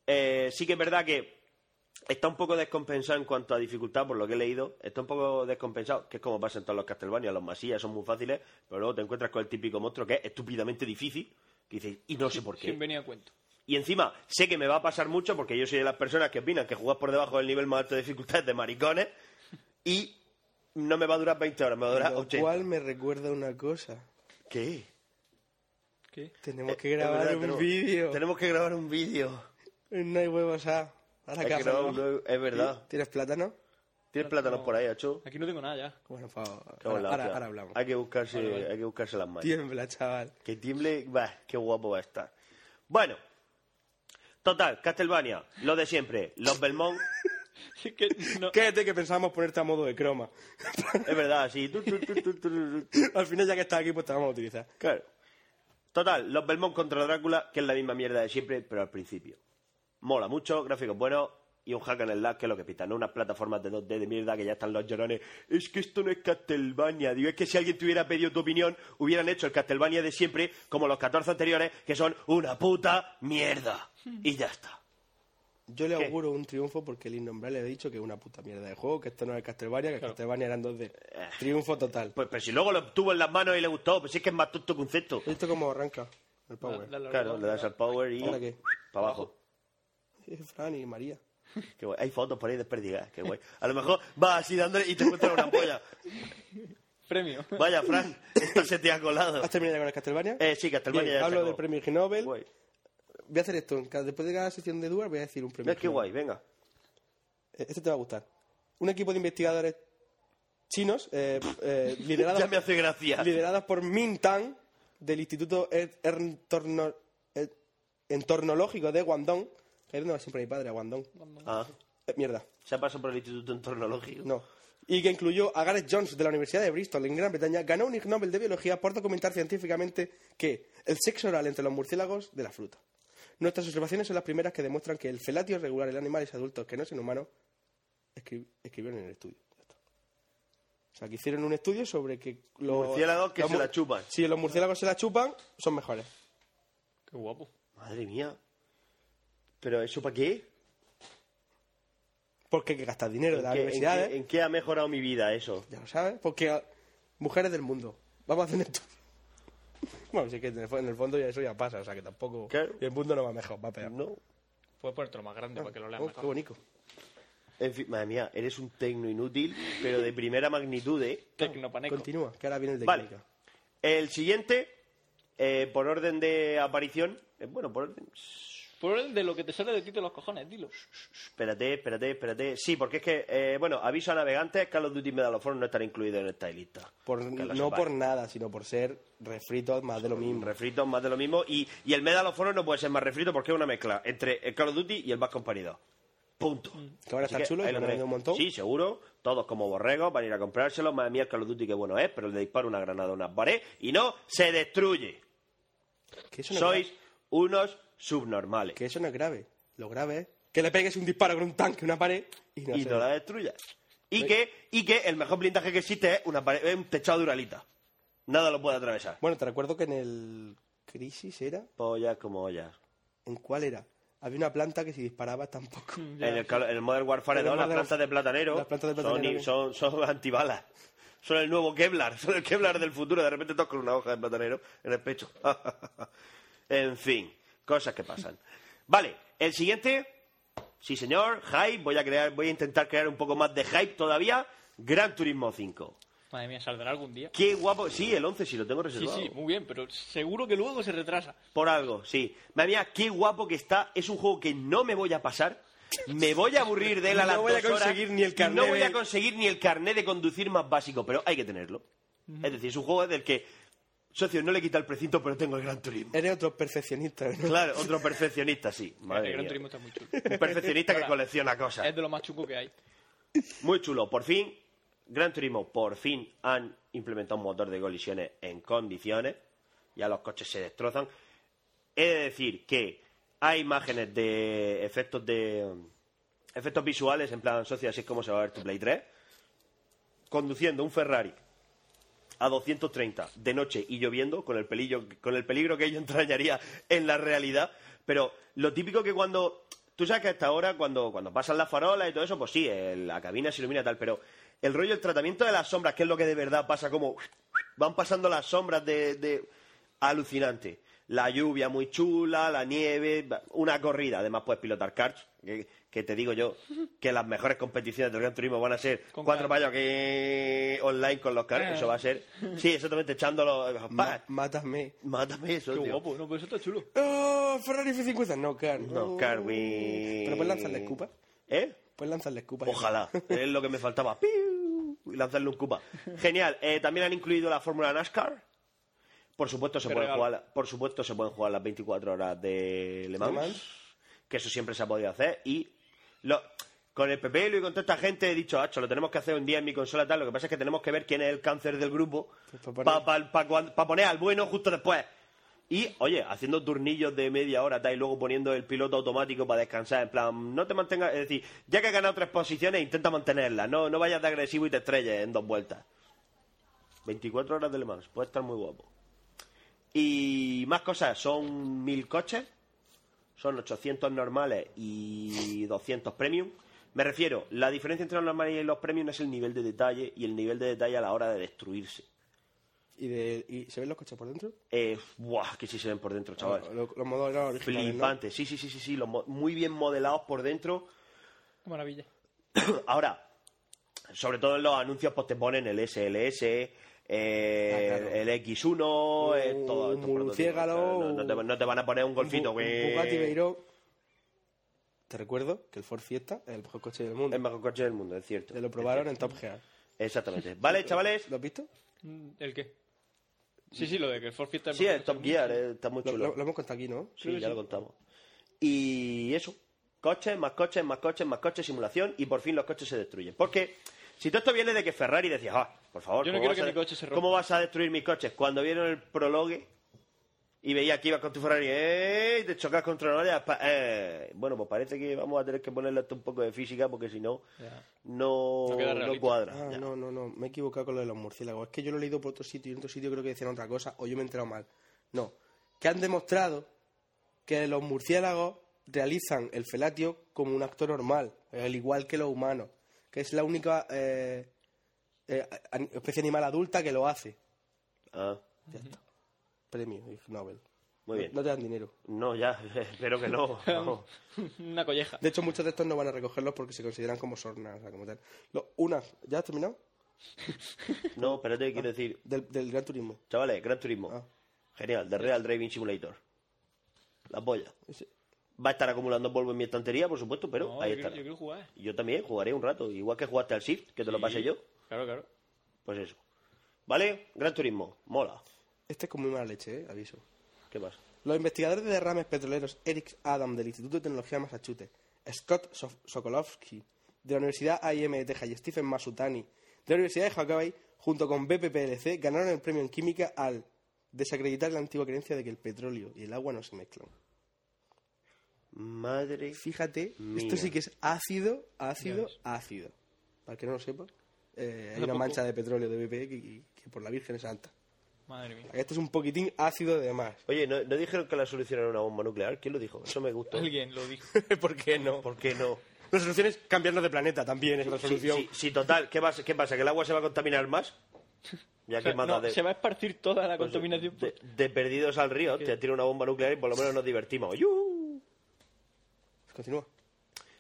eh, sí que es verdad que está un poco descompensado en cuanto a dificultad, por lo que he leído. Está un poco descompensado, que es como pasa en todos los Castlevania. Los masillas son muy fáciles, pero luego te encuentras con el típico monstruo que es estúpidamente difícil. Que dices, y no sé por Sin qué. venir a cuento. Y encima, sé que me va a pasar mucho porque yo soy de las personas que opinan que jugar por debajo del nivel más alto de dificultad es de maricones. Y no me va a durar 20 horas, me va a durar Lo 80. cual me recuerda una cosa. ¿Qué? ¿Qué? Tenemos que Es grabar verdad, un tenemos- vídeo. Tenemos que grabar un vídeo. No hay huevos a... A la Hay que casa, grabar ¿no? un nuevo- Es verdad. ¿Tienes plátano? ¿Tienes plátanos por ahí, Acho? Aquí no tengo nada ya. Bueno, por favor. Cago en la Ahora, hostia. ahora hablamos. Hay que buscarse, Hay que buscarse las manos. Tiembla, chaval. Que tiemble, bah, qué guapo va a estar. Bueno, total, Castlevania, lo de siempre, los Belmont, Es que no. Quédate que pensábamos ponerte a modo de croma. es verdad, así. tu, tu, tu, tu, tu, tu. Al final, ya que estás aquí, pues te vamos a utilizar. Claro. Total, los Belmont contra Drácula, que es la misma mierda de siempre, pero al principio. Mola mucho, gráficos buenos y un hack en el lag que es lo que pita, no unas plataformas de 2D de mierda que ya están los llorones. Es que esto no es Castlevania, digo, es que si alguien te hubiera pedido tu opinión, hubieran hecho el Castlevania de siempre, como los 14 anteriores, que son una puta mierda. Y ya está. Yo le ¿Qué? auguro un triunfo porque el innombrable ha dicho que es una puta mierda de juego, que esto no es Castlevania, que Castlevania eran 2D. Triunfo total. Eh. Pues, pero si luego lo tuvo en las manos y le gustó, pues si es que es más tonto que un cesto. ¿Esto cómo arranca? El power. Dale al Claro, botón. le das al power y ¿Ahora qué? para abajo. Eh, Fran y María. Qué guay. Hay fotos por ahí desperdigadas, qué guay. A lo mejor vas así dándole y te encuentras una polla. Premio. Vaya, Frank, esto se te ha colado. ¿Has terminado ya con el Castlevania? Eh, sí, Castlevania Bien, ya se Hablo acabó. del premio Ig Nobel. Guay. Voy a hacer esto. en cada- Después de cada sesión de Duar voy a decir un premio. Mira, Ig qué Nobel. guay, venga. Eh, Este te va a gustar. Un equipo de investigadores chinos, eh, eh, liderados Ya me hace gracia. lideradas por Min Tan del Instituto Er- Entorno- Er- Entornológico de Guangdong. Que es donde va siempre mi padre, a Guangdong. Ah, Eh, mierda, se ha pasado por el Instituto Entornológico. no. y que incluyó a Gareth Jones de la Universidad de Bristol en Gran Bretaña, ganó un Ig Nobel de Biología por documentar científicamente que el sexo oral entre los murciélagos de la fruta. Nuestras observaciones son las primeras que demuestran que el felatio regular en animales adultos que no es en humanos escri- escribieron en el estudio. Ya está. O sea, que hicieron un estudio sobre que los Murciélagos que los se mu- la chupan. Si los murciélagos se la chupan, son mejores. Qué guapo. Madre mía. ¿Pero eso para qué? Porque hay que gastar dinero de ¿eh? ¿En las qué, en universidades. qué- en qué ha mejorado mi vida eso? Ya lo sabes, porque ah, mujeres del mundo, vamos a hacer esto. Bueno, sí que en el, fo- en el fondo ya eso ya pasa, o sea que tampoco. Claro. Y el mundo no va mejor, va peor. No. Puedes ponértelo más grande para que lo leas Oh, mejor. qué bonito. En fin, madre mía, eres un tecno inútil, pero de primera magnitud, ¿eh? Tecnopaneco. Continúa, que ahora viene el de Vale. química. El siguiente, eh, por orden de aparición. eh, bueno, por orden. Por el de lo que te sale de ti de los cojones, dilo. Espérate, espérate, espérate. Sí, porque es que, eh, bueno, aviso a navegantes: Call of Duty Medal of Honor no estará incluido en esta lista. Por- Que no lo sepáis. por nada, sino por ser refritos más de lo mismo. Refritos, más de lo mismo. Y, y el Medal of Honor no puede ser más refrito porque es una mezcla entre el Call of Duty y el Bad Company 2. Punto. Mm. Que ahora Así está chulo y ahí lo han tenéis. vendido un montón. Sí, seguro. Todos como borregos van a ir a comprárselo. Madre mía, el Call of Duty qué bueno es, pero le disparo una granada a una pared y no se destruye. Que eso no es Sois gra- unos subnormales. que eso no es grave. Lo grave es que le pegues un disparo con un tanque, una pared y no y sé. no la destruyas. Y que, y que el mejor blindaje que existe es, una pared- es un techado de uralita. Nada lo puede atravesar. Bueno, te recuerdo que en el Crisis era. Pollas como ollas. ¿En cuál era? Había una planta que si disparabas tampoco. En el, cal- en el Modern Warfare En el 2, las Modern plantas de Warfare- platanero, las plantas de son platanero i- que- son, son antibalas. Son el nuevo Kevlar, son el Kevlar del futuro. De repente todos con una hoja de platanero en el pecho. en fin, cosas que pasan. Vale, el siguiente. Sí, señor, hype. Voy a, crear, voy a intentar crear un poco más de hype todavía. Gran Turismo 5. Madre mía, saldrá algún día. Qué guapo. Sí, el 11 sí lo tengo Sí, reservado. sí, muy bien, pero seguro que luego se retrasa. Por algo, sí. Madre mía, qué guapo que está. Es un juego que no me voy a pasar. Me voy a aburrir de él a No las voy a dos horas. conseguir ni el carné No voy de- a conseguir ni el carnet de conducir más básico, pero hay que tenerlo. Es decir, es un juego del que, socio, no le quita el precinto, pero tengo el Gran Turismo. Eres otro perfeccionista, ¿no? Claro, otro perfeccionista, sí. Madre el Gran mía. Turismo está muy chulo. Un perfeccionista que Ahora, colecciona cosas. Es de lo más chungo que hay. Muy chulo, por fin, Gran Turismo, por fin han implementado un motor de colisiones en condiciones. Ya los coches se destrozan. He de decir que hay imágenes de efectos de eh, efectos visuales en plan socio, así es como se va a ver tu Play 3. Conduciendo un Ferrari a 230 de noche y lloviendo, con el, pelillo, con el peligro que ello entrañaría en la realidad. Pero lo típico que cuando. Tú sabes que hasta ahora, cuando, cuando pasan las farolas y todo eso, pues sí, eh, la cabina se ilumina y tal, pero el rollo, el tratamiento de las sombras, que es lo que de verdad pasa, como van pasando las sombras de. de- alucinante. La lluvia muy chula, la nieve, una corrida. Además, puedes pilotar karts, que, que te digo yo que las mejores competiciones del Gran Turismo van a ser Con cuatro karts. payos que online con los karts. Eso va a ser. Sí, exactamente, echándolo. Ma- Pa, Mátame. Mátame eso, Qué tío. guapo, no, pero eso está chulo. ¡Oh, Ferrari F50! No, car. No, car, we- Pero pues puedes lanzarle escupas. ¿Eh? Puedes lanzarle escupas. Ojalá, es lo que me faltaba. ¡Piu! Y lanzarle un cupa. Genial. Eh, también han incluido la Fórmula NASCAR. Por supuesto, se Qué pueden regalo. jugar, por supuesto, se pueden jugar las 24 horas de Le Mans, Le Mans. Que eso siempre se ha podido hacer. Y lo- con el PP y con toda esta gente he dicho, hacho, lo tenemos que hacer un día en mi consola tal. Lo que pasa es que tenemos que ver quién es el cáncer del grupo Pues pa' para poner- poner al bueno justo después. Y, oye, haciendo turnillos de media hora tal, y luego poniendo el piloto automático para descansar. En plan, no te mantengas. Es decir, ya que has ganado tres posiciones, intenta mantenerlas. No, no vayas de agresivo y te estrelles en dos vueltas. 24 horas de Le Mans, puede estar muy guapo. Y más cosas, son mil coches, son 800 normales y 200 premium. Me refiero, la diferencia entre los normales y los premium es el nivel de detalle y el nivel de detalle a la hora de destruirse. ¿Y, de, ¿Y se ven los coches por dentro? Eh, buah, que sí se ven por dentro, chaval. Lo- Los, modos eran originales, ¿no? Flipantes, sí, sí, sí, sí, sí, los mo- muy bien modelados por dentro. Qué maravilla. Ahora, sobre todo en los anuncios, pues te ponen el SLS, eh, Ah, claro. el X1, eh, Un todo estos prototipos. murciélago, No, no te, un- no te van a poner un golfito, Un Bu- güey. un Bugatti Veyron. Te recuerdo que el Ford Fiesta es el mejor coche del mundo. El mejor coche del mundo, es cierto. Te lo probaron en Top Gear. Exactamente. Vale, chavales. ¿Lo has visto? Mm, ¿El qué? Sí, sí, lo de que el Ford Fiesta... es Sí, mejor el que Top Gear, eh, está muy Lo, chulo. lo- lo hemos contado aquí, ¿no? Sí, ya lo contamos. Y eso. Coches, más coches, más coches, más coches, simulación y por fin los coches se destruyen. Porque Si todo esto viene de que Ferrari decía, ah, por favor, Yo no ¿cómo quiero vas que mi a- coche se rompa". ¿Cómo vas a destruir mis coches? Cuando vieron el prologue y veía que ibas con tu Ferrari, ¡eh! y Te chocas contra la valla. pa- eh. Bueno, pues parece que vamos a tener que ponerle hasta un poco de física porque si no, Ya. no, No queda no realista. cuadra. Ah, Ya. no, no, no. Me he equivocado con lo de los murciélagos. Es que yo lo he leído por otro sitio y en otro sitio creo que decían otra cosa o yo me he enterado mal. No. Que han demostrado que los murciélagos realizan el felatio como un acto normal, al igual que los humanos. Que es la única eh, eh, a- especie animal adulta que lo hace. Ah, Premio Ig Nobel. muy bien. No te dan dinero. No, ya, espero que no. no. Una colleja. De hecho, muchos de estos no van a recogerlos porque se consideran como sornas, o sea, como tal. Lo- una, ¿ya has terminado? No, espérate, quiero decir, Del, del Gran Turismo. chavales, Gran Turismo. Ah. Genial, The Real Driving Simulator. La polla. Ese- Va a estar acumulando polvo en mi estantería, por supuesto, pero No, ahí yo, estará. quiero, yo quiero jugar. Yo también jugaré un rato, igual que jugaste al Shift, que te lo pasé yo. Claro, claro. Pues eso. ¿Vale? Gran Turismo, mola. Este es con muy mala leche, ¿eh? aviso. ¿Qué más? Los investigadores de derrames petroleros Eric Adam del Instituto de Tecnología de Massachusetts, Scott Sof- Sokolowski de la Universidad AIM de Texas y Stephen Masutani de la Universidad de Hawaii, junto con BPPLC, ganaron el premio en química al desacreditar la antigua creencia de que el petróleo y el agua no se mezclan. Madre. Fíjate, Mía. esto sí que es ácido, Ya ácido, ves. ácido. Para el que no lo sepa, eh, hay Hace una poco. mancha de petróleo de BP que, que por la Virgen es alta. Madre mía. Este es un poquitín ácido de más. Oye, ¿no, no dijeron que la solución era una bomba nuclear? ¿Quién lo dijo? Eso me gustó. Alguien lo dijo. ¿Por qué no? ¿Por qué no? La solución es cambiarnos de planeta también, es la Sí, solución. sí, sí, total. ¿Qué pasa? ¿Qué pasa? ¿Que el agua se va a contaminar más? Ya que mata No, de, Se va a esparcir toda la pues, contaminación. de- de perdidos al río, te tira una bomba nuclear y por lo menos nos divertimos. ¡Yujú! Continúa.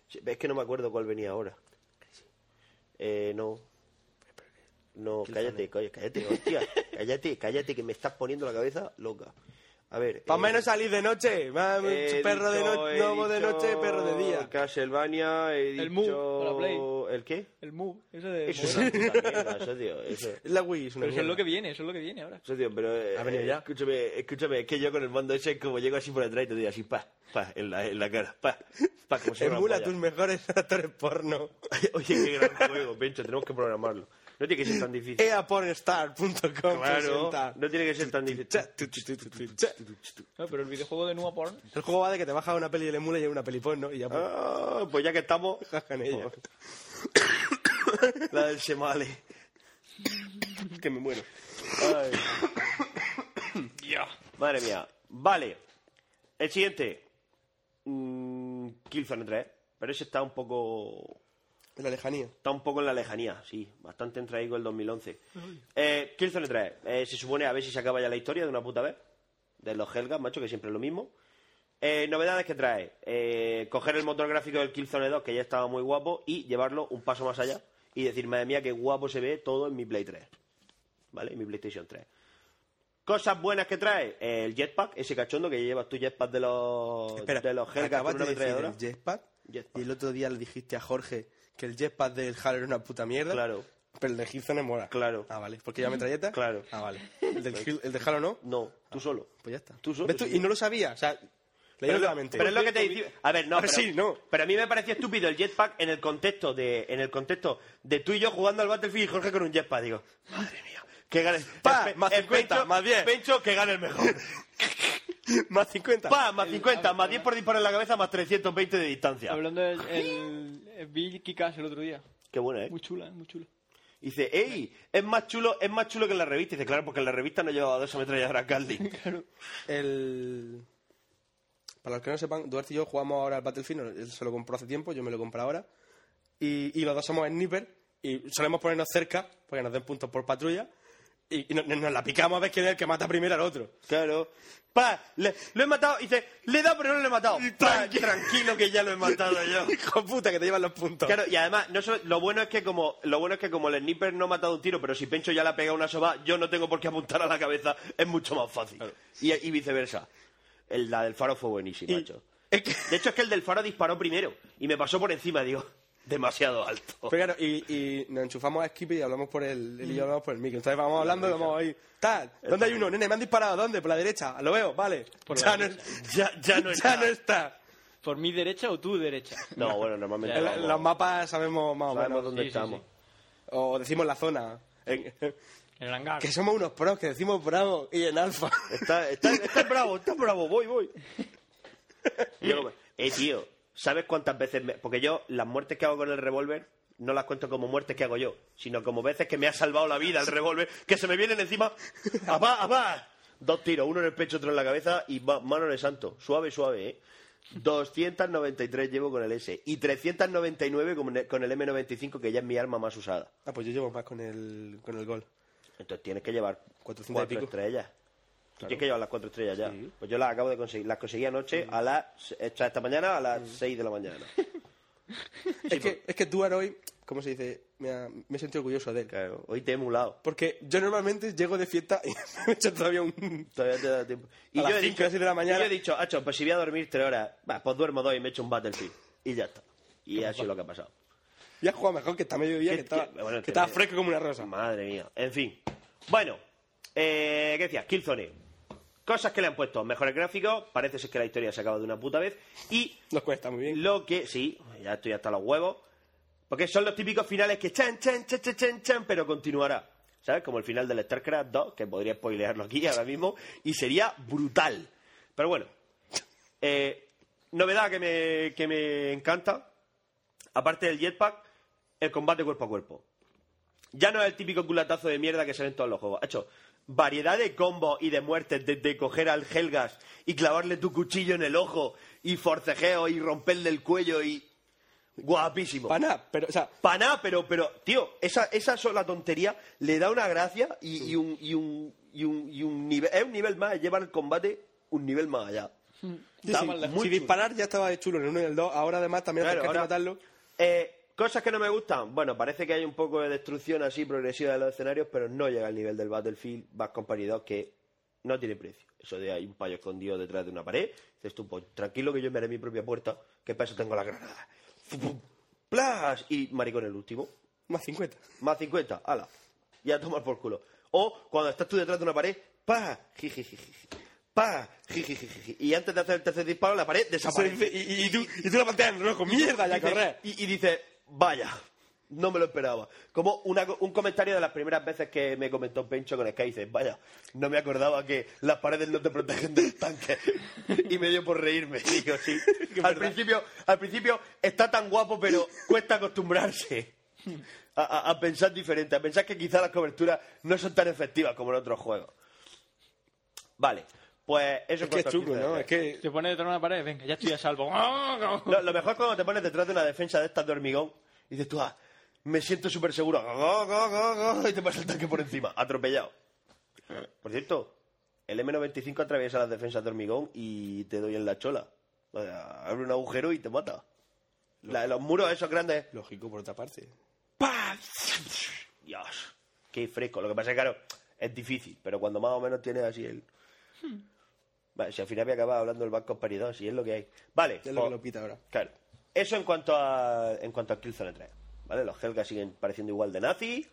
Sí, Es que no me acuerdo cuál venía ahora. Eh, no. No, cállate, coño, cállate, hostia. Cállate, cállate, que me estás poniendo la cabeza loca. A ver. Para eh, menos salir de noche. va, he perro de dicho- noche, he lobo de dicho noche, perro de día. Castlevania, he dicho... El Mu, para Play. ¿El qué? El move. Eso de. Eso es una puta mierda, eso, tío. Eso, La Wii es una Pero eso es mierda. lo que viene, eso es lo que viene ahora. eso, tío, pero... eh, ¿Ha venido ya? Escúchame, escúchame, es que yo con el mando ese como llego así por detrás y te digo así, pa, pa, en la, en la cara, pa, pa, como si fuera una Emula polla. tus mejores actores porno. Oye, qué gran juego, Pencho, tenemos que programarlo. No tiene que ser tan Eh, difícil. eapornstar.com Claro, presenta. no tiene que ser tan difícil. Cha, tu, tu, tu, tu, tu, cha. No, pero el videojuego de Nua Porn. El juego va de que te bajas una peli del emula y hay una peli porno y ya pues, Ah, pues ya que estamos, jajan ella. la del Semale. que me muero. Ay. Madre mía. Vale. El siguiente. Mm, Killzone 3. Pero ese está un poco. En la lejanía. Está un poco en la lejanía, sí. Bastante entraigo el 2011. Eh, Killzone 3. eh, se supone a ver si se acaba ya la historia de una puta vez. De los Helgas, macho, que siempre es lo mismo. Eh, novedades que trae. eh, coger el motor gráfico del Killzone 2, que ya estaba muy guapo, y llevarlo un paso más allá. Y decir, madre mía, qué guapo se ve todo en mi Play 3. ¿Vale? En mi PlayStation 3. Cosas buenas que trae. eh, el jetpack, ese cachondo que llevas tu jetpack de los, Espera, de los Helgas acabas con una de decir ametralladora. el jetpack, Jetpack. y el otro día le dijiste a Jorge que el jetpack del Halo era una puta mierda. Claro. Pero el de Gibson es mora. Claro. Ah, vale. ¿Porque lleva metralleta? Claro. Pues Ah, vale. ¿El, del Hil- el de Halo no? No, tú solo. Pues ya está. Tú solo, ¿Ves tú? sí. Y no lo sabía. O sea, leí Pero, es lo- solamente. pero es lo que te dice. A ver, no, Pero pero, sí, no. Pero a mí me parecía estúpido el jetpack en el contexto de, en el contexto de tú y yo jugando al Battlefield y Jorge con un jetpack. Digo, madre mía, que gane. Pa, el pe- más el 50, Pencho- más 10. Pencho, que gane el mejor. Más 50. pa, más 50, más 10 por disparar en la cabeza, más 320 de distancia. Hablando del. El, el- vi Kikas el otro día. Qué bueno, ¿eh? Muy chula, muy chula. Y dice, ¡ey! Es más chulo, es más chulo que en la revista. Y dice, claro, porque en la revista no llevaba dos ametralladoras Carly. El... Para los que no sepan, Duarte y yo jugamos ahora al Battlefield. Él se lo compró hace tiempo, yo me lo compré ahora. Y, y los dos somos sniper y solemos ponernos cerca porque nos den puntos por patrulla. Y, y no- no- nos, la picamos a ver quién es el que mata primero al otro. Claro. Pa, le- lo he matado. Y dice, le he dado, pero no lo he matado. Pa, tranquilo que ya lo he matado yo. Hijo puta, que te llevan los puntos. Claro, y además, no solo- lo bueno es que como lo bueno es que como el sniper no ha matado un tiro, pero si Pencho ya le ha pegado una soba, yo no tengo por qué apuntar a la cabeza, es mucho más fácil. Y, y viceversa. El, la del faro fue buenísima, macho. Es que- De hecho, es que el del faro disparó primero y me pasó por encima, digo, demasiado alto. Pero claro, y, y nos enchufamos a Skippy y hablamos por el, él y yo hablamos por el micro. Entonces vamos hablando y vamos ahí. Tal, ¿dónde hay uno? Nene, me han disparado. ¿Dónde? Por la derecha. Lo veo, vale. Por ya, la no, Ya, ya no ya está. no está. ¿Por mi derecha o tu derecha? No, bueno, normalmente. En la- vamos- los mapas sabemos más o sabemos menos. dónde Sí, sí, estamos. sí. O decimos la zona. En- En el hangar. que somos unos pros, que decimos bravo y en alfa. Está, está- está bravo, está bravo, voy, voy. Y yo como, eh, tío, ¿sabes cuántas veces me- Porque yo las muertes que hago con el revólver no las cuento como muertes que hago yo, sino como veces que me ha salvado la vida el revólver, que se me vienen encima... ¡Apá, apá! Dos tiros, uno en el pecho, otro en la cabeza y va- mano en el santo. Suave, suave, ¿eh? 293 llevo con el S y 399 con el- con el M95 que ya es mi arma más usada. Ah, pues yo llevo más con el, con el gol. Entonces tienes que llevar 400 y cuatro pico. estrellas. Tú Tienes que llevar las cuatro estrellas ya. Pues yo las acabo de conseguir. Las conseguí anoche a las... Esta, esta mañana a las 6 de la mañana. pues, es, que, es que Duar hoy, ¿cómo se dice? Me, ha- me he sentido orgulloso de él. Claro, hoy te he emulado. Porque yo normalmente llego de fiesta y me he hecho todavía un... Todavía te da tiempo. A las cinco, seis de la mañana. y yo he dicho, "Acho, pues si voy a dormir tres horas, va, pues duermo dos y me echo un Battlefield. Y ya está. Y así es lo que ha pasado. Ya jugado mejor que está mediodía, ¿Qué- que estaba, qué- bueno, que te- estaba fresco como una rosa. Madre mía. En fin. Bueno, eh, ¿qué decías? Killzone. Cosas que le han puesto. Mejores gráficos. Parece ser que la historia se acaba de una puta vez. Y Nos cuesta muy bien. Lo que, sí, ya estoy hasta los huevos. Porque son los típicos finales que chan, chan, chan, chan, chan, chan, pero continuará. ¿Sabes? Como el final del StarCraft 2, que podría spoilearlo aquí ahora mismo, y sería brutal. Pero bueno, eh, novedad que me, que me encanta, aparte del jetpack, el combate cuerpo a cuerpo. Ya no es el típico culatazo de mierda que se ve en todos los juegos. Ha hecho variedad de combos y de muertes, desde coger al Helgas y clavarle tu cuchillo en el ojo, y forcejeo, y romperle el cuello, y. Guapísimo. Pana, pero, o sea, Paná, pero, pero, tío, esa, esa sola tontería le da una gracia y, y un, y, un, y, un, y un nivel. Es un nivel más, lleva el combate un nivel más allá. sí, Está sí, mal- muy si chulo. disparar ya estaba de chulo en el 1 y el 2, ahora además también Claro, claro, ahora, matarlo. eh, cosas que no me gustan. Bueno, parece que hay un poco de destrucción así progresiva de los escenarios, pero no llega al nivel del Battlefield Bad Company 2, que no tiene precio. Eso de hay un payo escondido detrás de una pared. Dices tú, pues tranquilo que yo me haré mi propia puerta, que para eso tengo la granada. Fu- fu- ¡Plas! Y maricón el último. Más 50. Más 50, ala. Y a tomar por culo. O cuando estás tú detrás de una pared, pa, jijijiji, pa, jijijiji. Y antes de hacer el tercer disparo, la pared Y, desaparece. y- y tú, y tú la pantalla en rojo, mierda, ya Dice- correr. Y, y dice, vaya, no me lo esperaba. Como una co- un comentario de las primeras veces que me comentó Pencho con Sky, dice, vaya, no me acordaba que las paredes no te protegen del tanque. y me dio por reírme. Digo, sí. al, principio, al principio está tan guapo, pero cuesta acostumbrarse. A, a- a pensar diferente, a pensar que quizá las coberturas no son tan efectivas como en otros juegos. Vale, pues eso Es que es cuanto a chulo, Killzone. ¿no? Es que... Te pones detrás de una pared, venga, ya estoy a salvo. Lo, lo mejor es cuando te pones detrás de una defensa de estas de hormigón y dices tú, ah, me siento súper seguro. Go, go, go, go, y te pasa el tanque por encima, atropellado. Por cierto, el M95 atraviesa las defensas de hormigón y te doy en la chola. O sea, abre un agujero y te mata. La- los muros esos grandes. Lógico, por otra parte. ¡pam! Dios, qué fresco. Lo que pasa es que, claro, es difícil, pero cuando más o menos tienes así el... Vale, si al final me acabas hablando del Banco Company 2, y es lo que hay. Vale. Ya es lo pues- que lo pita ahora. Claro. Eso en cuanto a en cuanto a Killzone 3. ¿Vale? Los Helgas siguen pareciendo igual de nazi.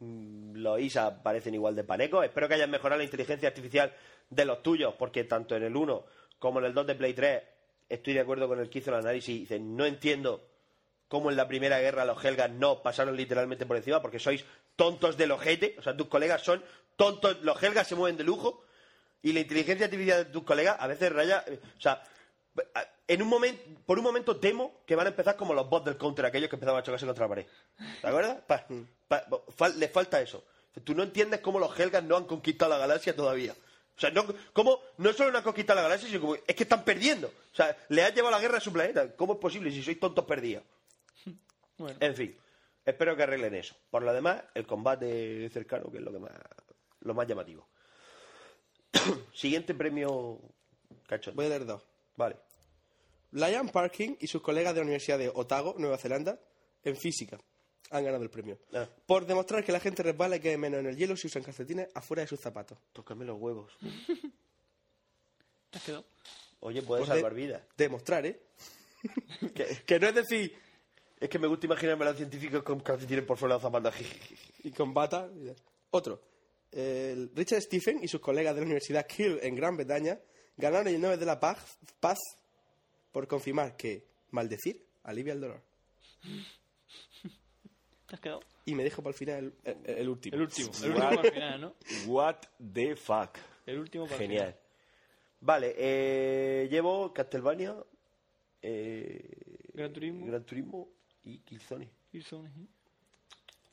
Mm, Los ISA parecen igual de paneco. Espero que hayan mejorado la inteligencia artificial de los tuyos, porque tanto en el 1 como en el 2 de Play 3 estoy de acuerdo con el que hizo el análisis. y Dice, no entiendo cómo en la primera guerra los Helgas no pasaron literalmente por encima, porque sois tontos del ojete. O sea, tus colegas son tontos. Los Helgas se mueven de lujo. Y la inteligencia artificial de tus colegas a veces raya. eh, O sea, eh, en un momento, por un momento temo que van a empezar como los bots del counter, aquellos que empezaban a chocarse contra la pared. ¿Te acuerdas? Pa- pa- fal- le falta eso. Tú no entiendes cómo los Helgas no han conquistado la galaxia todavía. O sea, no, cómo, no solo no han conquistado la galaxia, sino como es que están perdiendo. O sea, le han llevado la guerra a su planeta. ¿Cómo es posible si sois tontos perdidos? Bueno, En fin, espero que arreglen eso. Por lo demás, el combate cercano, que es lo que más lo más llamativo. Siguiente premio cachón. Voy a leer dos. Vale. Lion Parking y sus colegas de la Universidad de Otago, Nueva Zelanda, en física, han ganado el premio. Ah. Por demostrar que la gente resbala y cae menos en el hielo si usan calcetines afuera de sus zapatos. Tócame los huevos. te has quedado. Oye, puedes Por de- salvar vidas. Demostrar, ¿eh? Que- Que no es decir, es que me gusta imaginarme a los científicos con calcetines por fuera de la zapata. y con bata. y ya. Otro. El Richard Stephen y sus colegas de la Universidad Kiel en Gran Bretaña ganaron el Nobel de la Paz, Paz por confirmar que maldecir alivia el dolor. Te has quedado. y me dejo para el final el, el- el último. El último. El What? último al final, ¿no? What the fuck. El último para el Genial. final. Vale, eh, llevo Castlevania, eh, Gran Turismo. Gran Turismo y Killzone. Killzone, ¿eh?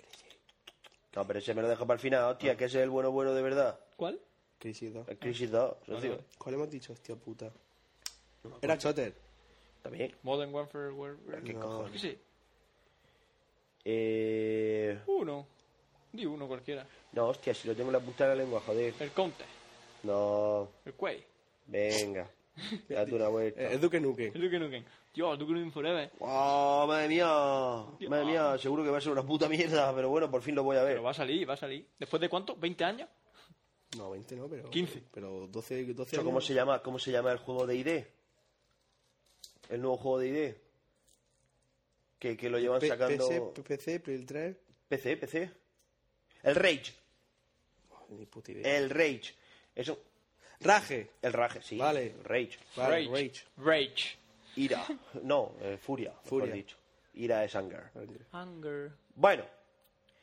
No, pero ese me lo dejo para el final, Ah. hostia, que ese es el bueno bueno de verdad. ¿Cuál? Crisis 2. El Crisis 2, socio. vale. ¿Cuál hemos dicho, hostia puta? Era Chotter. También. Modern Warfare. Warfare. ¿Qué No. cojones? ¿Qué sé? Eh, Uno. Di uno cualquiera. no, hostia, si lo tengo en la punta de la lengua, joder. El Counter. No, El Quake. venga. Date una vuelta. Eh, Es Duque Nukem. El Duke Nukem. Dios, Duke Nukem Forever. ¡Oh, madre mía! Madre mía, seguro que va a ser una puta mierda, pero bueno, por fin lo voy a ver. Pero va a salir, va a salir. ¿Después de cuánto? ¿20 años? No, 20 no, pero... 15. Pero 12, 12 Eso, ¿Cómo años. se llama? ¿Cómo se llama el juego de ID? El nuevo juego de ID. Que, que lo llevan P- sacando. PC, PC, Play 3... PC, PC. El Rage. Ni puta idea. El Rage. Eso. Raje. El Rage, sí. Vale. El Rage. Vale, Rage. Rage. Rage. Ira. No, eh, Furia. Furia. Furia. dicho. Ira es anger. Hunger. Bueno,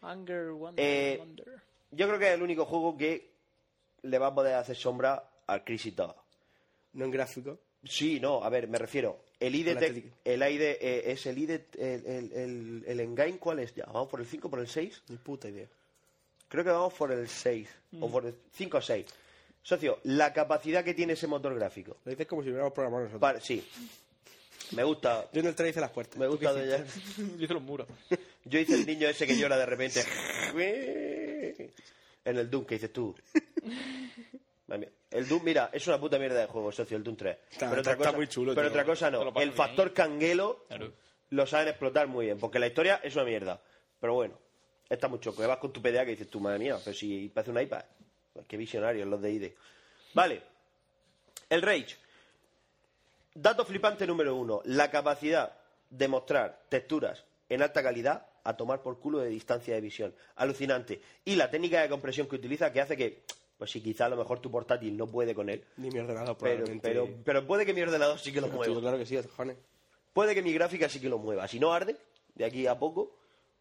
Hunger, Wonder, Eh, Wonder. yo creo que es el único juego que le va a poder hacer sombra al Crisis 2. No en gráfico. Sí, no, a ver, me refiero. El ID, Con la te- estética. el ID eh, es el ID, el, el, el, el Engine, ¿cuál es ya? ¿Vamos por el 5, por el 6? Ni puta idea. Creo que vamos por el 6, Mm. o por el 5 o 6. Socio, la capacidad que tiene ese motor gráfico. Lo dices como si hubiéramos programado nosotros. Para- sí, me gusta, Yo en el 3 hice las puertas. me gusta. de- Dice los muros. Yo hice el niño ese que llora de repente. en el Doom, que dices tú. Madre mía. El Doom, mira, es una puta mierda de juego, socio, el Doom 3. Está- está- está muy chulo, pero tío. otra cosa Te no. lo paso El bien. factor canguelo Claro. lo saben explotar muy bien, porque la historia es una mierda. Pero bueno, está muy choco. Y Vas con tu PDA que dices tú, madre mía, pero si parece un iPad. Pues Qué visionarios los de ID. Vale. El Rage. Dato flipante número uno. La capacidad de mostrar texturas en alta calidad a tomar por culo de distancia de visión. Alucinante. Y la técnica de compresión que utiliza que hace que, pues sí, quizá a lo mejor tu portátil no puede con él. Ni mi ordenador Pero, probablemente. pero, pero puede que mi ordenador sí que lo Pero tú, mueva. claro que sí, cojones. Puede que mi gráfica sí que lo mueva. Si no arde, de aquí a poco,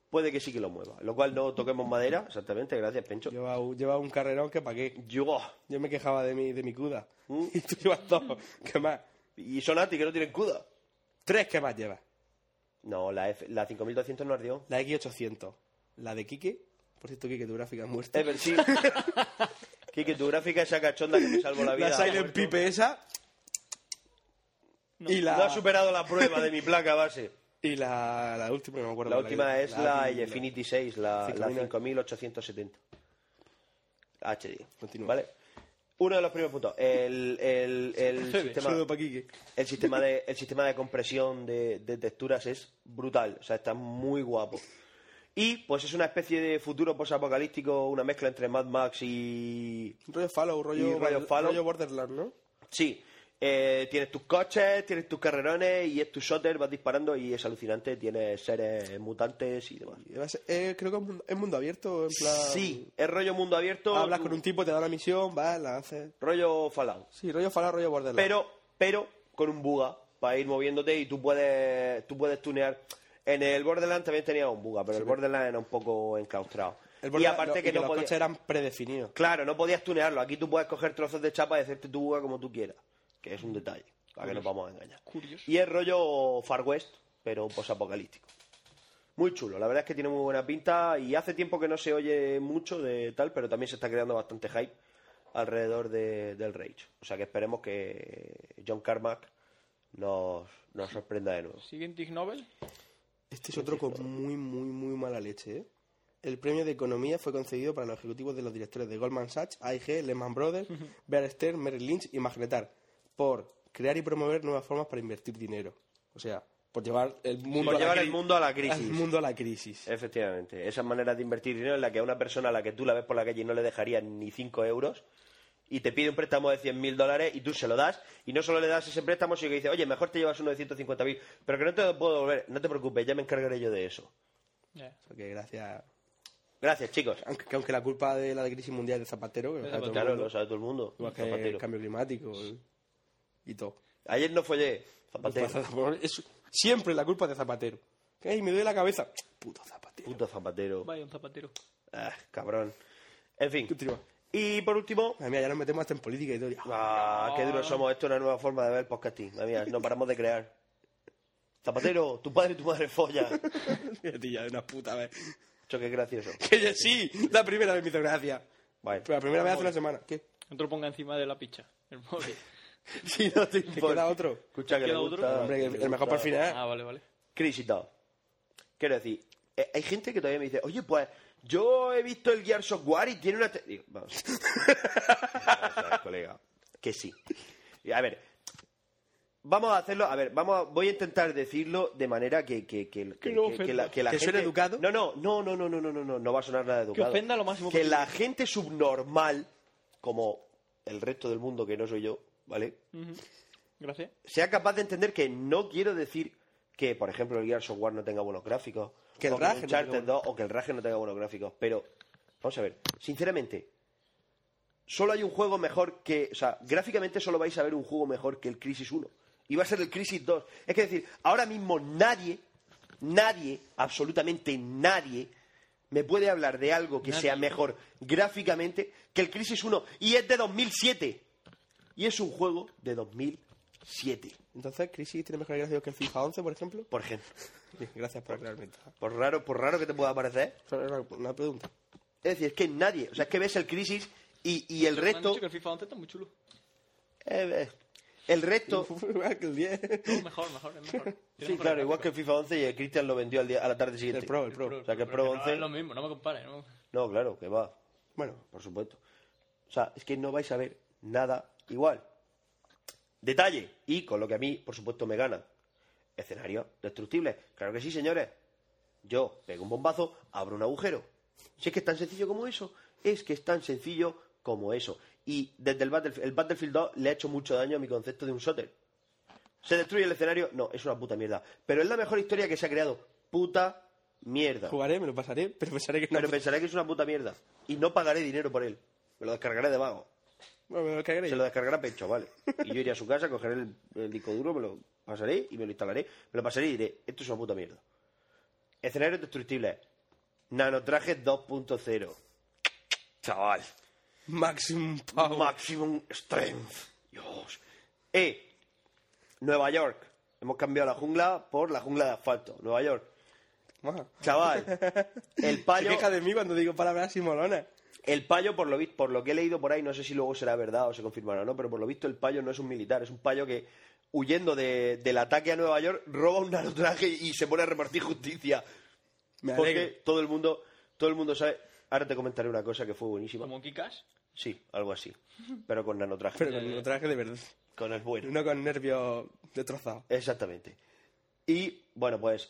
puede que sí que lo mueva. Lo cual no toquemos madera, exactamente. Gracias, Pencho. Lleva, un- lleva un carrerón que pa' qué. Yo, Yo me quejaba de mi, de mi CUDA. Mm. Y tú llevas dos. ¿Qué más? y Sonati, que no tienen CUDA. Tres que más llevas. No, la, F- la 5200 no ardió. La X800. La de Kike. Por cierto, Kike, tu gráfica es muerta. Ever, sí. Kike, tu gráfica es esa cachonda que me salvo la vida. la Silent Pipe esa. Y No la, ha superado la prueba de mi placa base. y la, la última, no me acuerdo. La cuál última es la la- Infinity 6, la, la 5000. 5870. HD. Continúa. Vale. Uno de los primeros puntos. El, el, el sistema. Saludo pa' Kike. El sistema de, el sistema de compresión de, de texturas es brutal, o sea, está muy guapo. Y pues es una especie de futuro posapocalíptico, una mezcla entre Mad Max y... Rollo Fallout, Y rollo, rollo Fallout. rollo Borderlands, ¿no? Sí, eh, tienes tus coches, tienes tus carrerones y es tu shooter, vas disparando y es alucinante, tienes seres mutantes y demás. Y va a ser- eh, creo que es mundo, es mundo abierto, en plan... Sí, es rollo mundo abierto, Hablas con un tipo, te da una misión, vas, la haces... rollo Fallout. Sí, rollo Fallout, rollo Borderlands. pero pero con un buga para ir moviéndote y tú puedes tú puedes tunear en el Borderlands también tenía un buga pero el Borderlands era un poco encaustrado El y Borderlands- aparte no, que, y no los podías coches eran predefinidos. claro no podías tunearlo aquí tú puedes coger trozos de chapa y hacerte tu buga como tú quieras que es un detalle para que nos vamos a engañar Curioso. y es rollo Far West pero posapocalíptico muy chulo, la verdad es que tiene muy buena pinta y hace tiempo que no se oye mucho de tal, pero también se está creando bastante hype alrededor de- del Rage. O sea que esperemos que John Carmack nos, nos sorprenda de nuevo. Siguiente Ig Nobel. Este es otro con muy, muy, muy mala leche, ¿eh? El premio de economía fue concedido para los ejecutivos de los directores de Goldman Sachs, AIG, Lehman Brothers, Bear Stearns, Merrill Lynch y Magnetar por crear y promover nuevas formas para invertir dinero. O sea, por llevar el mundo, Por a, la llevar el cri- mundo a la crisis. al mundo a la crisis. Efectivamente, esas maneras de invertir dinero en la que a una persona a la que tú la ves por la calle y no le dejarías ni 5 euros y te pide un préstamo de 100.000 mil dólares y tú se lo das y no solo le das ese préstamo sino que dices, oye, mejor te llevas uno de 150.000 mil, pero que no te lo puedo devolver, no te preocupes, ya me encargaré yo de eso. Ya. Porque gracias... Gracias, chicos. Aunque, que aunque la culpa de la crisis mundial es de Zapatero, que lo De sabe todo el Claro, mundo, lo sabe todo el mundo. igual que Zapatero. el cambio climático el- y todo. Ayer no follé, Zapatero. Es- siempre la culpa es de Zapatero. ¡Ay, me duele la cabeza! Puto zapatero. Puto zapatero. Vaya, un zapatero. Ah, cabrón. En fin. Y por último. Madre mía, Pues ya nos metemos hasta en política y todo. Ah, qué duros somos. Esto es una nueva forma de ver el podcasting. Madre mía, no paramos de crear. Zapatero, tu padre y tu madre folla. Tía, de una puta vez. Esto qué gracioso. Que yo- sí, la primera vez me hizo gracia. Vale. Pero la primera vez hace una semana. ¿Qué? No te lo ponga encima de la picha. El móvil. Si no te ¿Te importa. queda otro? Escucha que ¿Queda le otro? gusta, Hombre, que el, le el mejor ¿eh? para el gusta. final. Ah, vale, vale. Chris y tal. Quiero decir, eh, hay gente que todavía me dice, oye, pues yo he visto el Gears of War y tiene una... te-". Digo, vamos. Vamos a ver, colega, que sí. Y, A ver, vamos a hacerlo, a ver, vamos a- voy a intentar decirlo de manera que, que, que, que, no que- que la, que la ¿Que gente... suene educado? No, no, no, no, no, no, no, no, no, no va a sonar nada educado. ofenda lo máximo Que posible. la gente subnormal, como el resto del mundo que no soy yo, ¿vale? Gracias. sea capaz de entender que no quiero decir que, por ejemplo, el Gears of War no tenga buenos gráficos, Que el o Rage no que Uncharted tenga 2 o que el Rage no tenga buenos gráficos, pero vamos a ver, sinceramente, solo hay un juego mejor que, o sea, gráficamente solo vais a ver un juego mejor que el Crisis 1 y va a ser el Crisis 2. Es que decir, ahora mismo nadie, nadie, absolutamente nadie me puede hablar de algo que sea mejor gráficamente que el Crisis 1 y es de 2007 y es un juego de 2007. Entonces, Crisis tiene mejor gracia que el FIFA 11, por ejemplo. Por ejemplo. Bien, Gracias por aclararme. esto. Por raro, por raro que te pueda parecer. Solo era Una pregunta. Es decir, es que nadie. O sea, es que ves el crisis y, y el Me han resto. dicho que el FIFA 11 está muy chulo. eh, eh, el resto. Pues, Igual que el 10. No, mejor, mejor, es mejor. Sí, claro, igual que el FIFA 11 y el Cristian lo vendió al día- a la tarde siguiente. El Pro, el Pro. O sea, que el Pro No, es 11. lo mismo, no me compares. ¿no? No, claro, que va. Bueno, Por supuesto. O sea, es que no vais a ver nada igual. Detalle. Y con lo que a mí, por supuesto, me gana. Escenarios destructibles. Claro que sí, señores. Yo pego un bombazo, abro un agujero. Si es que es tan sencillo como eso. Es que es tan sencillo como eso. Y desde el Battlefield, el Battlefield 2 le ha hecho mucho daño a mi concepto de un shooter. ¿Se destruye el escenario? No, es una puta mierda. Pero es la mejor historia que se ha creado. Puta mierda. jugaré, me lo pasaré, pero pensaré que no. Pero pensaré que es una puta mierda. Y no pagaré dinero por él. Me lo descargaré de vago. Bueno, me lo cagaré. Se lo descargará Pecho, vale. Y yo iré a su casa, cogeré el, el disco duro, me lo pasaré y me lo instalaré. Me lo pasaré y diré, esto es una puta mierda. Escenarios destructibles. Nanotrajes 2.0. Chaval. Maximum Power. Maximum Strength. Dios. Eh. Nueva York. Hemos cambiado la jungla por la jungla de asfalto. Nueva York. Maja. Chaval. El payo... Se queja de mí cuando digo palabras así molonas. El payo, por lo, vi- por lo que he leído por ahí, no sé si luego será verdad o se confirmará o no, pero por lo visto el payo no es un militar, es un payo que, huyendo de- del ataque a Nueva York, roba un nanotraje y se pone a repartir justicia. Me alegro. Porque todo el mundo, todo el mundo sabe. Ahora te comentaré una cosa que fue buenísima. Como Kikas. Sí, algo así. Pero con nanotraje. Pero con lo traje de verdad. Con el bueno. Uno con nervios destrozados. Exactamente. Y bueno, pues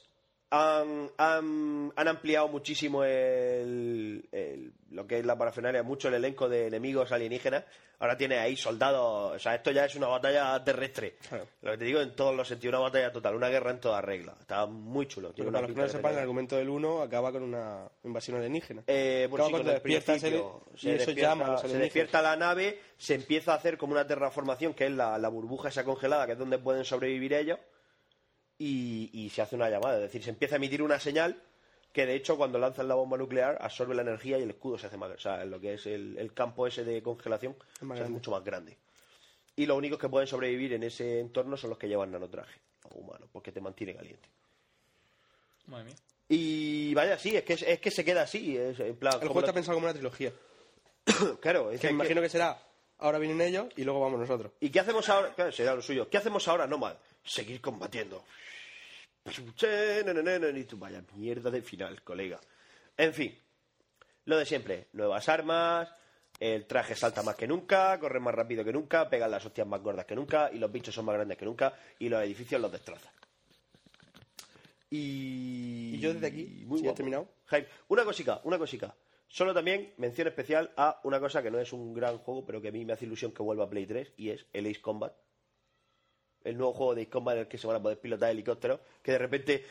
han, han- han ampliado muchísimo el, el- lo que es la parafernalia, mucho el elenco de enemigos alienígenas. Ahora tienes ahí soldados, o sea, esto ya es una batalla terrestre. Claro. Lo que te digo en todos los sentidos, una batalla total, una guerra en toda regla. Está muy chulo. Pero Tiene para una los que no lo pinta de sepan, el tener- argumento del 1 acaba con una invasión alienígena. eh, bueno, Acaba sí, con cuando el despiertas principio. el- Se y eso despierta- llama a los se alienígenas. despierta la nave, se empieza a hacer como una terraformación, que es la, la burbuja esa congelada, que es donde pueden sobrevivir ellos, y, y se hace una llamada. Es decir, se empieza a emitir una señal que, de hecho, cuando lanzan la bomba nuclear, absorbe la energía y el escudo se hace más... O sea, lo que es el, el campo ese de congelación se hace grande. mucho más grande. Y los únicos que pueden sobrevivir en ese entorno son los que llevan nanotraje humano, porque te mantiene caliente. Madre mía. Y vaya, sí, es que, es que se queda así. es- en plan, El como juego está la- pensado como una trilogía. Claro, es Que que- imagino que será, ahora vienen ellos y luego vamos nosotros. ¿Y qué hacemos ahora? Claro, será lo suyo. ¿Qué hacemos ahora, Nomad? Seguir combatiendo. Y tú, vaya mierda de final, colega. En fin, lo de siempre. Nuevas armas, el traje salta más que nunca, corre más rápido que nunca, pegan las hostias más gordas que nunca, y los bichos son más grandes que nunca, y los edificios los destrozan. Y... Y yo desde aquí, si ya guapo. he terminado. Jaime, una cosica, una cosica. Solo también mención especial a una cosa que no es un gran juego, pero que a mí me hace ilusión que vuelva a Play 3, y es el Ace Combat. El nuevo juego de Ace Combat en el que se van a poder pilotar helicópteros, que de repente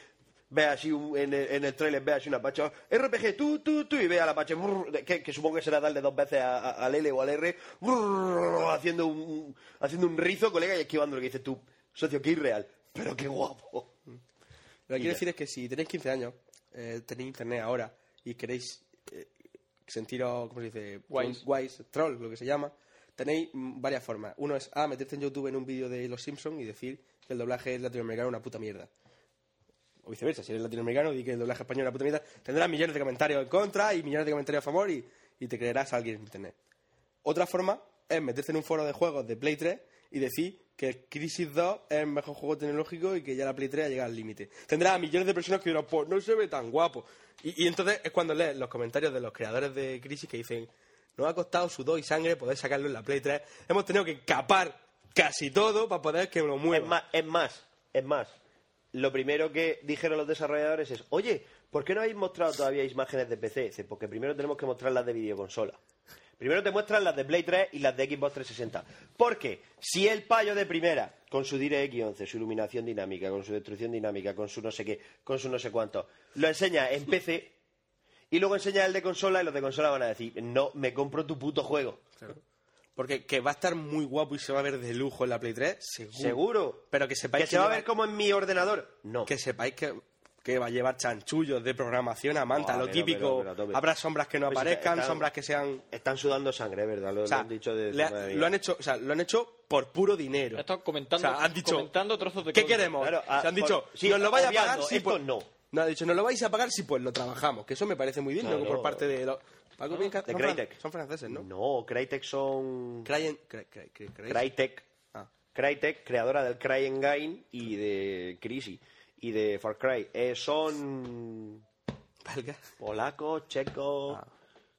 ve así un- en, el, en el trailer, ve así un Apache, RPG, tú, tú, tú, y ve al Apache, brrr, que, que supongo que será darle dos veces a- a- al L o al R, brrr, haciendo, un, haciendo un rizo, colega, y esquivando lo que dices tú, socio, que irreal, pero qué guapo. Lo que quiero ya. decir es que si tenéis 15 años, eh, tenéis internet ahora y queréis eh, sentiros, ¿cómo se dice? Guays. Guays, troll, lo que se llama, tenéis mm, varias formas. Uno es A, meterte en YouTube en un vídeo de Los Simpsons y decir que el doblaje latinoamericano es una puta mierda. O viceversa, si eres latinoamericano y que el doblaje español es una puta mierda, tendrás millones de comentarios en contra y millones de comentarios a favor y, y te creerás a alguien en internet. Otra forma es meterse en un foro de juegos de Play 3 y decir que el Crisis 2 es el mejor juego tecnológico y que ya la Play 3 ha llegado al límite. Tendrá a millones de personas que dirán, pues no se ve tan guapo. Y, y entonces es cuando lees los comentarios de los creadores de Crisis que dicen, nos ha costado sudor y sangre poder sacarlo en la Play 3. Hemos tenido que capar casi todo para poder que lo mueva. Es más, es más, es más. Lo primero que dijeron los desarrolladores es, oye, ¿por qué no habéis mostrado todavía imágenes de PC? Dice, porque primero tenemos que mostrar las de videoconsola. Primero te muestran las de Play 3 y las de Xbox 360. Porque si el payo de primera, con su DirectX 11, su iluminación dinámica, con su destrucción dinámica, con su no sé qué, con su no sé cuánto, lo enseña en PC y luego enseña el de consola y los de consola van a decir, no, me compro tu puto juego. Porque que va a estar muy guapo y se va a ver de lujo en la Play 3, seguro. Seguro. Pero que sepáis que se va a lleva- ver como en mi ordenador. No. que sepáis que, que va a llevar chanchullos de programación a manta, Ah, lo pero, típico. pero, pero, tope. Habrá sombras que no Pues aparezcan, está- sombras que sean. Están sudando sangre, ¿verdad? Lo, o sea, lo han dicho de... le ha- madre mía. lo han hecho, o sea, lo han hecho por puro dinero. Están comentando- O sea, han dicho, comentando trozos de ¿Qué código. queremos? Claro, ah, Se han por- dicho, sí, nos lo vais a pagar obviando, si esto pues no. No, ha dicho, no lo vais a pagar si pues lo trabajamos, que eso me parece muy bien, ¿no? Claro. por parte de los Paco Pienca- De son, fran- Crytek. son franceses, ¿no? No, Crytek son... Cryen- Cry- Cry- Cry- Cry- Crytek. Ah. Crytek, creadora del Cryengine y de Crisis y de Far Cry. Eh, son Belga. polacos, checos, Ah.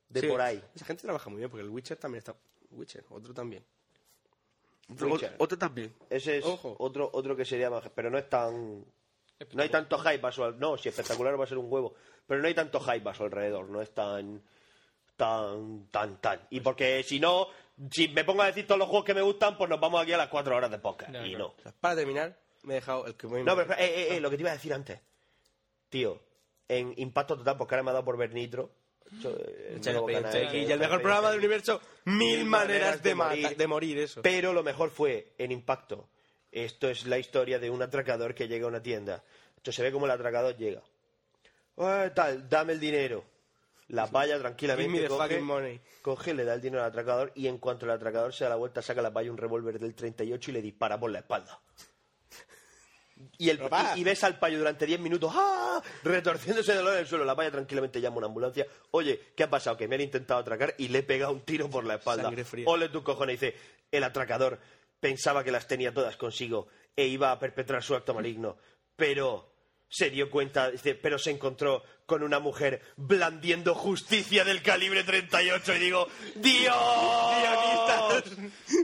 de Sí, por ahí. Esa gente trabaja muy bien porque el Witcher también está. Witcher, otro también. Witcher. Otro también. Ese es Ojo. otro otro que sería más... Pero no es tan... No hay tanto hype a su al- No, si espectacular va a ser un huevo. Pero no hay tanto hype a su alrededor. No es tan... Tan, tan, tan. Pues Y porque si no, si me pongo a decir todos los juegos que me gustan, pues nos vamos aquí a las cuatro horas de podcast. No, y no. no. O sea, para terminar, me he dejado el que voy a No, pero espera, eh, Ah. eh, eh, lo que te iba a decir antes. Tío, en Impacto Total, porque ahora me ha dado por ver Nitro. Yo, eh, Echar nuevo la canal, peña, eh, Y el mejor eh, programa eh, del universo, mil maneras de, mata- de morir, eso. Pero lo mejor fue en Impacto. Esto es la historia de un atracador que llega a una tienda. Esto se ve como el atracador llega. Eh, tal, dame el dinero. La palla tranquilamente. Give me the coge, fucking money. coge, le da el dinero al atracador y en cuanto el atracador se da la vuelta, saca la palla un revólver del 38 y le dispara por la espalda. Y, el, Papá. y, y ves al payo durante 10 minutos ¡ah! retorciéndose de dolor en el suelo. La paya tranquilamente llama a una ambulancia. Oye, ¿qué ha pasado? Que me han intentado atracar y le he pegado un tiro por la espalda. Sangre fría. Ole tus cojones. Dice, el atracador pensaba que las tenía todas consigo e iba a perpetrar su acto maligno. Pero se dio cuenta, dice, pero se encontró con una mujer blandiendo justicia del calibre 38 y digo, ¡Dios!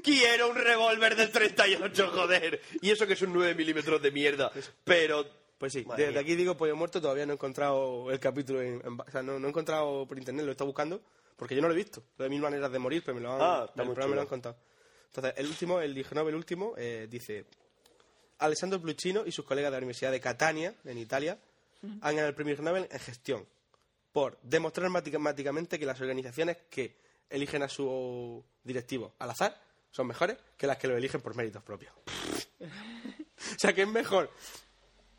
Quiero un revólver del 38, joder. Y eso que es un 9 milímetros de mierda. Pero... Pues sí, Madre desde mía. aquí digo Pollo Muerto, todavía no he encontrado el capítulo, en, en- o sea, no, no he encontrado por internet, lo he estado buscando, porque yo no lo he visto, lo de Mil Maneras de Morir, pero me lo han, Ah, está del muy programa me lo chulo. han contado. Entonces, el último, el Dijonov, el último, eh, dice, Alessandro Pluchino y sus colegas de la Universidad de Catania, en Italia, han ganado el premio Ig Nobel en gestión por demostrar matemáticamente que las organizaciones que eligen a su directivo al azar son mejores que las que lo eligen por méritos propios. o sea, que es mejor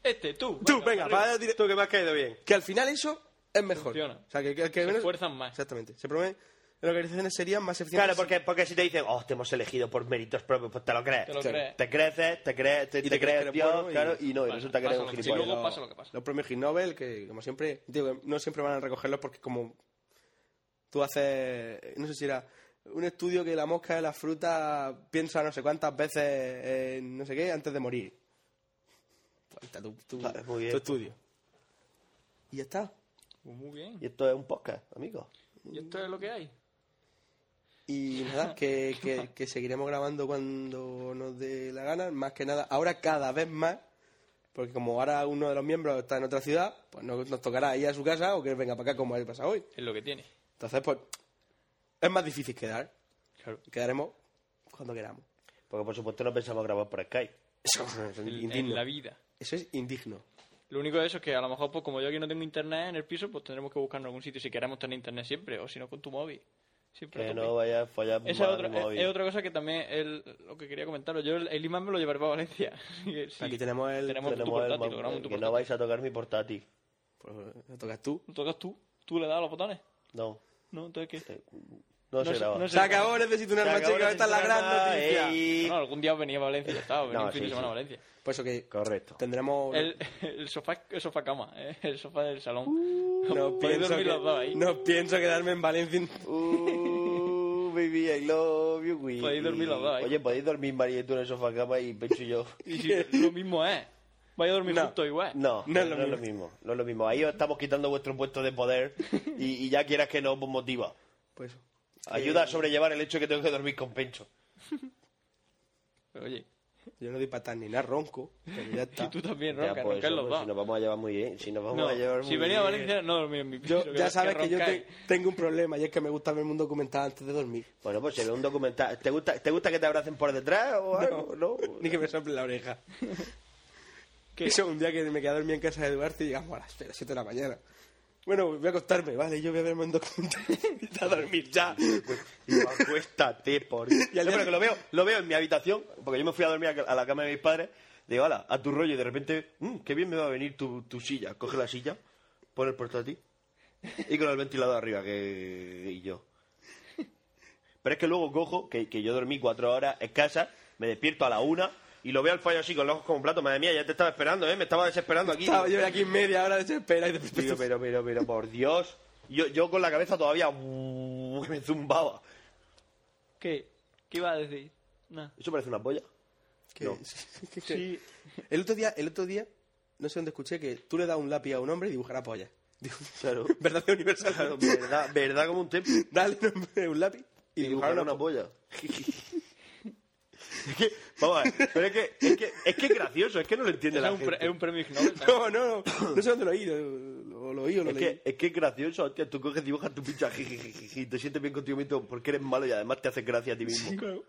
Este, tú. Tú, venga, arriba. va directo que me has caído bien. Que al final eso es mejor. Funciona. O sea, que, que, que Se menos- esfuerzan más. Exactamente. Se promueven. Las organizaciones serían más eficientes. Claro, porque, porque si te dicen, oh, te hemos elegido por méritos propios, pues te lo crees. Te lo Sí. crees. Te creces, te crees, te, Y te te crees crees, que eres Dios, bueno y- claro, y no, y Bueno, resulta que eres pasa lo un que- gilipollas. si luego pasa lo que pasa. Los premios Ig Nobel, que como siempre, digo, que no siempre van a recogerlos porque como tú haces, no sé si era un estudio que la mosca de la fruta piensa no sé cuántas veces en no sé qué antes de morir. Pues ahí está tu, tu- Ah, muy bien. tu estudio. Y ya está. Pues muy bien. Y esto es un podcast, amigo. ¿Y esto es lo que hay? Y nada, que, que- que seguiremos grabando cuando nos dé la gana, más que nada, ahora cada vez más, porque como ahora uno de los miembros está en otra ciudad, pues no- nos tocará ir a su casa o que venga para acá como ha pasado hoy. Es lo que tiene. Entonces, pues, es más difícil quedar. Claro. Quedaremos cuando queramos. Porque por supuesto no pensamos grabar por Skype. Eso es En, en indigno. la vida. Eso es indigno. Lo único de eso es que a lo mejor, pues como yo aquí no tengo internet en el piso, pues tendremos que buscarnos algún sitio si queremos tener internet siempre, o si no con tu móvil. Siempre Que a tope. no vaya a fallar Esa es mal otra, móvil. es, es otra cosa que también el- lo que quería comentaros. Yo el, el imán me lo llevaré para Valencia. Así que sí, Aquí tenemos el... tenemos, tu Tenemos el portátil, ma- lo grabamos en tu que no portátil. vais a tocar mi portátil. Pues, lo tocas tú. Lo tocas tú, tú le das a los botones. No, No, entonces ¿qué? no, No se se- graba. no Se acabó, necesito un Se arma acabó, chica, esta es la gran necesito un arma, noticia. ey. No, algún día venía a Valencia y ya está, venía No, un fin sí, de semana sí. a Valencia. Pues eso que Correcto. tendremos... El, el sofá, el sofá cama, eh, el sofá del salón. Uh. No Podéis pienso, dormir los dos que- ahí. no pienso quedarme en Valencia. Uh, baby, I love you, güey. Podéis dormir los dos ahí. Oye, podéis dormir María y tú en el sofá cama y Pecho y yo. Y si lo mismo es. Vaya a dormir No. juntos igual. No, No es lo mismo. No es lo mismo. Ahí os estamos quitando vuestro puesto de poder y, y ya quieras que no os motiva. Pues Ayuda a sobrellevar el hecho de que tengo que dormir con Pencho. Pero oye, yo no doy patas ni nada, ronco. Pero ya está. y tú también, Ya, ronca, pues, ronca en los hombre, dos. si nos vamos a llevar muy bien. Si nos vamos No, a llevar muy si venía a bien. Valencia, no dormía en mi piso. Yo, que- ya sabes que, yo roncáis. te- tengo un problema y es que me gusta verme un documental antes de dormir. Bueno, pues se ve un documental. ¿Te gusta, ¿Te gusta que te abracen por detrás o algo? No. Ni que me sople la oreja. Eso, un día que me quedé a dormir en casa de Duarte y llegamos a las 7 de la mañana. Bueno, voy a acostarme, vale, yo voy a verme un documental y a dormir ya. Pues, Digo, acuéstate, por Dios. No, pero que lo veo, lo veo en mi habitación, porque yo me fui a dormir a la cama de mis padres. Digo, ala, a tu rollo, y de repente, mmm, qué bien me va a venir tu, tu silla. Coge la silla, pon el portátil y con el ventilador arriba, que. y yo. Pero es que luego cojo, que, que yo dormí cuatro horas escasas, me despierto a la una y lo veo al fallo así con los ojos como un plato. Madre mía, ya te estaba esperando, ¿eh? Me estaba desesperando aquí. Estaba yo aquí media hora desesperada y Digo, después... pero, pero, pero, por Dios. Yo, yo con la cabeza todavía uh, me zumbaba. ¿Qué? ¿Qué iba a decir? Nada. Eso parece una polla. que- No. que- Sí. El otro día, el otro día, no sé dónde escuché que tú le das un lápiz a un hombre y dibujará polla. Digo, Claro. ¿Verdad que universal? Claro, verdad, verdad como un templo. Dale un hombre un lápiz y, dibujar una, polla. polla. es que, vamos a ver, pero es que, es que es que es gracioso, es que no lo entiende Es la un, pre- gente. es un premio Ig Nobel, ¿sabes? No, no, no, no sé dónde lo oí, lo, lo- lo oí o lo Es leí. que, es que es gracioso, hostia, tú coges, dibujas tu pincha y te sientes bien contigo mismo porque eres malo y además te haces gracia a ti mismo. Claro.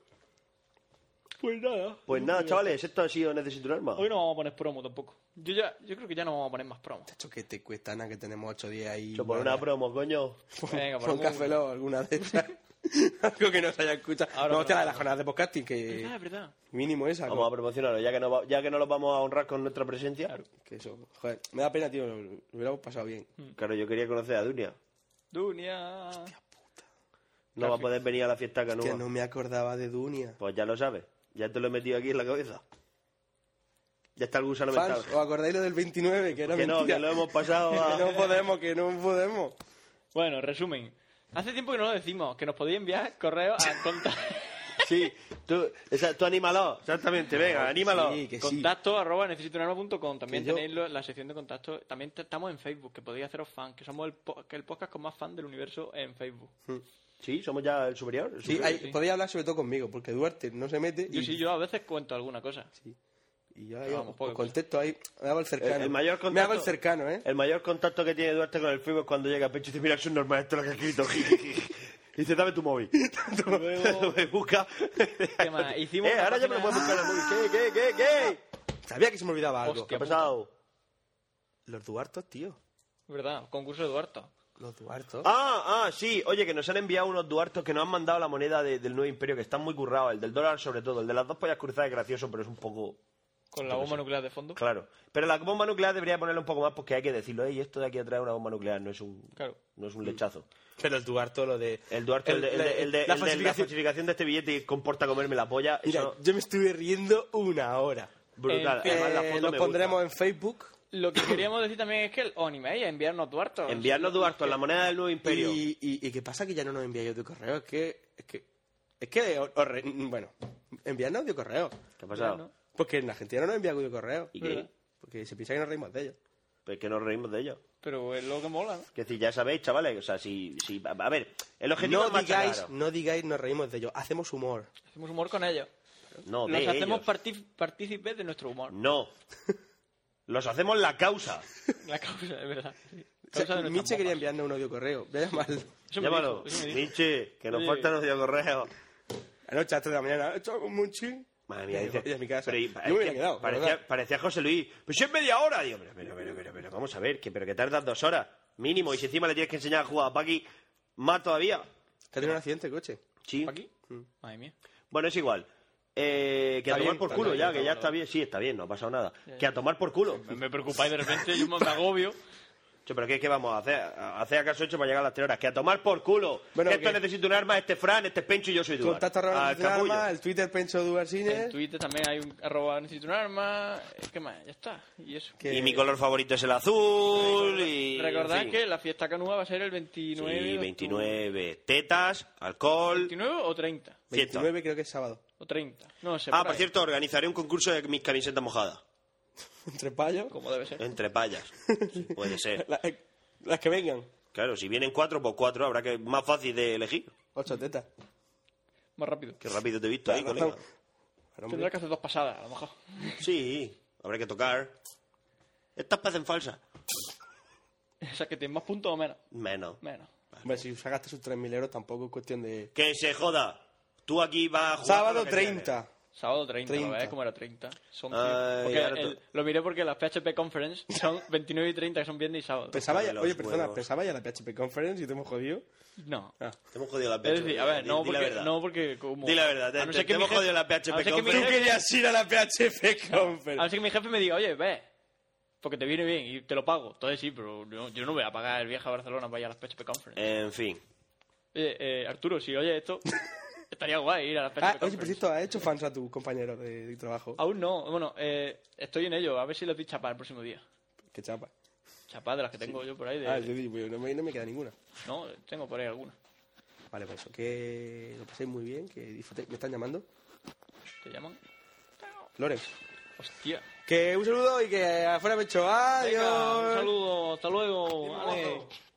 Pues nada. Pues nada, chavales, esto ha sido Necesito un arma. Hoy no vamos a poner promo tampoco. Yo ya, yo creo que ya no vamos a poner más promo. Chacho, que te cuesta nada que tenemos 8 días ahí. Yo por pues una promo, coño. Venga, Son ponemos- Café Lock, alguna de esas. Algo que no se haya escuchado. Ahora, ahora, no, hostia, la de ahora. las jornadas de podcasting, que Ah, es verdad. mínimo esa. Vamos a promocionarlo, ya que no, va- ya que no los vamos a honrar con nuestra presencia. Claro, Que eso, joder, me da pena, tío, lo, lo hubiéramos pasado bien. yo quería conocer a Dunia. Dunia. No va a poder venir a la fiesta que Hostia, no me acordaba de Dunia. Pues ya lo sabes. Ya te lo he metido aquí en la cabeza. Ya está el gusano Fans, mental. ¿os acordáis lo del 29? Que era Que no, oh, mentira. que lo hemos pasado a- Que no podemos, que no podemos. Bueno, resumen. Hace tiempo que no lo decimos, que nos podéis enviar correos a conta- Sí, tú, esa- tú anímalo. Exactamente, venga, anímalo. Sí, que sí. contacto arroba necesitunarma.com. También Que yo- tenéis lo- la sección de contacto. También te- estamos en Facebook, que podéis haceros fan, que somos el, po- que el podcast con más fan del universo en Facebook. Sí, somos ya el superior. el Sí, superior. hay- podéis hablar sobre todo conmigo, porque Duarte no se mete. Yo y, sí, yo a veces cuento alguna cosa. y yo ahí Vamos, os- os poca cosa. contesto ahí. Me hago el cercano. El, el mayor contacto, Me hago el cercano, ¿eh? El mayor contacto que tiene Duarte con el Facebook es cuando llega Pecho y dice, mira, es un normal, esto es lo que ha escrito. Y dice, dame tu móvil. Luego- me busca. ¿Qué más? Hicimos eh, una ahora ya me lo página- puedo buscar en el móvil. ¿Qué, qué, qué, qué? Sabía que se me olvidaba algo. Hostia. ¿Qué ha pasado? Los Duartos, tío. ¿Verdad? Concurso de Duarto. Los Duartos. Ah, ah, sí. Oye, que nos han enviado unos duartos que nos han mandado la moneda de- del nuevo imperio, que están muy currados. El del dólar, sobre todo. El de las dos pollas cruzadas es gracioso, pero es un poco... Con la bomba nuclear de fondo. Claro. Pero la bomba nuclear debería ponerle un poco más porque hay que decirlo. Ey, esto de aquí atrás es una bomba nuclear, no es un, Claro. no es un lechazo. Pero el Duarto, lo de. El Duarte, el, de- el de- el la de- el de la falsificación. falsificación de este billete y comporta comerme la polla, Mira, eso yo me estuve riendo una hora. brutal. en fin, Además, la Eh, foto lo me pondremos gusta. en Facebook Lo que queríamos decir también es que el, os animéis a enviarnos Duarto. Enviarnos Duarte la moneda del nuevo y, imperio. y, y qué pasa que ya no nos enviáis audio correo, es que es que es que o- o re- bueno, enviadnos audio correo, ¿Qué ha pasado? Ya, ¿no? porque en Argentina no nos envía audio correo, ¿Y qué? porque se piensa que nos reímos de ellos. Pues que nos reímos de ellos. Pero es lo que mola, ¿no? Que decir, ya sabéis, chavales, o sea, si... si a a ver, el objetivo No es más digáis, claro. no digáis nos reímos de ellos, hacemos humor. Hacemos humor con ellos. No, Los de hacemos ellos. Mm. parti- partícipes de nuestro humor. No. Los hacemos la causa. La causa, es verdad. sí. O Causa sea, de nuestras Miche quería bombas. enviarnos un audio correo, voy a llamarlo. Eso me Llámalo. dijo, eso me dijo. Michi, que nos Oye. faltan los correos. Anoche a las tres de la mañana, he hecho un munchín. Madre mía, Y dice. voy a mi casa. pero- Yo me es hubiera que quedado, la verdad. Parecía, parecía José Luis. Pues si es media hora. Digo, pero, pero, pero, pero, pero, vamos a ver, que, pero que tardas dos horas mínimo. Y si encima le tienes que enseñar a jugar a Paqui más todavía. ¿Te ha tenido un accidente el coche? Sí. aquí? Madre mía. Bueno, es igual. Eh, que a Está tomar bien, por está culo bien, ya, está que ya bien. está bien. Sí, está bien, no ha pasado nada. Ya, Que a tomar por culo. Me- Me preocupáis de repente, yo me me agobio. Che, pero ¿qué, qué vamos a hacer? ¿A- ¿Hacer acaso hecho para llegar a las tres horas? Que a tomar por culo. Bueno, Esto que- necesita un arma, este Fran, este Pencho y yo soy Duarte. Contacto arroba Al necesito un Ah, capullo. arma, el Twitter Pencho En Duarsines. Twitter también hay un arroba necesito un arma. eh, ¿Qué más? Ya está. Y eso. que- Y mi color favorito es el azul. Y, Recordad en fin. que la fiesta canúa va a ser el 29. de Sí, octubre. 29. Tetas, alcohol. 29 o 30. 29 creo que es sábado. O 30. No sé. Ah, por por ahí. cierto, organizaré un concurso de mis camisetas mojadas. Entre payos. Como debe ser. Entre payas. Puede ser. La- eh, las que vengan. Claro, si vienen cuatro, pues cuatro. Habrá que más fácil de elegir. Ocho tetas. Más rápido. Qué rápido te he visto ahí, colega. Pero, hombre, Tendrás que hacer dos pasadas, a lo mejor. Sí, habrá que tocar. Estas parecen falsas. O sea, que tienes más puntos o menos. Menos. Menos. hombre, si se gasta sus 3.000 euros tampoco es cuestión de... Que se joda. Tú aquí vas a jugar. Sábado con lo que eh. 30. Sábado 30, ¿lo 30. ves cómo era 30? Son Ay, cien. Porque Ah, ahora el- tú- lo miré porque las PHP Conference son 29 y 30, que son viernes y sábado. Pensaba ya, Los oye, perdona, huevos. pensaba ya la PHP Conference y te hemos jodido. No. Ah. tienes. Te hemos jodido la PHP. Es decir, a ver, Di- no di la porque... verdad. no porque como... Di la verdad, te- a no ser te- que te mi hemos jodido la PHP a no ser que mi Conference. jefe- querías ir a la PHP A no Conference. ser que mi jefe me diga, oye, ve, porque te viene bien y te lo pago. Entonces sí, pero yo, yo no voy a pagar el viaje a Barcelona para ir a las PHP Conference. En fin. Oye, eh, Arturo, si oye esto, estaría guay ir a las PHP Ah, oye, Conference. por cierto, ¿has hecho fans a tus compañeros de, de trabajo? Aún no. Bueno, eh, estoy en ello. A ver si les doy chapa el próximo día. Qué chapa. Chapa de las que tengo yo por ahí. De, Ah, yo digo, no me, no me queda ninguna. No, tengo por ahí alguna. Vale, pues eso, que lo paséis muy bien, que disfrutéis. ¿Me están llamando? ¿Te llaman? Loren. Hostia. Que un saludo y que afuera pecho. Venga, Adiós. un saludo. Hasta luego. Vale.